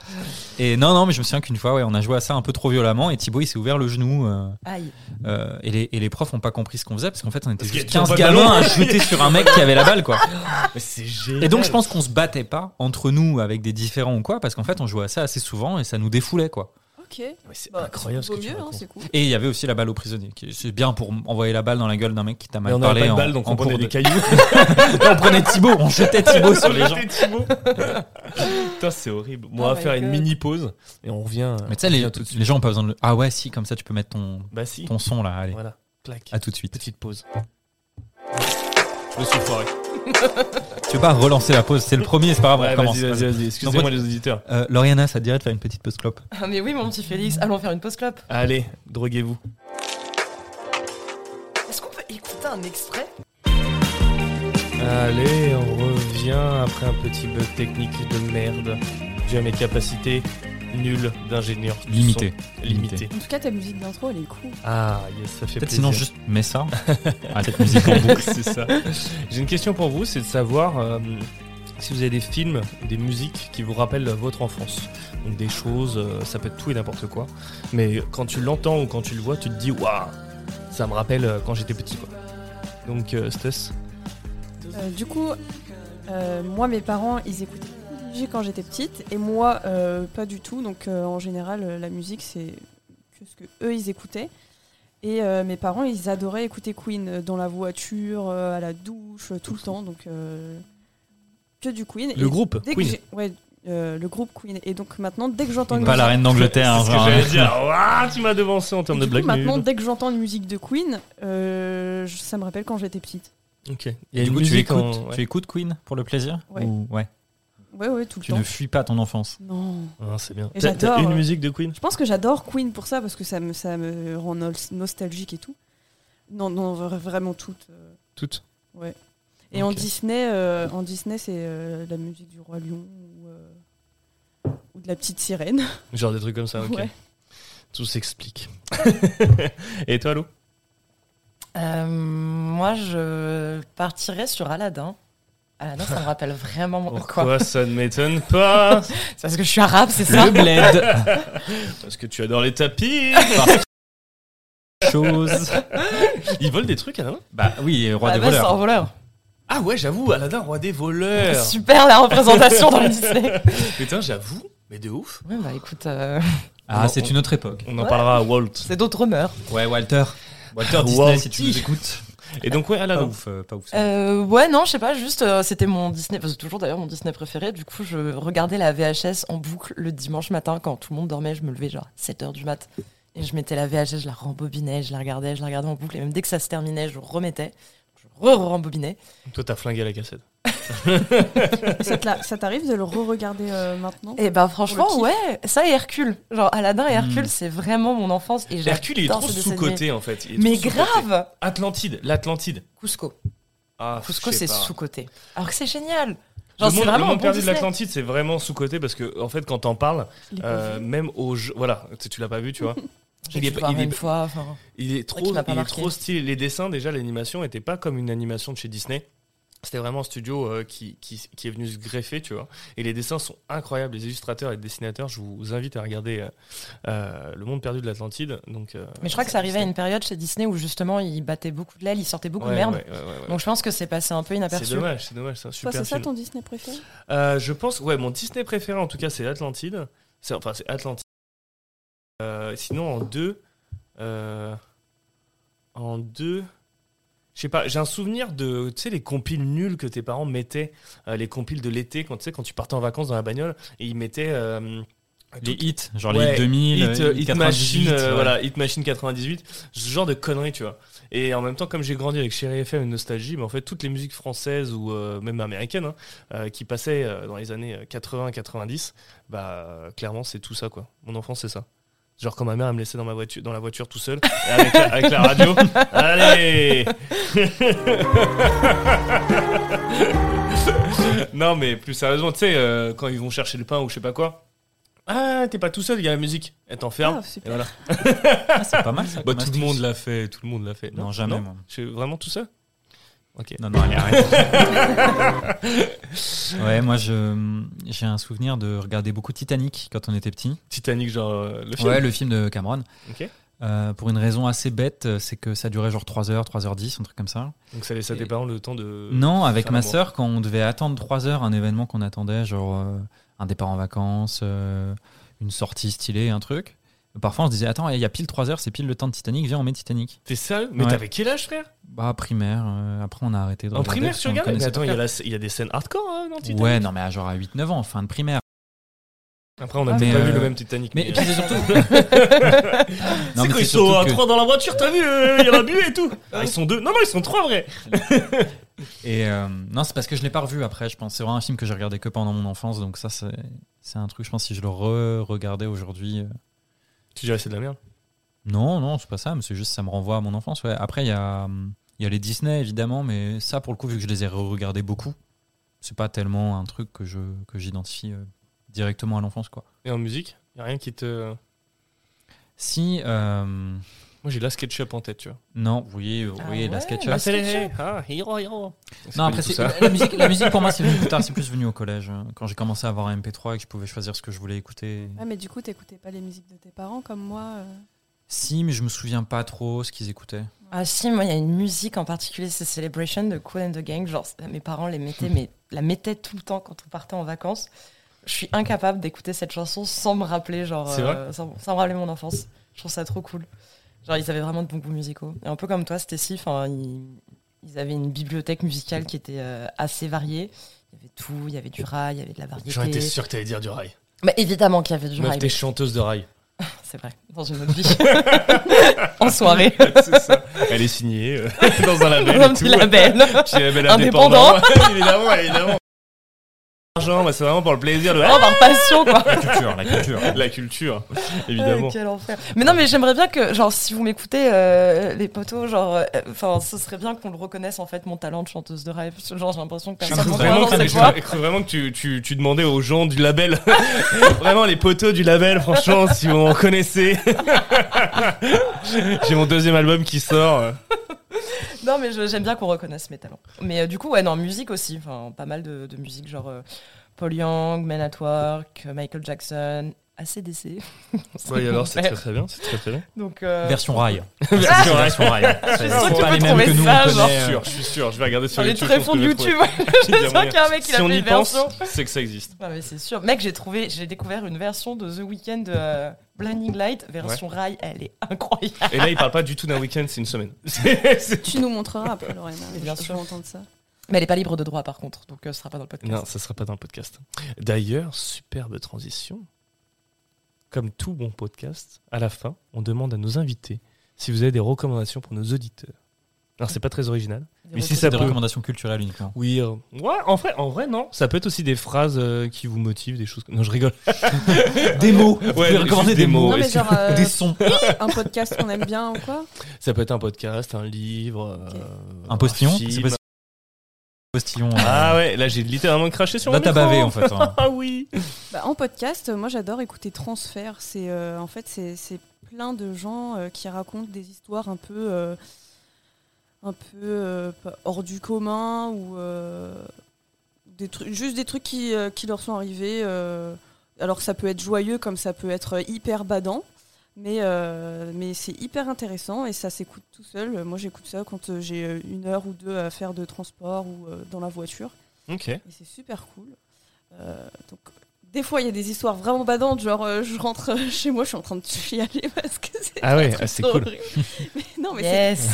B: Et non, non, mais je me souviens qu'une fois, ouais, on a joué à ça un peu trop violemment et Thibaut, il s'est ouvert le genou. euh,
A: Aïe.
B: euh, et, les, et les profs ont pas compris ce qu'on faisait parce qu'en fait, on était
C: Parce
B: juste
C: qu'il y a
B: 15
C: toujours pas de
B: gamins
C: ballon.
B: à jeter sur un mec qui avait la balle, quoi.
C: Ah, Mais c'est génial.
B: Et donc, je pense qu'on se battait pas entre nous avec des différents ou quoi parce qu'en fait, on jouait à ça assez souvent et ça nous défoulait, quoi.
D: Ok.
C: Mais c'est
D: Bah,
C: incroyable ce
D: vaut
C: que tu
D: mieux, hein,
C: racontes.
D: c'est cool.
B: Et il y avait aussi la balle aux prisonniers. qui- C'est bien pour m- envoyer la balle dans la gueule d'un mec qui t'a
C: Mais
B: mal
C: on
B: parlé.
C: n'avait pas de
B: en-
C: balle, donc
B: en
C: on prenait
B: cours
C: des
B: de- <laughs>
C: cailloux.
B: on prenait Thibaut, on
C: <laughs>
B: jetait Thibaut sur les gens. Ah,
C: C'était Thibaut. Putain, c'est horrible. Bon, on
A: Oh
C: va
A: my
C: faire une
A: God.
C: mini pause et on revient. euh,
B: Mais tu sais, les, les gens ont pas besoin de. le- Ah ouais, si, comme ça tu peux mettre ton,
C: Bah si.
B: ton son là. Allez,
C: Voilà. Clac.
B: à tout de suite.
C: Petite pause. Je me suis foiré.
B: Tu veux pas relancer la pause C'est le premier, c'est pas grave, on
C: Ouais,
B: recommence.
C: vas-y, vas-y, vas-y. Excusez-moi les auditeurs.
B: Euh, Lauriana, ça te dirait de faire une petite pause clope
A: Ah, mais oui, mon petit Félix, allons faire une pause clope.
C: Allez, droguez-vous.
A: Est-ce qu'on peut écouter un extrait
C: Allez, on revient après un petit bug technique de merde. Dû à mes capacités nulles d'ingénieur. du
B: Limité.
C: son. Limité.
D: En tout cas, ta musique d'intro, elle est cool.
C: Ah, yes, ça
B: Peut-être
C: fait plaisir.
B: sinon juste mets
C: <laughs>
B: ça à cette musique en boucle.
C: c'est ça. J'ai une question pour vous, c'est de savoir euh, si vous avez des films, des musiques qui vous rappellent votre enfance. Donc des choses, euh, ça peut être tout et n'importe quoi. Mais quand tu l'entends ou quand tu le vois, tu te dis waouh, ça me rappelle euh, quand j'étais petit quoi. Donc euh, Stess,
D: Euh, du coup, euh, moi, mes parents, ils écoutaient beaucoup de musique quand j'étais petite, et moi, euh, pas du tout. Donc, euh, en général, euh, la musique, c'est que ce que eux, ils écoutaient. Et euh, mes parents, ils adoraient écouter Queen euh, dans la voiture, euh, à la douche, euh, tout le temps. Donc, euh, que du Queen.
C: Le
D: et
C: groupe,
D: dès que
C: Queen.
D: j'ai- ouais, euh, le groupe Queen. Et donc maintenant, dès que j'entends une
B: Pas la
D: musique-
B: reine d'Angleterre.
C: C'est ce que
B: genre,
C: j'allais
B: hein.
C: dire. Ouah, tu m'as devancé en termes de
D: Et du coup,
C: blague.
D: maintenant,
C: nulle.
D: dès que j'entends une musique de Queen, euh, je- ça me rappelle quand j'étais petite.
C: Ok. Il y a
B: Et du
C: une
B: coup, tu
C: musique
B: écoutes,
C: en- ouais.
B: tu écoutes Queen pour le plaisir
D: Ouais.
B: Ou- ouais.
D: Ouais, ouais, tout le
B: Tu
D: temps.
B: ne fuis pas ton enfance.
D: Non.
C: Ah, c'est bien.
D: Et
C: T'as- T'as
D: j'adore,
C: une
D: euh,
C: musique de Queen
D: Je pense que j'adore Queen pour ça, parce que ça me, ça me rend nol- nostalgique et tout. Non, non, vra- vraiment toutes. euh,
C: Toutes.
D: Ouais. Et
C: Ok.
D: en Disney, euh, en Disney, c'est euh, la musique du roi lion ou, euh, ou de la
A: <laughs>
D: petite sirène.
C: Genre des trucs comme ça, ok.
D: Ouais.
C: Tout s'explique. Et toi, Lou
A: Euh, moi, je partirais sur Aladdin. Aladdin, ça me rappelle vraiment mon- quoi.
C: Pourquoi ça ne m'étonne pas
A: C'est parce que je suis arabe, c'est ça
B: Le bled.
C: Parce que tu adores les tapis
B: Chose.
C: Ils volent des trucs, Aladdin
B: Bah oui, roi
A: Ah
B: des
A: bah, c'est un
B: voleurs.
A: voleur.
C: Ah ouais, j'avoue, Aladdin, roi des voleurs
A: Super la représentation dans le Disney.
C: Ah, Putain, j'avoue, mais de ouf
A: Ouais, bah écoute, euh,
B: Ah, c'est une autre époque.
C: On en
A: Ouais.
C: parlera à Walt.
A: c'est d'autres mœurs.
B: Ouais, Walter. Walter Disney,
C: Walty.
B: si tu nous écoutes.
C: Et donc, ouais,
B: Pas
C: Aladdin.
B: Ah, ouf, euh, pas ouf. ça.
A: Euh, ouais, non, je sais pas, juste euh, c'était mon Disney, parce que toujours d'ailleurs mon Disney préféré. Du coup, je regardais la VHS en boucle le dimanche matin quand tout le monde dormait. Je me levais genre 7h du mat et je mettais la VHS, je la rembobinais, je la regardais, je la regardais en boucle. Et même dès que ça se terminait, je remettais, je re-rembobinais.
C: Toi, t'as flingué la cassette.
D: ça te la- ça t'arrive de le re-regarder euh, maintenant
A: Et ben franchement,
C: Oh,
D: Pour
A: ouais, ça et Hercule. Genre Aladdin et Hercule,
B: Mm.
A: c'est vraiment mon enfance. Et
C: Hmm. Hercule, il est
A: j'adore
C: trop
A: ce dessin animé.
C: sous-côté, en fait. Il est
A: Mais
C: trop sous-coté.
A: grave
C: Atlantide, l'Atlantide.
A: Cusco.
C: Ah,
A: Cusco,
C: je sais
A: c'est
C: pas.
A: sous-côté. Alors que c'est génial
C: Le
A: Genre, c'est
C: monde, le
A: vraiment un
C: monde
A: bon
C: perdu de
A: Disney.
C: l'Atlantide, c'est vraiment sous-côté parce que, en fait, quand t'en parles,
D: Je l'ai pas
C: euh,
D: vu.
C: même au jeu. Voilà, tu tu l'as pas vu, tu
A: <laughs>
C: vois.
A: J'ai
C: Il est
A: dû
C: pas-
A: voir
C: il est
A: une
C: pas-
A: fois, enfin...
C: Il est trop,
A: qui m'a pas
C: il est
A: marqué.
C: trop stylé. Les dessins, déjà, l'animation n'était pas comme une animation de chez Disney. C'était vraiment un studio euh, qui, qui, qui est venu se greffer, tu vois. Et les dessins sont incroyables. Les illustrateurs et les dessinateurs, je vous invite à regarder euh, euh, Le Monde perdu de l'Atlantide. Donc, euh,
A: Mais je crois que ça arrivait à une période chez Disney où justement ils battaient beaucoup de l'aile, ils sortaient beaucoup
C: Ouais,
A: de merde.
C: ouais, ouais, ouais, ouais.
A: Donc je pense que c'est passé un peu
C: C'est
A: inaperçu.
C: dommage, c'est dommage, c'est un
D: Toi,
C: super
D: c'est ça
C: film.
D: ton Disney préféré
C: Euh, je pense, ouais, mon Disney préféré en tout cas, c'est Atlantide. C'est- Enfin, c'est Atlantide. Euh, sinon, en deux. euh, en deux. Je sais pas, j'ai un souvenir de, tu sais, les compiles nuls que tes parents mettaient, euh, les compiles de l'été, quand tu sais, quand tu partais en vacances dans la bagnole, et ils mettaient. euh,
B: Les
C: tout-
B: hits, genre
C: Ouais,
B: les hits 2000,
C: Hit, euh,
B: hits
C: Hit
B: 98,
C: Machine, euh,
B: ouais.
C: voilà, Hit Machine 98, ce genre de conneries, tu vois. Et en même temps, comme j'ai grandi avec Chéri FM et Nostalgie, mais en fait, toutes les musiques françaises ou euh, même américaines hein, euh, qui passaient euh, dans les années 80-90, bah euh, clairement, c'est tout ça, quoi. Mon enfance, c'est ça. Genre quand ma mère elle me laissait dans ma voiture, dans la voiture tout seul, et avec, la, avec la radio. Allez. non mais plus sérieusement, tu sais, euh, quand ils vont chercher le pain ou je sais pas quoi. Ah, t'es pas tout seul, il y a la musique. Elle t'enferme.
D: Ah,
C: et
D: super.
C: voilà.
B: Ah, c'est pas mal. ça, comme
C: Bah, tout le
B: astuce.
C: monde l'a fait, tout le monde l'a fait.
B: Non, jamais. moi.
C: Je suis vraiment tout seul Ok.
B: Non, non, allez,
C: <laughs>
B: arrête. ouais, moi, je, mm, j'ai un souvenir de regarder beaucoup Titanic quand on était petit.
C: Titanic, genre euh, le film.
B: Ouais, le film de Cameron.
C: Ok.
B: Euh, pour une raison assez bête, euh, c'est que ça durait genre 3h, 3h10, un truc comme ça.
C: Donc ça laisse à tes
B: Et-
C: parents le temps de.
B: non, avec
C: faire
B: ma
C: l'amour.
B: sœur, quand on devait attendre 3h un événement qu'on attendait, genre euh, un départ en vacances, euh, une sortie stylée, un truc. Parfois, on se disait, attends, eh, il y a pile 3h, c'est pile le temps de Titanic, viens, on met Titanic.
C: T'es sérieux Mais
B: Ouais.
C: t'avais quel âge, frère
B: Bah, primaire, euh, après, on a arrêté de
C: En
B: regarder
C: primaire,
B: parce
C: tu
B: qu'on
C: regardes Mais
B: connaissait
C: attends, il y,
B: pas.
C: a la- il y a des scènes hardcore hein, dans Titanic.
B: Ouais, non, mais à genre à 8-9 ans, fin de primaire.
C: Après, on a
B: Ah,
C: peut-être
B: mais,
C: pas vu
B: euh,
C: le même Titanic.
B: Mais et puis, c'est <laughs>
C: <laughs>
B: surtout.
C: C'est
B: non, mais
C: quand
B: c'est
C: ils sont
B: surtout
C: à
B: que-
C: trois dans la voiture, t'as vu euh, Il y en a bu et tout. Ah, ils sont deux. Non, non, ils sont trois vrais.
B: Et euh, non, c'est parce que je l'ai pas revu après, je pense. C'est vraiment un film que j'ai regardé que pendant mon enfance, donc ça, c'est c'est un truc, je pense, si je le re-regardais aujourd'hui. euh,
C: Tu dirais c'est de la merde.
B: Non, non, c'est pas ça, mais c'est juste ça me renvoie à mon enfance. ouais. Après, il y a, hum, il y a les Disney, évidemment, mais ça, pour le coup, vu que je les ai re-regardés beaucoup, c'est pas tellement un truc que je que j'identifie euh, directement à l'enfance, quoi.
C: Et en musique, y a rien qui te.
B: Si. euh,
C: Moi, j'ai la SketchUp en tête, tu vois.
B: non, oui, oui,
A: Ah
B: la
A: ouais.
B: SketchUp.
A: La SketchUp.
C: Ah, hero, hero. C'est
B: Non,
C: pas
B: après,
C: du tout
B: c'est- la, musique, la musique, pour
A: <laughs>
B: moi, c'est venu plus tard, c'est plus venu au collège. hein, Quand j'ai commencé à avoir un MP3 et que je pouvais choisir ce que je voulais écouter.
D: Ouais, mais du coup, t'écoutais pas les musiques de tes parents comme moi. euh.
B: Si, mais je me souviens pas trop ce qu'ils écoutaient.
A: Ah si, moi il y a une musique en particulier, c'est Celebration de Cool and the Gang. Genre c'est- mes parents les mettaient,
C: <laughs>
A: mais la mettaient tout le temps quand on partait en vacances. Je suis incapable d'écouter cette chanson sans me rappeler, genre
C: C'est vrai
A: euh, sans, sans me rappeler mon enfance. Je trouve ça trop cool. Genre ils avaient vraiment de bons goûts musicaux. Et un peu comme toi, Stécie, enfin ils, ils avaient une bibliothèque musicale qui était euh, assez variée. Il Il y avait tout, il y avait du rail, il y avait de la variété.
C: J'en étais sûr que t'allais dire du rail.
A: Mais évidemment qu'il y avait du
C: Meuf,
A: rail.
C: t'es chanteuse de rail.
A: C'est vrai, dans une autre vie. <laughs> en soirée,
C: C'est ça. Elle est signée euh, dans un label.
A: dans un
C: et
A: petit
C: tout. <laughs>
A: label.
C: Petit label
A: Indépendant.
C: indépendant. <laughs> évidemment, évidemment. L'argent, bah, c'est vraiment pour le plaisir de
A: Oh, par passion, quoi.
B: La culture, la culture.
C: <laughs> la culture,
A: Ah,
C: évidemment.
A: quel enfer. Mais non, mais j'aimerais bien que, genre, si vous m'écoutez, euh, les potos, genre, euh, enfin, ce serait bien qu'on le reconnaisse, en fait, mon talent de chanteuse de rêve. Parce que, Genre, j'ai l'impression que
C: Je
A: personne
C: crois
A: ne voit
C: vraiment, que
A: dans
C: t'avais-
A: cette
C: je
A: voix.
C: crois- je crois vraiment que tu, tu, tu demandais aux gens du label, <laughs> vraiment les poteaux du label, franchement, si vous en connaissez. <laughs> J'ai mon deuxième album qui sort.
A: Non, mais je- j'aime bien qu'on reconnaisse mes talents. Mais euh, du coup, ouais, non, musique aussi. Enfin, pas mal de, de musique, genre euh, Paul Young, Men at Work, euh, Michael Jackson, ACDC. C'est
C: Oui, alors
A: mon <laughs>
C: c'est
A: père.
C: très très bien, c'est très très bien.
A: Donc, euh,
B: Version rail. Version, version rail. C'est
A: sûre
B: c'est
A: que tu
B: pas
A: peux
B: les mêmes
A: trouver
B: que nous,
A: ça,
B: on
A: genre.
B: connaît.
C: Je suis sûr, je suis sûr, je vais regarder sur
A: sur les
C: YouTube.
A: très fonds de YouTube, <laughs> je sens qu'il y a un mec qui
C: Si
A: a
C: on
A: fait
C: y
A: une
C: pense,
A: version.
C: c'est que ça existe.
A: Non, mais c'est sûr. Mec, j'ai trouvé, j'ai découvert une version de The Weeknd euh, Blinding Light, version rail, elle est incroyable.
C: Et là, il parle pas du tout d'un week-end, c'est une semaine. C'est- c'est-
D: Tu nous montreras après, Lorraine. hein.
A: Mais <laughs> bien
D: je
A: sûr.
D: veux entendre ça.
A: Mais elle est pas libre de droit par contre, donc euh, ce sera pas dans le podcast.
C: Non, ça sera pas dans le podcast. D'ailleurs, superbe transition. Comme tout bon podcast, à la fin, on demande à nos invités si vous avez des recommandations pour nos auditeurs. Alors, c'est pas très original.
A: Des
C: Mais si
A: retours.
C: ça
B: Des
C: peut-
B: recommandations culturelles uniquement.
C: Oui, euh, ouais, en vrai, en vrai, non. Ça peut être aussi des phrases euh, qui vous motivent, des choses. que- Non, je rigole.
B: Des mots. Vous
C: Ouais,
B: pouvez recommander
C: juste
B: des
C: des mots.
B: mots.
D: Non, mais
C: est-ce
D: genre, euh,
B: Des sons.
D: un podcast qu'on aime bien ou quoi
C: Ça peut être un podcast, un livre, euh,
B: Un postillon.
C: film.
B: C'est possible. Postillon. euh,
C: bah. Ah ouais, là, j'ai littéralement craché sur
B: Là,
C: mon
B: t'as
C: micro.
B: bavé en fait.
C: <laughs>
B: hein.
C: Ah oui.
D: Bah, En podcast, euh, moi j'adore écouter Transfert. C'est euh, en fait c'est c'est plein de gens euh, qui racontent des histoires un peu euh, un peu euh, pas- hors du commun ou euh, des trucs juste des trucs qui, euh, qui leur sont arrivés. euh, alors ça peut être joyeux comme ça peut être hyper badant. Mais, euh, mais c'est hyper intéressant et ça s'écoute tout seul. Euh, Moi j'écoute ça quand euh, j'ai euh, une heure ou deux à faire de transport ou euh, dans la voiture.
C: Ok.
D: Et c'est super cool. Euh, donc, des fois, il y a des histoires vraiment badantes, genre euh, je rentre <laughs> euh, chez moi, je suis en train de chialer parce que c'est
C: Ah
D: <laughs>
C: ouais, ah, c'est
D: trop
C: cool.
D: horrible. mais, non, mais
A: Yes.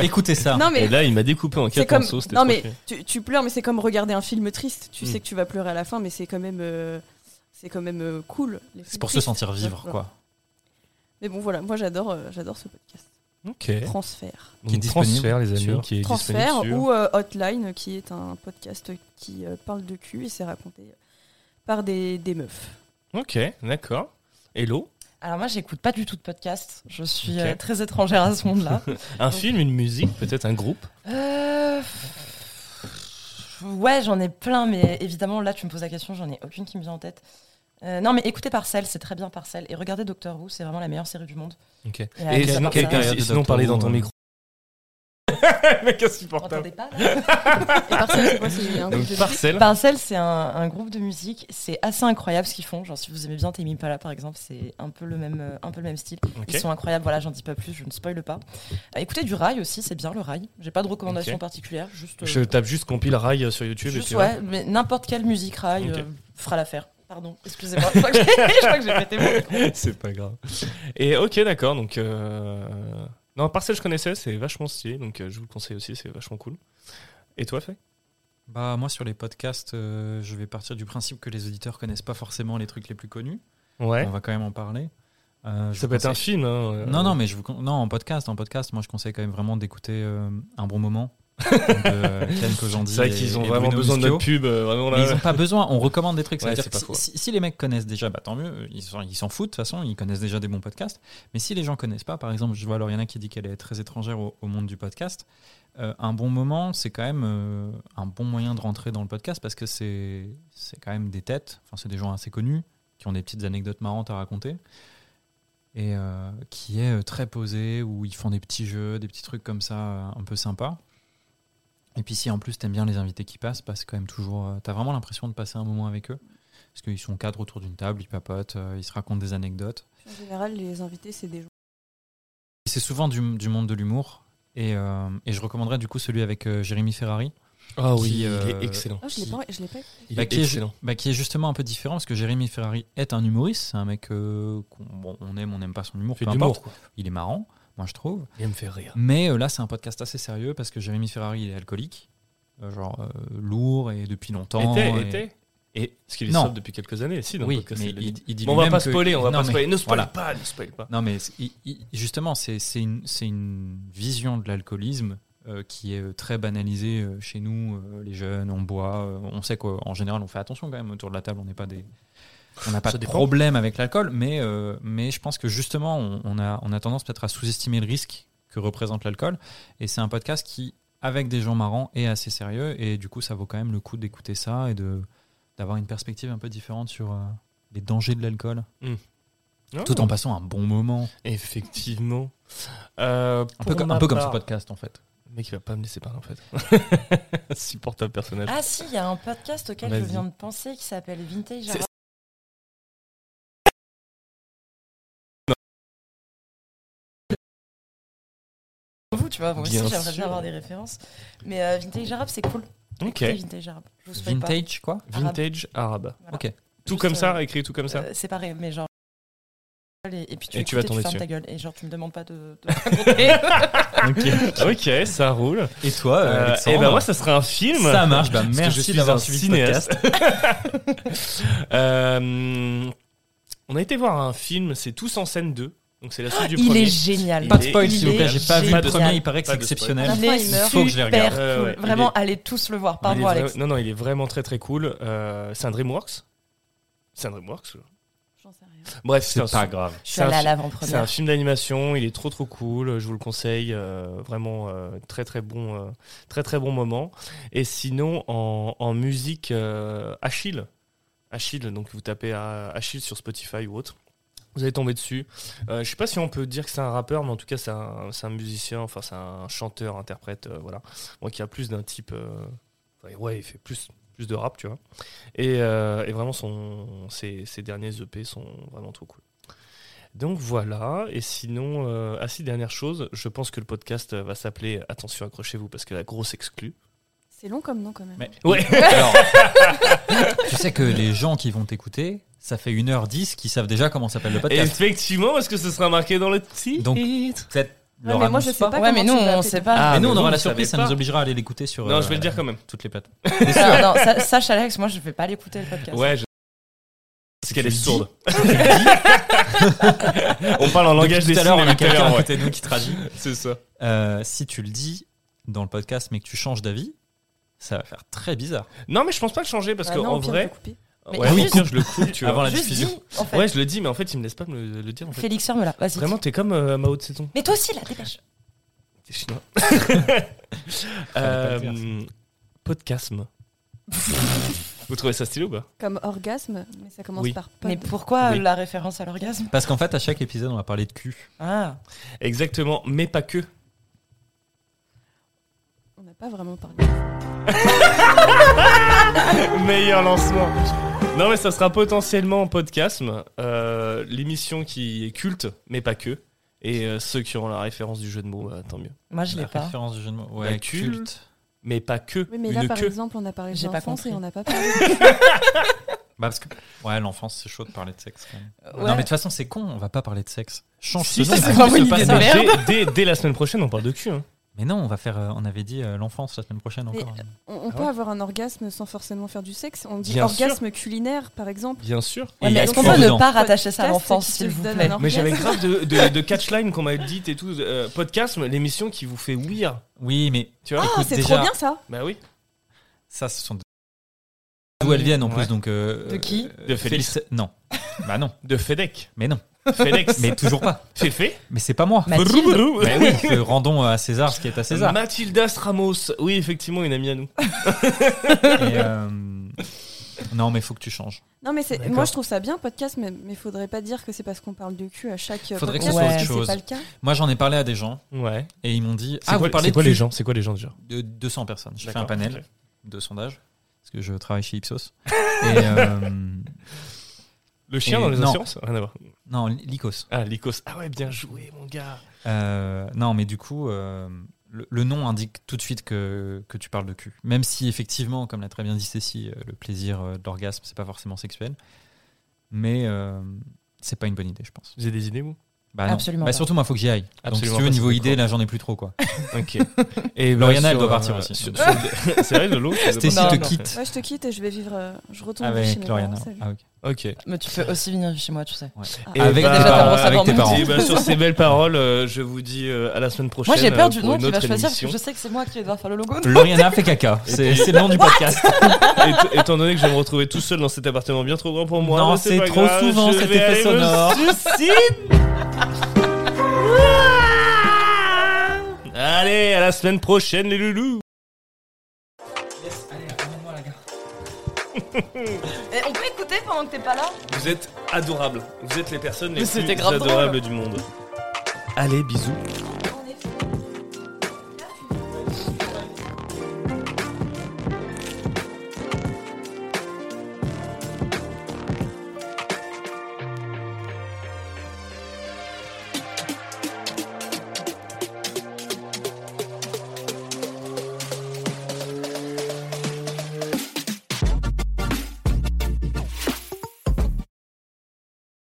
C: <laughs>
B: Écoutez ça.
D: c'est. Non,
C: Et
D: mais,
C: là, il m'a découpé en
D: c'est
C: quatre
D: comme.
C: morceaux. c'était
D: Non,
C: trop
D: mais
C: stylé.
D: tu, tu pleures, mais c'est comme regarder un film triste. Tu
C: Mm.
D: sais que tu vas pleurer à la fin, mais c'est quand même. euh, C'est quand même euh, cool. les
B: C'est
D: films
B: pour se
D: tristes.
B: sentir vivre quoi.
D: Mais bon, voilà, moi j'adore euh, j'adore ce podcast.
C: Ok.
D: Transfert.
B: qui est
C: Donc,
B: disponible
C: transfert, les amis,
B: sur-
C: qui est
D: Transfert
C: disponible sur-
D: ou euh, Hotline, qui est un podcast qui euh, parle de cul et c'est raconté par des, des meufs.
C: Ok, d'accord. Hello.
A: <laughs> Alors moi, j'écoute pas du tout de podcast. Je suis
C: Ok.
A: euh, très étrangère à ce
C: <laughs>
A: monde-là.
C: Un film, une musique, peut-être un groupe.
A: Euh, Ouais, j'en ai plein, mais évidemment, là, tu me poses la question, j'en ai aucune qui me vient en tête. Euh, non, mais écoutez Parcelles, c'est très bien Parcelles. Et regardez Doctor Who, c'est vraiment la meilleure série du monde.
C: Ok. Et,
A: Et euh,
C: sinon,
A: quelle
C: quelqu'un-
B: période de
C: sinon
B: Doctor
C: parler dans
B: Who,
C: ton
B: euh,
C: micro. Mec
A: Vous entendez
C: insupportable.
A: pas là
D: Et par ça, c'est quoi C'est un truc hein, de
C: Donc, <laughs> parcelle.
A: Parcelles, c'est un, un groupe de musique, c'est assez incroyable ce qu'ils font. Genre, si vous aimez bien Tame Impala, par exemple, c'est un peu le même, euh, un peu le même style.
C: Ok.
A: Ils sont incroyables. Voilà, j'en dis pas plus, je ne spoile pas. Euh, écoutez du rail aussi, c'est bien le rail. J'ai pas de recommandation
C: Ok.
A: particulière, juste. euh,
C: Je tape juste compile rail euh, sur YouTube. et
A: juste,
C: puis voilà.
A: ouais, mais n'importe quelle musique rail
C: Ok.
A: euh, fera l'affaire. Pardon, excusez-moi.
C: <laughs>
A: je crois que j'ai- <laughs> je crois que j'ai pété mon micro.
C: c'est pas grave. Et ok, d'accord. Donc, euh, non, parcelle, je connaissais, c'est vachement stylé. Donc, euh, je vous le conseille aussi, c'est vachement cool. Et toi, Faye
B: Bah moi sur les podcasts, euh, je vais partir du principe que les auditeurs connaissent pas forcément les trucs les plus connus.
C: Ouais.
B: On va quand même en parler. Euh, je
C: Ça
B: vous
C: peut être un
B: conseille-
C: film. hein, euh,
B: Non non mais je vous con- non en podcast en podcast moi je conseille quand même vraiment d'écouter euh, un bon
C: <laughs>
B: moment. Donc, euh, Ken Kojandi
C: C'est vrai
B: et-
C: qu'ils ont
B: et euh,
C: vraiment
B: Bruno
C: besoin de
B: Muschio.
C: notre pub. euh, vraiment,
B: Mais ils
C: là.
B: n'ont pas besoin, on recommande des trucs.
C: Ouais,
B: C'est-à-dire
C: c'est
B: que
C: pas faux.
B: si, si- si les mecs connaissent déjà, bah, tant mieux, ils s'en ils s'en foutent de toute façon, ils connaissent déjà des bons podcasts. Mais si les gens connaissent pas, par exemple, je vois Lauriana qui dit qu'elle est très étrangère au, au monde du podcast, euh, un bon moment, c'est quand même euh, un bon moyen de rentrer dans le podcast parce que c'est c'est quand même des têtes, enfin, c'est des gens assez connus qui ont des petites anecdotes marrantes à raconter et euh, qui est euh, très posé, où ils font des petits jeux, des petits trucs comme ça, euh, un peu sympas. Et puis si en plus t'aimes bien les invités qui passent, bah, c'est quand même toujours, euh, t'as vraiment l'impression de passer un moment avec eux, parce qu'ils sont cadres autour d'une table, ils papotent, euh, ils se racontent des anecdotes.
D: En général, les invités, c'est des gens.
B: Et C'est souvent du, du monde de l'humour, et, euh, et je recommanderais du coup celui avec euh, Jérémy Ferrari,
C: Ah
B: qui,
C: oui, il
B: euh,
C: est excellent.
D: Ah, je l'ai pas, je l'ai pas
C: Il
B: bah,
C: est
B: qui, est, ju-
C: excellent.
B: bah, qui est justement un peu différent, parce que Jérémy Ferrari est un humoriste, c'est un mec euh, qu'on bon, on aime, on n'aime pas son humour,
C: Fait
B: peu
C: de l'humour,
B: importe. il est marrant, moi je trouve.
C: Il me fait rire.
B: Mais euh, là, c'est un podcast assez sérieux parce que Jérémy Ferrari, il est alcoolique. euh, genre euh, lourd et depuis longtemps.
C: Était,
B: et-
C: était.
B: Et
C: Parce qu'il est
B: Non.
C: sobre depuis quelques années. Si, dans le
B: oui,
C: podcast,
B: mais
C: il l'a dit.
B: il, il dit
C: Bon, on va
B: lui-même
C: pas
B: que-
C: spoiler, on va
B: non,
C: pas
B: mais
C: spoiler. Ne spoil
B: voilà.
C: pas, ne spoil pas.
B: Non, mais c'est- il- il- justement, c'est c'est une, c'est une vision de l'alcoolisme euh, qui est euh, très banalisée euh, chez nous. euh, les jeunes, on boit. euh, on sait qu'en général, on fait attention quand même autour de la table. On n'est pas des. On n'a pas
C: Ça
B: de
C: dépend.
B: problème avec l'alcool, mais, euh, mais je pense que justement, on, on a, on a tendance peut-être à sous-estimer le risque que représente l'alcool. Et c'est un podcast qui, avec des gens marrants, est assez sérieux. Et du coup, ça vaut quand même le coup d'écouter ça et de d'avoir une perspective un peu différente sur euh, les dangers de l'alcool,
C: Mmh.
B: tout en passant un bon moment.
C: Effectivement. Euh,
B: Un
C: pour
B: peu, comme,
C: ma
B: un peu comme ce
C: part-
B: podcast en fait.
C: Le mec, il va pas me laisser parler
B: <laughs>
C: en fait. Supportable personnage.
A: Ah si, il y a un podcast auquel je
C: Vas-y.
A: viens de penser qui s'appelle Vintage.
C: C'est-
A: Vous, tu vois, moi aussi
C: Bien
A: j'aimerais
C: sûr.
A: bien avoir des références. Mais euh, Vintage Arabe, c'est cool.
C: ok.
A: Écoutez Vintage Arabe. Je vous spoil pas.
B: Vintage quoi
C: Vintage arabe.
A: Voilà.
B: Ok.
C: Tout
A: Juste,
C: comme ça,
A: euh,
C: écrit tout comme ça.
A: Euh, c'est pareil, mais genre. Et, et puis tu,
C: Et tu vas
A: écoutes
C: tomber
A: fermes
C: dessus.
A: ta gueule. Et genre, tu me demandes pas de. de raconter.
C: ok, ça roule.
B: <laughs> Et toi, euh,
C: et
B: Alexandre
C: ben moi, ça serait un film.
B: ça marche. Bah,
C: Parce que je
B: merci
C: suis un
B: d'avoir suivi ce
C: cinéaste.
B: podcast.
C: Euh, on a été voir un film, c'est Tous en scène 2. Donc c'est la
B: Ah,
C: suite <laughs> du
A: il
C: premier.
A: est génial.
B: Pas de
C: Il est-
B: spoil s'il vous
C: il
B: plaît,
C: est
B: j'ai pas vu le
C: génial.
B: premier, il paraît que
C: Pas
B: c'est
C: de spoil.
A: À
B: exceptionnel.
A: la fin, il
D: Il
A: meurt.
B: faut que je les regarde.
A: Super
C: Ouais,
A: cool.
C: ouais, il
A: Vraiment, allez tous le voir.
C: Il est
A: Pardon,
C: vra-
A: Alex.
C: Non, non, il est vraiment très très cool. Euh, c'est un Dreamworks. C'est un Dreamworks.
D: J'en sais
C: <laughs>
D: rien.
C: Bref, c'est un
B: C'est pas grave.
A: Je suis
C: c'est un
A: allée à
C: fi- C'est un
A: l'avant-première.
C: film d'animation, il est trop trop cool, je vous le conseille, euh, vraiment euh, très très bon, euh, très très bon moment. Et sinon en, en musique euh, Achille, Achille, donc vous tapez euh, Achille sur Spotify ou autre, vous allez tomber dessus. Euh, je sais pas si on peut dire que c'est un rappeur, mais en tout cas c'est un, c'est un musicien, enfin c'est un chanteur, interprète, euh, voilà, Bon, qui a plus d'un type, euh, enfin, ouais, il fait plus plus de rap, tu vois. Et, euh, et vraiment son, ses, ses derniers EP sont vraiment trop cool. Donc voilà, et sinon, euh, ah si, dernière chose, je pense que le podcast euh, va s'appeler Attention, accrochez-vous, parce que la grosse exclue.
D: C'est long comme nom quand même.
B: Mais-
C: Ouais,
B: Alors, tu sais que les gens qui vont t'écouter, ça fait 1h10 qu'ils savent déjà comment s'appelle le podcast.
C: effectivement, parce que ce sera marqué dans le titre.
B: Donc, peut-être leur
D: mais moi, je
B: annonce
D: sais pas.
A: Ouais, mais
D: comment
A: nous,
D: tu vas
A: on
D: appeler
A: sait
D: ton-
A: pas.
C: Ah,
B: Mais nous,
C: mais
B: on
C: vous,
B: aura la
C: vous
B: surprise, ça
C: savez
B: nous
C: pas.
B: obligera à aller l'écouter sur
C: Non,
B: euh,
C: je vais le dire quand même.
B: toutes les plateformes.
A: Ah, non, ça- sache, Alex, moi, je vais pas l'écouter le
D: Ah,
A: podcast.
C: Ouais, je... parce qu'elle est
B: Tu le
C: sourde. on parle en langage
B: <laughs> Depuis
C: des
B: tout à l'heure, hein. on
C: signes
B: a
C: depuis tout à
B: quelqu'un à
C: l'heure, ouais.
B: côté de nous qui traduit.
C: C'est ça.
B: Euh, Si tu le dis dans le podcast, mais que tu changes d'avis, ça va faire très bizarre.
C: Non, mais je pense pas le changer, parce
D: Ah
C: que
D: non,
C: en
D: au pire,
C: vrai,
D: je vais couper.
A: Mais-
C: ouais,
A: Ah oui,
C: au pire, je le coupe, tu vois.
B: Avant la
A: Juste
B: diffusion.
A: dis, en fait.
C: Ouais, je le dis, mais en fait, il me laisse pas me le, le dire. En fait.
A: Félix Ferme, là. Vas-y.
C: Vraiment, t'es comme euh, Mao Tse-tung.
A: Mais toi aussi, là, dépêche.
C: T'es
B: <laughs>
C: chinois.
B: Euh, pas le dire,
C: Euh, podcasme. Vous trouvez ça stylé ou pas
D: Comme orgasme, mais ça commence
C: Oui.
D: par pod.
A: Mais pourquoi
C: Oui.
A: la référence à l'orgasme
B: Parce qu'en fait, à chaque épisode, on va parler de cul.
A: Ah,
C: Exactement, mais pas que.
D: On n'a pas vraiment parlé.
C: Meilleur lancement. Non mais ça sera potentiellement podcasme, euh, l'émission qui est culte, mais pas que. Et euh, ceux qui auront la référence du jeu de mots, euh, tant mieux.
A: moi, je l'ai
B: La
A: pas.
B: référence du jeu de mots.
C: La
B: Ouais,
C: culte.
B: culte.
C: Mais pas que.
D: Oui, mais
C: une
D: là, par
C: queue.
D: exemple, on a parlé
A: J'ai
D: de
A: pas
D: l'enfance et
A: compris. Ah
D: on n'a pas parlé.
B: Bah parce que ouais, l'enfance c'est chaud de parler de sexe. quand même.
A: Ouais.
B: Non mais de toute façon c'est con, on va pas parler de sexe. Change
C: Si,
B: ce
C: si,
B: nom. hein.
C: c'est
B: on
A: pas
B: coupe
A: une
B: ce
A: idée de
B: passage.
A: merde.
C: Dès, dès- dès la semaine prochaine, on parle de cul. hein.
B: Mais non, on va faire. euh, on avait dit euh, l'enfance la semaine prochaine
D: Mais-
B: encore.
D: On, on
C: Ah
D: peut
C: ouais.
D: avoir un orgasme sans forcément faire du sexe. On dit
C: Bien sûr.
D: orgasme culinaire, par exemple.
C: Bien sûr.
B: Et il y a
A: Est-ce
B: du
A: qu'on
B: cul
A: peut ne
B: dedans.
A: pas rattacher ça à
D: Podcast
A: l'enfance,
D: qui
A: s'il
D: se
A: vous
D: donne
A: plaît
D: un or-
C: Mais j'avais grave de, de, de catchline qu'on m'a dit et tout. euh, podcasme, l'émission qui vous fait ouïr.
B: Oui, mais
C: Tu vois
D: Ah,
B: Écoute,
D: c'est
B: déjà-
D: trop bien ça
C: Bah oui.
B: ça ce sont des- d'où elles viennent en
C: Ouais.
B: plus donc. euh,
A: De qui
B: euh,
C: De Félix.
B: Félix-
C: <laughs>
B: Non. bah non.
C: De Fedec.
B: Mais non.
C: Fedex.
B: Mais toujours pas.
C: Féfé.
B: Mais c'est pas moi.
A: Mathilde.
C: Brou, brou.
B: Mais oui, que rendons euh, à César ce qui est à César.
C: Mathilda Stramos. Oui, effectivement, une amie à nous.
B: Et, euh, Non mais faut que tu changes.
D: Non, mais c'est-
C: D'accord.
D: moi, je trouve ça bien, podcast, mais, mais faudrait pas dire que c'est parce qu'on parle de cul à chaque euh,
B: Faudrait
D: podcast.
A: qu'on soit
D: parce
B: autre
D: que
B: chose.
D: C'est pas le cas.
B: Moi j'en ai parlé à des gens
C: Ouais.
B: et ils m'ont dit
C: C'est
B: ah
C: quoi,
B: vous parlez
C: c'est quoi
B: de
C: les
B: cul
C: gens C'est quoi les gens déjà
B: de 200 personnes. J'ai fait
C: D'accord,
B: un panel.
C: ok.
B: de sondage, parce que je travaille chez Ipsos. Et, euh,
C: Le chien
B: Et
C: dans les
B: non.
C: assurances Rien à voir.
B: non, l'ICOS.
C: Ah, l'icos. Ah ouais, bien joué, mon gars.
B: Euh, non, mais du coup, euh, le, le nom indique tout de suite que, que tu parles de cul. Même si, effectivement, comme l'a très bien dit Cécile, euh, le plaisir euh, de l'orgasme, c'est pas forcément sexuel. Mais euh, c'est pas une bonne idée, je pense.
C: Vous avez des idées, vous
B: Bah non.
A: Absolument
B: Bah
A: pas.
B: surtout, moi, faut que j'y aille.
C: Absolument
B: Donc, si tu veux,
C: pas,
B: niveau
C: c'est
B: idée,
C: cool.
B: là, j'en ai plus trop, quoi.
C: Ok. <laughs> Et
B: Loriana, elle
C: sur,
B: doit partir
C: euh,
B: aussi.
C: sur- sur- <laughs> C'est vrai, Lolo tu dois
B: Stacy
A: Non,
B: te
A: non.
B: quitte
D: Moi, je te quitte et je vais vivre. euh, je retourne chez
B: avec
D: mes
B: Lauriane.
D: parents, salut.
B: Ah, ok.
C: Ok.
A: Mais tu peux aussi venir chez moi, tu sais.
C: Et bah,
B: Avec
A: tes parents,
B: avec
A: avant
B: tes
A: même.
B: parents.
C: Et bah, sur ces belles paroles, euh, je vous dis euh, à la semaine prochaine.
A: Moi, j'ai peur
C: euh,
A: du
C: pour
A: nom
C: une
A: qu'il va
C: autre
A: choisir, parce que
C: émission.
A: je sais que c'est moi qui vais devoir faire le logo.
B: Lauriana fait caca. C'est c'est
A: <laughs>
B: le nom du podcast.
C: Et- Étant donné que je vais me retrouver tout seul dans cet appartement bien trop grand pour moi.
B: non,
C: mais
B: c'est
C: pas
B: trop
C: grave,
B: souvent
C: je
B: cet
C: vais
B: effet
C: aller me
B: sonore. <laughs>
C: Allez, à la semaine prochaine, les loulous.
A: Et on peut écouter pendant que t'es pas là
C: Vous êtes adorables. Vous êtes les personnes les
A: Mais c'était
C: plus
A: grave
C: adorables du monde. Allez, bisous.